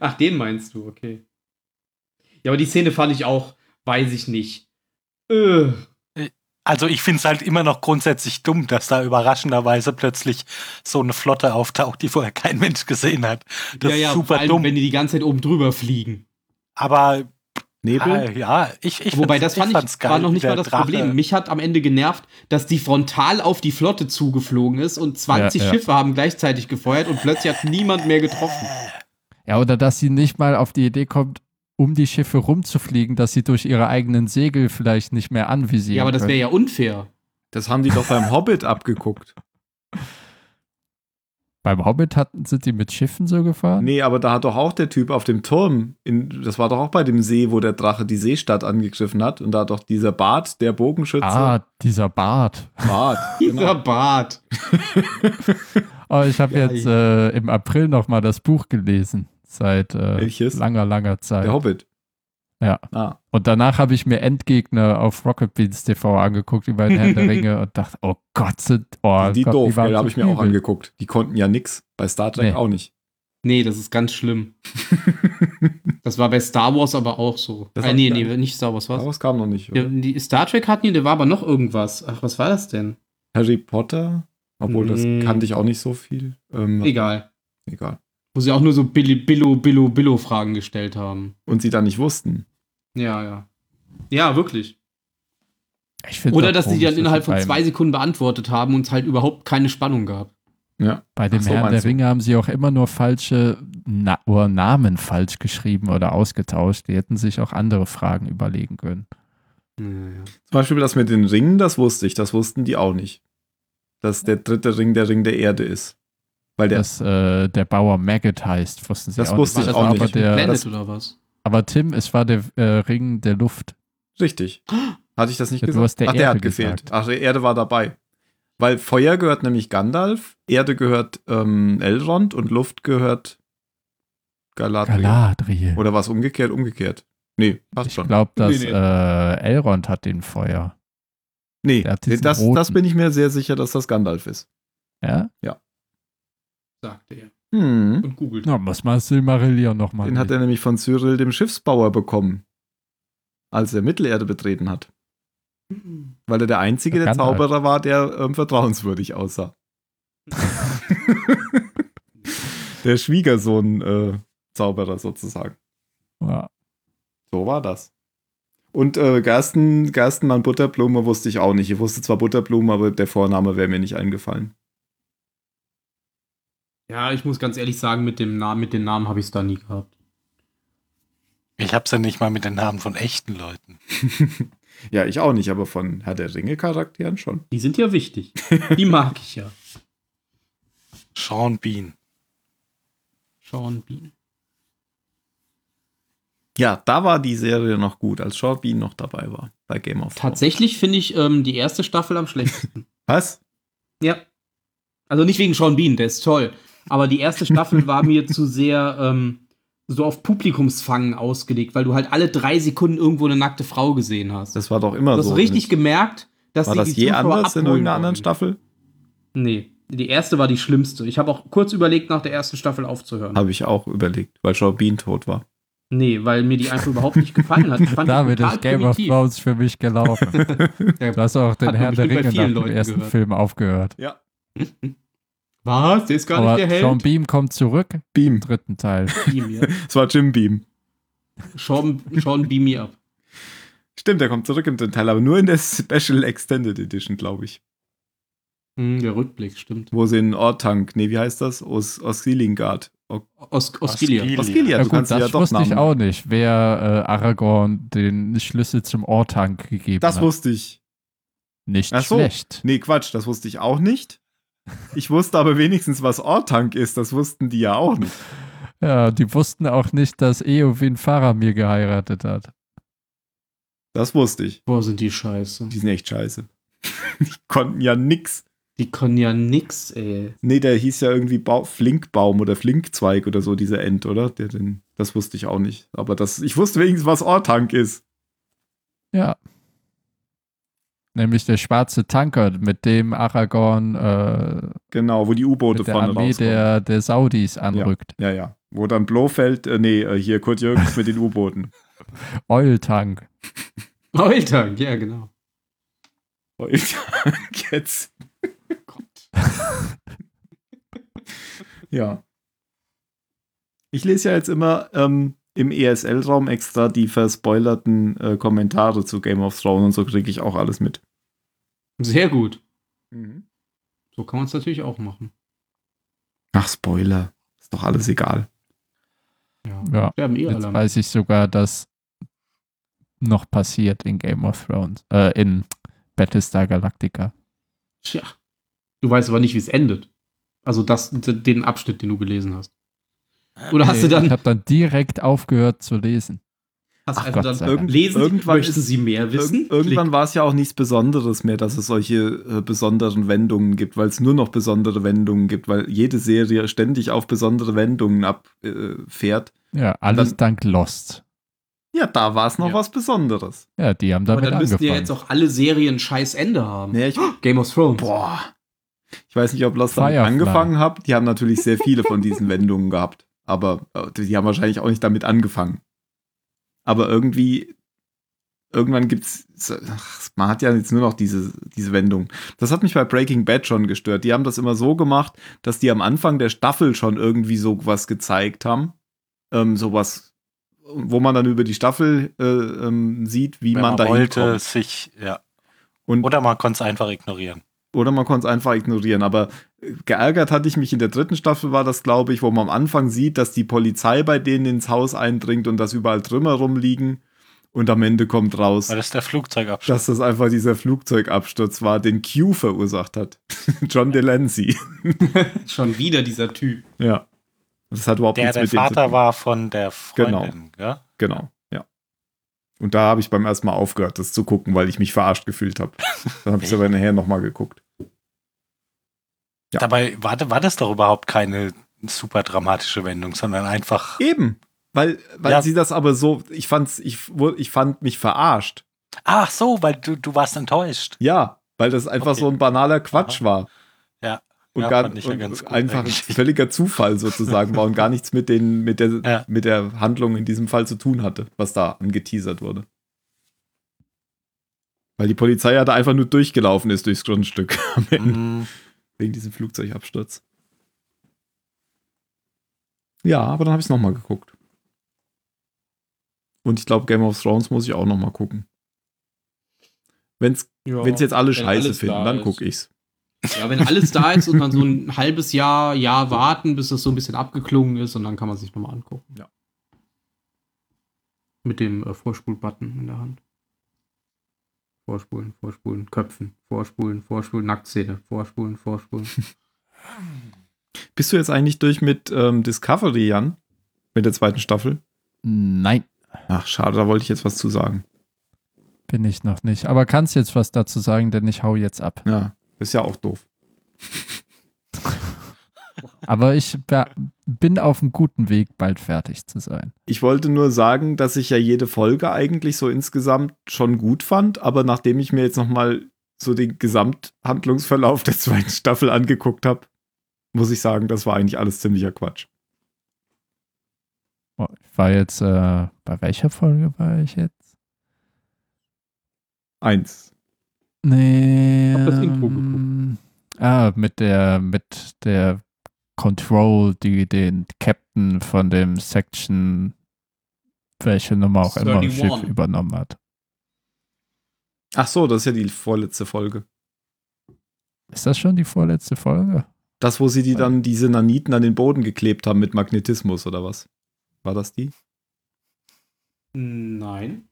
Speaker 6: Ach, den meinst du, okay. Ja, aber die Szene fand ich auch, weiß ich nicht. Äh,
Speaker 1: Also ich finde es halt immer noch grundsätzlich dumm, dass da überraschenderweise plötzlich so eine Flotte auftaucht, die vorher kein Mensch gesehen hat. Das
Speaker 6: ja, ja,
Speaker 1: ist
Speaker 6: vor
Speaker 1: super
Speaker 6: allem,
Speaker 1: dumm.
Speaker 6: wenn die die ganze Zeit oben drüber fliegen.
Speaker 1: aber ah,
Speaker 4: Nebel?
Speaker 1: ja, ich, ich
Speaker 6: Wobei,
Speaker 1: find's-
Speaker 6: das fand ich,
Speaker 1: fand's geil,
Speaker 6: war noch nicht
Speaker 1: der
Speaker 6: mal das
Speaker 1: Drache.
Speaker 6: Problem. Mich hat am Ende genervt, dass die frontal auf die Flotte zugeflogen ist und 20
Speaker 5: Ja, ja.
Speaker 6: Schiffe haben gleichzeitig gefeuert und plötzlich hat niemand mehr getroffen.
Speaker 5: Ja, oder dass sie nicht mal auf die Idee kommt, um die Schiffe rumzufliegen, dass sie durch ihre eigenen Segel vielleicht nicht mehr anvisieren.
Speaker 6: Ja, aber das
Speaker 5: können.
Speaker 6: wäre ja unfair.
Speaker 4: Das haben die doch beim Hobbit abgeguckt.
Speaker 5: Beim Hobbit hatten, sind die mit Schiffen so gefahren?
Speaker 4: Nee, aber da hat doch auch der Typ auf dem Turm, in, das war doch auch bei dem See, wo der Drache die Seestadt angegriffen hat. Und da hat doch dieser Bart, der Bogenschütze,
Speaker 5: Ah, dieser Bart.
Speaker 4: Bart.
Speaker 6: <laughs> Dieser Bart.
Speaker 5: Oh, ich habe jetzt äh, im April nochmal das Buch gelesen. Seit äh,
Speaker 4: Welches?
Speaker 5: langer, langer Zeit.
Speaker 4: Der Hobbit.
Speaker 5: Ja.
Speaker 4: Ah.
Speaker 5: Und danach habe ich mir Endgegner auf Rocket Beans TV angeguckt, die beiden Herrn
Speaker 4: <laughs>
Speaker 5: der Ringe, und dachte, oh Gott, sind, oh
Speaker 4: die
Speaker 5: Gott,
Speaker 4: doof,
Speaker 5: waren
Speaker 4: gell,
Speaker 5: so
Speaker 4: habe ich mir auch
Speaker 5: übel.
Speaker 4: angeguckt. Die konnten ja nix. Bei Star
Speaker 5: Nee.
Speaker 4: Trek auch nicht.
Speaker 6: Nee, das ist
Speaker 5: <laughs>
Speaker 6: ganz schlimm. Das war bei Star Wars aber auch so.
Speaker 4: Das
Speaker 6: ah,
Speaker 4: hab
Speaker 6: nee,
Speaker 4: ich
Speaker 6: nee,
Speaker 4: gar-
Speaker 6: nicht Star Wars, was?
Speaker 4: Daraus kam noch nicht.
Speaker 6: Ja,
Speaker 4: oder?
Speaker 6: die Star Trek hatten die, da war aber noch irgendwas. Ach, was war das denn?
Speaker 4: Harry Potter, obwohl
Speaker 6: Nee.
Speaker 4: das kannte ich auch nicht so viel. Ähm,
Speaker 6: Egal.
Speaker 4: egal.
Speaker 6: Wo sie auch nur so Billy, Billo, Billo, Billo-Fragen gestellt haben.
Speaker 4: Und sie dann nicht wussten.
Speaker 6: Ja, ja. Ja, wirklich.
Speaker 5: Ich find's
Speaker 6: Oder
Speaker 5: auch
Speaker 6: dass die
Speaker 5: komisch,
Speaker 6: dann innerhalb von
Speaker 5: beim-
Speaker 6: zwei Sekunden beantwortet haben und es halt überhaupt keine Spannung gab.
Speaker 4: Ja.
Speaker 5: Bei dem
Speaker 4: Ach so,
Speaker 5: Herrn der
Speaker 4: meinst du.
Speaker 5: Ringe haben sie auch immer nur falsche Na oder Namen falsch geschrieben oder ausgetauscht. Die hätten sich auch andere Fragen überlegen können.
Speaker 4: Zum Beispiel das mit den Ringen, das wusste ich. Das wussten die auch nicht. Dass der dritte Ring der Ring der Erde ist. Weil der
Speaker 5: Dass äh, der Bauer Maggot heißt, wussten sie
Speaker 4: Das
Speaker 5: auch
Speaker 4: wusste
Speaker 5: nicht. Das
Speaker 4: ich
Speaker 5: war
Speaker 4: auch
Speaker 5: aber,
Speaker 4: nicht.
Speaker 5: Der,
Speaker 6: Planet
Speaker 4: das-
Speaker 6: oder was?
Speaker 5: aber Tim, es war der äh, Ring der Luft.
Speaker 4: Richtig. Hatte ich das nicht
Speaker 5: Ja, du
Speaker 4: gesagt?
Speaker 5: hast der
Speaker 4: Ach, der
Speaker 5: Erde
Speaker 4: hat gefehlt.
Speaker 5: gesagt.
Speaker 4: Ach, die Erde war dabei. Weil Feuer gehört nämlich Gandalf, Erde gehört ähm, Elrond und Luft gehört Galadriel.
Speaker 5: Galadriel.
Speaker 4: Oder war es umgekehrt? Umgekehrt. Nee, passt
Speaker 5: Ich
Speaker 4: schon.
Speaker 5: glaube, dass
Speaker 4: Nee, nee.
Speaker 5: äh, Elrond hat den Feuer.
Speaker 4: nee,
Speaker 5: der hat diesen
Speaker 4: das, das
Speaker 5: roten.
Speaker 4: bin ich mir sehr sicher, dass das Gandalf ist.
Speaker 5: Ja?
Speaker 6: Sagte er.
Speaker 4: Hm.
Speaker 6: Und googelt.
Speaker 5: Na, muss man Silmarillion nochmal.
Speaker 4: Den hat er nämlich von Cyril, dem Schiffsbauer, bekommen. Als er Mittelerde betreten hat. Weil er der einzige
Speaker 5: Der
Speaker 4: der
Speaker 5: Gandalf.
Speaker 4: Zauberer war, der ähm, vertrauenswürdig aussah. der Schwiegersohn-Zauberer sozusagen.
Speaker 5: ja.
Speaker 4: So war das. Und äh, Gersten, Gerstenmann Butterblume wusste ich auch nicht. Ich wusste zwar Butterblume, aber der Vorname wäre mir nicht eingefallen. <laughs>
Speaker 6: Ja, ich muss ganz ehrlich sagen, mit dem Namen, mit den Namen habe ich es da nie gehabt.
Speaker 1: Ich hab's ja nicht mal mit den Namen von echten Leuten.
Speaker 4: ja, ich auch nicht, aber von Herr der Ringe-Charakteren schon.
Speaker 6: Die sind ja wichtig. Die mag ich ja.
Speaker 1: Sean Bean.
Speaker 6: <laughs> Sean Bean.
Speaker 4: Ja, da war die Serie noch gut, als Sean Bean noch dabei war bei Game of Thrones.
Speaker 6: Tatsächlich finde ich ähm, die erste Staffel am schlechtesten.
Speaker 4: Was?
Speaker 6: <laughs> ja. Also nicht wegen Sean Bean, der ist toll. Aber die erste
Speaker 4: <laughs>
Speaker 6: Staffel war mir zu sehr ähm, so auf Publikumsfangen ausgelegt, weil du halt alle drei Sekunden irgendwo eine nackte Frau gesehen hast.
Speaker 4: Das war doch immer
Speaker 6: Du hast
Speaker 4: so.
Speaker 6: richtig
Speaker 4: nicht?
Speaker 6: gemerkt, dass
Speaker 4: War
Speaker 6: sie
Speaker 4: das
Speaker 6: die
Speaker 4: je
Speaker 6: Zuschauer
Speaker 4: anders in
Speaker 6: abholen
Speaker 4: irgendeiner anderen
Speaker 6: wollen.
Speaker 4: Staffel?
Speaker 6: Nee, die erste war die schlimmste. Ich habe auch kurz überlegt, nach der ersten Staffel aufzuhören.
Speaker 4: Habe ich auch überlegt, weil Sean Bean tot war.
Speaker 6: nee, weil mir die einfach überhaupt nicht gefallen hat.
Speaker 5: <laughs>
Speaker 6: Ich fand die
Speaker 5: Damit
Speaker 6: total
Speaker 5: ist Game of
Speaker 6: primitiv.
Speaker 5: Thrones für mich
Speaker 4: <laughs>
Speaker 5: gelaufen. Du hast auch den
Speaker 6: Hat man
Speaker 5: Herrn der
Speaker 6: bestimmt bei
Speaker 5: Ringe
Speaker 6: vielen
Speaker 5: nach dem
Speaker 6: Leuten
Speaker 5: ersten
Speaker 6: gehört.
Speaker 5: Film aufgehört.
Speaker 4: Ja.
Speaker 6: Was? Der ist gar
Speaker 5: Aber
Speaker 6: nicht der
Speaker 5: Sean
Speaker 6: Held.
Speaker 5: Beam kommt zurück im
Speaker 4: Beam.
Speaker 5: dritten Teil.
Speaker 6: Beam, ja.
Speaker 4: Es war Jim Beam.
Speaker 6: Sean, Sean beam me up.
Speaker 4: Stimmt, der kommt zurück im dritten Teil, aber nur in der <laughs> Special Extended Edition, glaube ich.
Speaker 6: Hm, der Rückblick, stimmt.
Speaker 4: Wo sie in Ortank, nee, wie heißt das? Os Osgilingard. Os
Speaker 6: Aus, aus Gilead.
Speaker 4: Osgiliath,
Speaker 5: Ja,
Speaker 4: du
Speaker 5: gut,
Speaker 4: kannst dir
Speaker 5: das
Speaker 4: ja doch
Speaker 5: wusste ich
Speaker 4: Namen.
Speaker 5: auch nicht, wer äh, Aragorn den Schlüssel zum Ortank gegeben
Speaker 4: Das
Speaker 5: hat.
Speaker 4: wusste ich.
Speaker 5: nicht
Speaker 4: Ach so.
Speaker 5: schlecht.
Speaker 4: Nee, Quatsch, das wusste ich auch nicht. Ich wusste aber wenigstens, was Ortank ist. Das wussten die ja auch nicht.
Speaker 5: Ja, die wussten auch nicht, dass Eowyn Faramir geheiratet hat.
Speaker 4: Das wusste ich.
Speaker 6: Boah, sind die scheiße.
Speaker 4: Die sind echt scheiße. Die konnten ja nix.
Speaker 6: Die können ja nix, ey.
Speaker 4: Nee, der hieß ja irgendwie Bau Flinkbaum oder Flinkzweig oder so, dieser End, oder? Der, den, das wusste ich auch nicht. Aber das, ich wusste wenigstens, was Ortank ist.
Speaker 5: Ja. Nämlich der schwarze Tanker, mit dem Aragorn äh,
Speaker 4: Genau, wo die U-Boote
Speaker 5: mit der
Speaker 4: vorne
Speaker 5: Armee
Speaker 4: rauskommen.
Speaker 5: der, der Saudis anrückt.
Speaker 4: ja, ja. Wo dann Blofeld, äh, nee, äh, hier Kurt Jürgens mit den
Speaker 5: <laughs>
Speaker 4: U-Booten.
Speaker 5: Oil Tank.
Speaker 6: Alter, ja, genau.
Speaker 4: Ortank Jetzt. Ja. Ich lese ja jetzt immer ähm, im ESL-Raum extra die verspoilerten äh, Kommentare zu Game of Thrones und so kriege ich auch alles mit.
Speaker 6: Sehr gut.
Speaker 5: Mhm.
Speaker 6: So kann man es natürlich auch machen.
Speaker 4: Ach, Spoiler. Ist doch alles egal.
Speaker 6: Ja.
Speaker 5: Ja.
Speaker 6: Sterben eh
Speaker 5: Jetzt
Speaker 6: alle. am-
Speaker 5: weiß ich sogar, dass noch passiert in Game of Thrones, äh, in Battlestar Galactica.
Speaker 6: Tja. Du weißt aber nicht, wie es endet. Also das, d- den Abschnitt, den du gelesen hast. Oder hast du
Speaker 5: Ah, Nee, Ich
Speaker 6: dann,
Speaker 5: habe dann direkt aufgehört zu lesen.
Speaker 6: hast
Speaker 5: Ach
Speaker 6: einfach
Speaker 5: Gott sei
Speaker 6: dann
Speaker 5: Dank.
Speaker 6: irgend- lesen,
Speaker 4: Irgendwann
Speaker 6: möchten
Speaker 4: ist-
Speaker 6: sie mehr wissen?
Speaker 4: Irg irgendwann war es ja auch nichts Besonderes mehr, dass es solche äh, besonderen Wendungen gibt, weil es nur noch besondere Wendungen gibt, weil jede Serie ständig auf besondere Wendungen äh, abfährt.
Speaker 5: Ja, alles dank Lost.
Speaker 4: ja, da war es noch
Speaker 6: Ja.
Speaker 4: was Besonderes.
Speaker 5: Ja, die haben
Speaker 6: aber
Speaker 5: damit
Speaker 6: dann müssten
Speaker 5: angefangen.
Speaker 6: ja jetzt auch alle Serien ein scheiß Ende haben.
Speaker 4: Nee, ich,
Speaker 6: Game of Thrones.
Speaker 4: boah. Ich weiß nicht, ob Lost damit
Speaker 5: Firefly.
Speaker 4: angefangen hat. Die haben natürlich sehr viele von diesen <laughs> Wendungen gehabt. Aber äh, die haben wahrscheinlich auch nicht damit angefangen. Aber irgendwie, irgendwann gibt's, ach, man hat ja jetzt nur noch diese, diese Wendung. Das hat mich bei Breaking Bad schon gestört. Die haben das immer so gemacht, dass die am Anfang der Staffel schon irgendwie so was gezeigt haben. Ähm, sowas, wo man dann über die Staffel äh, ähm, sieht, wie
Speaker 1: Wenn
Speaker 4: man,
Speaker 1: man
Speaker 4: da
Speaker 1: wollte
Speaker 4: hinkommt.
Speaker 1: sich, ja.
Speaker 4: Und-
Speaker 1: Oder man konnte es einfach ignorieren.
Speaker 4: Oder man konnte es einfach ignorieren. Aber äh, geärgert hatte ich mich in der dritten Staffel, war das, glaube ich, wo man am Anfang sieht, dass die Polizei bei denen ins Haus eindringt und dass überall Trümmer rumliegen. Und am Ende kommt raus,
Speaker 1: Weil das der Flugzeugabschluss.
Speaker 4: dass das einfach dieser Flugzeugabsturz war, den Q verursacht hat. <laughs> John Delancey.
Speaker 6: Schon wieder dieser Typ.
Speaker 4: Ja. Das hat überhaupt
Speaker 1: Der
Speaker 4: nichts
Speaker 1: der
Speaker 4: mit dem zu
Speaker 1: Vater
Speaker 4: tun.
Speaker 1: war von der
Speaker 4: Genau.
Speaker 1: Freundin, ja?
Speaker 4: Genau, ja. Und da habe ich beim ersten Mal aufgehört, das zu gucken, weil ich mich verarscht
Speaker 1: <laughs>
Speaker 4: gefühlt habe. Dann habe ich es aber nachher nochmal geguckt. Ja.
Speaker 1: Dabei war, war das doch überhaupt keine super dramatische Wendung, sondern einfach.
Speaker 4: Eben. Weil, weil
Speaker 1: Ja.
Speaker 4: sie das aber so, ich fand's, ich, wu- ich fand mich verarscht.
Speaker 1: Ach so, weil du, du warst enttäuscht.
Speaker 4: <laughs> Ja, weil das einfach
Speaker 1: Okay.
Speaker 4: so ein banaler Quatsch
Speaker 1: Aha.
Speaker 4: war.
Speaker 1: Ja.
Speaker 4: Und
Speaker 1: Ja,
Speaker 4: gar,
Speaker 1: fand ich ja
Speaker 4: und
Speaker 1: ganz gut
Speaker 4: einfach ein
Speaker 1: eigentlich.
Speaker 4: <laughs> völliger Zufall sozusagen war und gar nichts mit, den, mit, der,
Speaker 1: Ja.
Speaker 4: mit der Handlung in diesem Fall zu tun hatte, was da angeteasert wurde. Weil die Polizei ja da einfach nur durchgelaufen ist durchs Grundstück am Ende.
Speaker 1: Mm,
Speaker 4: Wegen diesem Flugzeugabsturz. Ja, aber dann habe ich es nochmal geguckt. Und ich glaube, Game of Thrones muss ich auch nochmal gucken. Wenn es
Speaker 6: Ja.
Speaker 4: jetzt alle
Speaker 6: wenn
Speaker 4: scheiße
Speaker 6: alles
Speaker 4: finden,
Speaker 6: da
Speaker 4: dann
Speaker 6: ist.
Speaker 4: gucke ich's.
Speaker 6: Ja, wenn alles da ist und man so ein halbes Jahr, Jahr warten, bis das so ein bisschen abgeklungen ist und dann kann man sich nochmal angucken.
Speaker 4: Ja.
Speaker 6: Mit dem äh, Vorspul-Button in der Hand. Vorspulen, vorspulen, Köpfen, vorspulen, vorspulen, Nacktszene, vorspulen, vorspulen.
Speaker 4: Bist du jetzt eigentlich durch mit ähm, Discovery, Jan? Mit der zweiten Staffel?
Speaker 5: Nein,
Speaker 4: Ach, schade, da wollte ich jetzt was zu sagen.
Speaker 5: bin ich noch nicht. Aber kannst jetzt was dazu sagen, denn ich hau jetzt ab.
Speaker 4: Ja, ist ja auch doof.
Speaker 5: Aber ich be- bin auf einem guten Weg, bald fertig zu sein.
Speaker 4: Ich wollte nur sagen, dass ich ja jede Folge eigentlich so insgesamt schon gut fand, aber nachdem ich mir jetzt nochmal so den Gesamthandlungsverlauf der zweiten Staffel angeguckt habe, muss ich sagen, das war eigentlich alles ziemlicher Quatsch.
Speaker 5: Oh, ich war jetzt, äh, bei welcher Folge war ich jetzt?
Speaker 4: Eins.
Speaker 5: Nee.
Speaker 6: Hab das Intro
Speaker 5: ähm, ah, mit der, mit der Control, die den Captain von dem Section, welche Nummer auch immer, im
Speaker 6: 31.
Speaker 5: Schiff übernommen hat.
Speaker 4: Ach so, das ist ja die vorletzte Folge.
Speaker 5: Ist das schon die vorletzte Folge?
Speaker 4: Das, wo sie die dann diese Naniten an den Boden geklebt haben mit Magnetismus oder was? War das die?
Speaker 6: <laughs> Nein.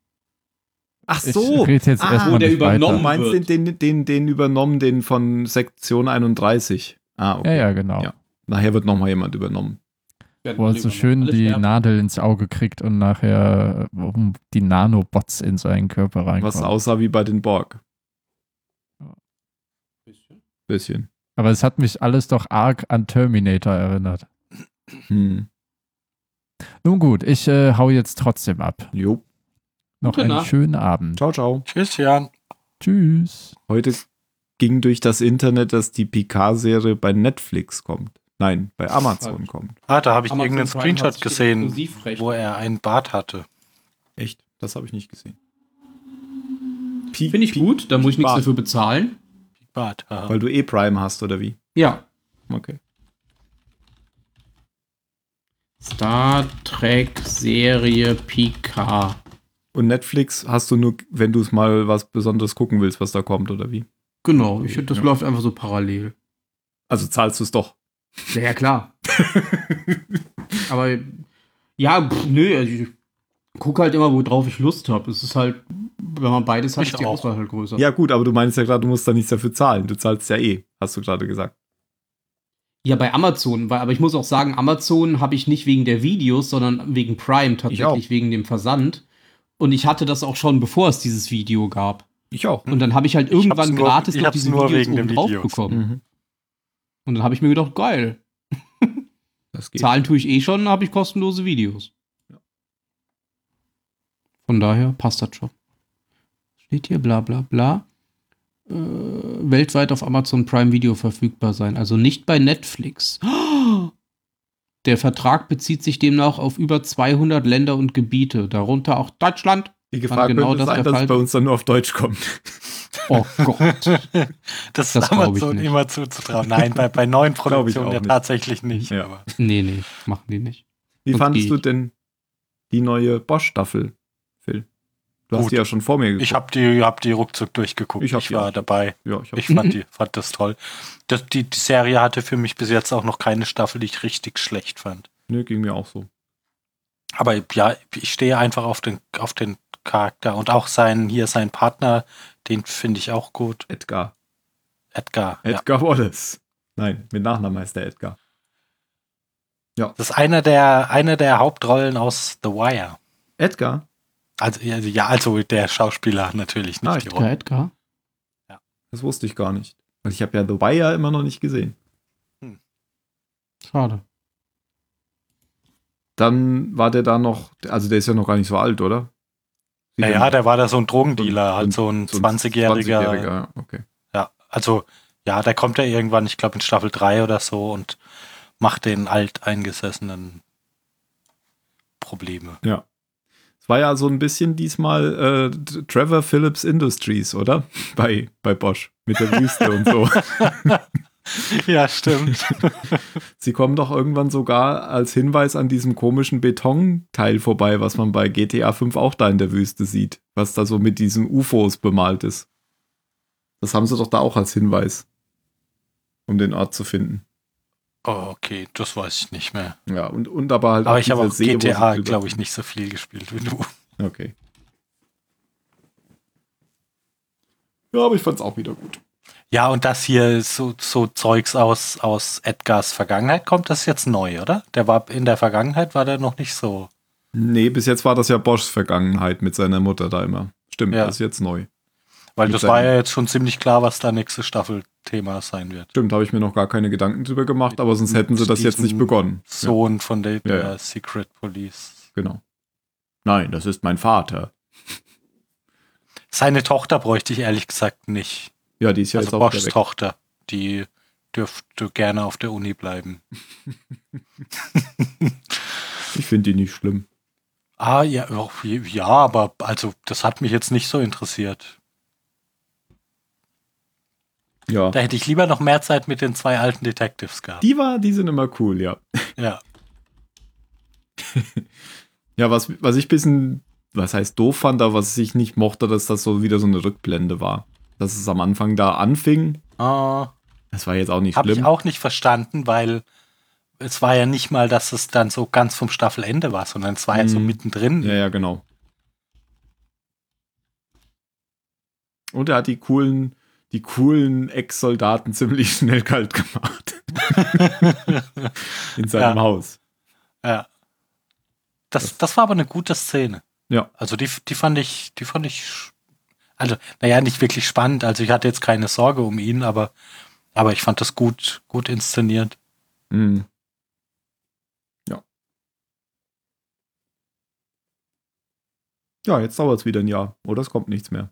Speaker 4: Ach
Speaker 5: Ich rede jetzt
Speaker 4: Ah,
Speaker 5: erstmal
Speaker 6: wo der
Speaker 5: nicht
Speaker 4: Du
Speaker 6: übernommen-
Speaker 5: weiter.
Speaker 4: meinst den, den, den, den übernommen, den von Sektion 31. Ah, okay.
Speaker 5: Ja, ja, genau.
Speaker 4: Ja. Nachher wird nochmal jemand übernommen.
Speaker 5: Wo er so schön
Speaker 6: Alle
Speaker 5: die
Speaker 6: sterben.
Speaker 5: Nadel ins Auge kriegt und nachher äh, um die Nanobots in seinen Körper reinkommen.
Speaker 4: Was aussah wie bei den Borg. Bisschen.
Speaker 5: Aber es hat mich alles doch arg an Terminator erinnert.
Speaker 4: Hm.
Speaker 5: Nun gut, ich äh, hau jetzt trotzdem ab.
Speaker 4: Jo.
Speaker 5: Noch
Speaker 6: Gute
Speaker 5: einen
Speaker 6: Nacht.
Speaker 5: schönen Abend.
Speaker 4: Ciao, ciao.
Speaker 1: Tschüss, Jan.
Speaker 5: Tschüss.
Speaker 4: Heute ging durch das Internet, dass die Picard-Serie bei Netflix kommt. Nein, bei Amazon
Speaker 6: Falsch.
Speaker 4: kommt.
Speaker 1: Ah, da habe ich
Speaker 6: Amazon
Speaker 1: irgendeinen
Speaker 6: Prime
Speaker 1: Screenshot
Speaker 6: hat
Speaker 1: gesehen,
Speaker 6: Exklusivrecht.
Speaker 1: wo er einen Bart hatte.
Speaker 4: Echt? Das habe ich nicht gesehen.
Speaker 6: Finde ich gut, da muss ich nichts dafür bezahlen.
Speaker 1: Bart. haha.
Speaker 4: Weil du eh Prime hast, oder wie?
Speaker 6: Ja,
Speaker 4: Okay.
Speaker 6: Star Trek Serie Picard.
Speaker 4: Und Netflix hast du nur, wenn du es mal was Besonderes gucken willst, was da kommt, oder wie?
Speaker 6: Genau, ich, das
Speaker 4: Ja.
Speaker 6: läuft einfach so parallel.
Speaker 1: <laughs>
Speaker 4: Also zahlst du es doch.
Speaker 6: Ja, ja klar. Aber Ja, pff, nö, also ich gucke halt immer, worauf ich Lust habe. Es ist halt, wenn man beides hat,
Speaker 1: Ich
Speaker 6: ist die
Speaker 1: auch.
Speaker 6: Auswahl halt größer.
Speaker 4: Ja, gut, aber du meinst ja gerade, du musst da nichts dafür zahlen. Du zahlst ja eh, hast du gerade gesagt.
Speaker 6: Ja, bei Amazon, weil, aber ich muss auch sagen, Amazon habe ich nicht wegen der Videos, sondern wegen Prime
Speaker 4: auch.
Speaker 6: tatsächlich, wegen dem Versand. Und ich hatte das auch schon, bevor es dieses Video gab.
Speaker 4: Ich auch.
Speaker 6: Und dann habe ich halt
Speaker 1: hab's
Speaker 6: irgendwann
Speaker 1: nur-
Speaker 6: gratis
Speaker 1: ich
Speaker 6: noch
Speaker 1: hab's
Speaker 6: diese
Speaker 1: nur
Speaker 6: Videos
Speaker 1: wegen dem
Speaker 6: oben drauf
Speaker 1: Videos.
Speaker 6: bekommen.
Speaker 4: Mhm.
Speaker 6: Und dann habe ich mir gedacht, geil,
Speaker 4: Das geht.
Speaker 6: zahlen tue ich eh schon, habe ich kostenlose Videos. Von daher passt das schon. Steht hier bla bla bla. Äh, weltweit auf Amazon Prime Video verfügbar sein, also nicht bei Netflix. <gasps> Der Vertrag bezieht sich demnach auf über 200 Länder und Gebiete, darunter auch Deutschland.
Speaker 4: Die Gefahr
Speaker 6: genau
Speaker 4: könnte
Speaker 6: das
Speaker 4: sein,
Speaker 6: der
Speaker 4: dass es
Speaker 6: Fall.
Speaker 4: bei uns dann nur auf Deutsch kommt. <laughs>
Speaker 6: Oh Gott.
Speaker 1: <laughs> Das,
Speaker 6: Das
Speaker 1: ist
Speaker 6: glaub ich
Speaker 1: Amazon
Speaker 6: nicht.
Speaker 1: immer zuzutrauen. Nein, bei, bei neuen
Speaker 4: <laughs> Glaub ich
Speaker 1: Produktionen
Speaker 4: auch
Speaker 1: ja
Speaker 4: nicht.
Speaker 1: tatsächlich nicht.
Speaker 4: Ja.
Speaker 1: Aber
Speaker 6: Nee, nee, machen die nicht.
Speaker 4: Wie
Speaker 6: Und
Speaker 4: fandest
Speaker 6: geht.
Speaker 4: du denn die neue Bosch-Staffel, Phil? Du hast
Speaker 1: Gut.
Speaker 4: die ja schon vor mir geguckt.
Speaker 1: ich habe die, hab die ruckzuck durchgeguckt.
Speaker 4: Ich
Speaker 1: Ich,
Speaker 4: hab die
Speaker 1: war
Speaker 4: auch.
Speaker 1: dabei.
Speaker 4: ja, ich hab,
Speaker 1: Ich fand, die, fand das toll. Das, die, die Serie hatte für mich bis jetzt auch noch keine Staffel, die ich richtig schlecht fand.
Speaker 4: nö, ging mir auch so.
Speaker 1: Aber ja, ich stehe einfach auf den, auf den Charakter und auch seinen, hier seinen Partner, den finde ich auch gut.
Speaker 4: Edgar.
Speaker 1: Edgar. Ja.
Speaker 4: Edgar Wallace. Nein, mit Nachnamen heißt der Edgar.
Speaker 1: Das ist einer der, einer der Hauptrollen aus The Wire.
Speaker 4: Edgar?
Speaker 1: Also, ja, also- ja, also der Schauspieler natürlich, nicht
Speaker 4: Ah,
Speaker 1: die
Speaker 4: Edgar.
Speaker 1: Rolle.
Speaker 6: Edgar, Edgar.
Speaker 4: Das wusste ich gar nicht. Weil ich habe ja The Wire immer noch nicht gesehen.
Speaker 6: Schade.
Speaker 4: Dann war der da noch, also der ist ja noch gar nicht so alt, oder?
Speaker 1: Ja, ja, der war da so ein Drogendealer, halt
Speaker 4: so
Speaker 1: so ein
Speaker 4: so ein
Speaker 1: 20-jähriger.
Speaker 4: 20-Jähriger, ja, okay.
Speaker 1: ja, also, ja, da kommt er irgendwann, ich glaube, in Staffel 3 oder so und macht den alteingesessenen Probleme.
Speaker 4: Es war ja so ein bisschen diesmal äh, Trevor Phillips Industries, oder? <laughs> Bei, bei Bosch. Mit der Wüste
Speaker 1: <laughs>
Speaker 4: und so.
Speaker 1: ja, stimmt.
Speaker 4: Sie kommen doch irgendwann sogar als Hinweis an diesem komischen Betonteil vorbei, was man bei GTA 5 auch da in der Wüste sieht, was da so mit diesen UFOs bemalt ist. Das haben sie doch da auch als Hinweis, um den Ort zu finden.
Speaker 1: <laughs> Oh, okay, das weiß ich nicht mehr.
Speaker 4: Ja, und, und aber halt
Speaker 1: Aber ich habe
Speaker 4: dieser
Speaker 1: auch
Speaker 4: See, wo sie
Speaker 1: GTA,
Speaker 4: drüber-
Speaker 1: glaube ich, nicht so viel gespielt wie du.
Speaker 4: Okay. Ja, aber ich fand's auch wieder gut.
Speaker 1: Ja, und das hier, so, so Zeugs aus, aus Edgars Vergangenheit, kommt das jetzt neu, oder? Der war in der Vergangenheit, war der noch nicht so.
Speaker 4: Nee, bis jetzt war das ja Boschs Vergangenheit mit seiner Mutter da immer. Stimmt,
Speaker 1: Ja.
Speaker 4: das ist jetzt neu.
Speaker 1: Weil
Speaker 4: Mit
Speaker 1: das war
Speaker 4: seinem-
Speaker 1: ja jetzt schon ziemlich klar, was da nächste Staffel Thema sein wird.
Speaker 4: Stimmt, habe ich mir noch gar keine Gedanken drüber gemacht, aber sonst
Speaker 1: Mit
Speaker 4: hätten sie das jetzt nicht
Speaker 1: diesem
Speaker 4: begonnen. Ja.
Speaker 1: Sohn von der
Speaker 4: Ja, ja.
Speaker 1: äh, Secret Police.
Speaker 4: Genau. Nein, das ist mein Vater.
Speaker 1: Seine Tochter bräuchte ich ehrlich gesagt nicht.
Speaker 4: Ja, die ist ja
Speaker 1: also
Speaker 4: jetzt auch
Speaker 1: Boschs
Speaker 4: wieder weg.
Speaker 1: Tochter, die dürfte gerne auf der Uni bleiben.
Speaker 4: Ich finde die nicht schlimm.
Speaker 1: Ah, ja, och, ja, aber also das hat mich jetzt nicht so interessiert.
Speaker 4: Ja.
Speaker 1: Da hätte ich lieber noch mehr Zeit mit den zwei alten Detectives gehabt.
Speaker 4: Die war, die sind immer cool, ja.
Speaker 1: Ja.
Speaker 4: Ja, was, was ich ein bisschen, was heißt doof fand, aber was ich nicht mochte, dass das so wieder so eine Rückblende war. Dass es am Anfang da anfing.
Speaker 1: Ah,
Speaker 4: Das war jetzt auch nicht
Speaker 1: Habe ich
Speaker 4: schlimm.
Speaker 1: auch nicht verstanden, weil es war ja nicht mal, dass es dann so ganz vom Staffelende war, sondern es war ja so
Speaker 4: Mhm.
Speaker 1: mittendrin.
Speaker 4: Ja, ja, genau. Und er hat die coolen, die coolen Ex-Soldaten ziemlich schnell kalt gemacht. In seinem
Speaker 1: Ja.
Speaker 4: Haus.
Speaker 1: Ja. Äh, Das, das war aber eine gute Szene.
Speaker 4: Ja.
Speaker 1: Also die, die fand ich, die fand ich, sch- also, naja, nicht wirklich spannend. Also ich hatte jetzt keine Sorge um ihn, aber, aber ich fand das gut, gut inszeniert.
Speaker 4: Mhm. Ja. Ja, jetzt dauert es wieder ein Jahr, oder? Es kommt nichts mehr.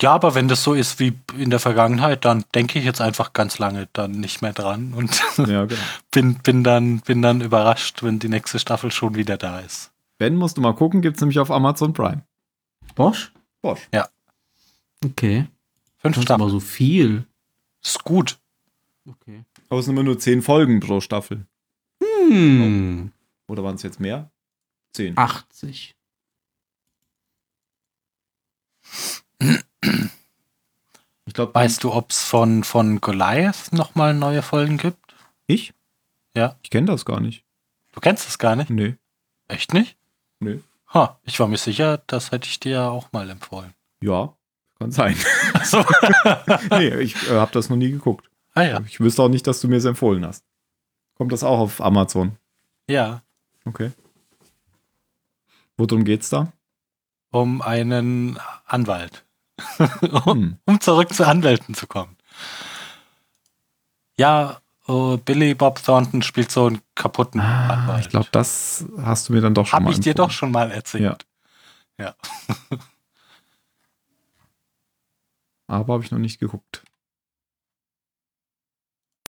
Speaker 1: Ja, aber wenn das so ist wie in der Vergangenheit, dann denke ich jetzt einfach ganz lange dann nicht mehr dran und <laughs>
Speaker 4: Ja, genau.
Speaker 1: bin, bin dann, bin dann überrascht, wenn die nächste Staffel schon wieder da ist.
Speaker 4: Ben musst du mal gucken, gibt es nämlich auf Amazon Prime.
Speaker 6: Bosch?
Speaker 4: Bosch.
Speaker 6: Okay.
Speaker 1: Fünf
Speaker 6: Das ist aber
Speaker 1: Staffeln.
Speaker 6: so viel.
Speaker 1: Ist gut.
Speaker 6: Okay.
Speaker 4: Aber es sind immer nur zehn Folgen pro Staffel.
Speaker 6: Hm,
Speaker 4: Oder waren es jetzt mehr? Zehn.
Speaker 6: 80.
Speaker 4: Ich glaube,
Speaker 1: Weißt du, ob es von, von Goliath nochmal neue Folgen gibt?
Speaker 4: ich?
Speaker 1: Ja.
Speaker 4: Ich kenne das gar nicht.
Speaker 1: Du kennst es gar nicht.
Speaker 4: Nee.
Speaker 1: Echt nicht?
Speaker 4: Nö.
Speaker 1: Ha, ich war mir sicher, das hätte ich dir ja auch mal empfohlen.
Speaker 4: Ja, kann
Speaker 1: <laughs>
Speaker 4: sein.
Speaker 1: Achso.
Speaker 4: <laughs> nee, ich äh, habe das noch nie geguckt.
Speaker 1: ah ja.
Speaker 4: Ich wüsste auch nicht, dass du mir es empfohlen hast. Kommt das auch auf Amazon?
Speaker 1: Ja.
Speaker 4: Okay. Worum geht's da?
Speaker 1: Um einen Anwalt.
Speaker 4: Hm.
Speaker 1: um zurück zu Anwälten zu kommen. Ja, äh, Billy Bob Thornton spielt so einen kaputten
Speaker 4: Ah,
Speaker 1: Anwalt.
Speaker 4: ich glaube, das hast du mir dann doch schon
Speaker 1: Habe
Speaker 4: mal.
Speaker 1: ich dir
Speaker 4: empfohlen.
Speaker 1: doch schon mal erzählt.
Speaker 4: Aber habe ich noch nicht geguckt.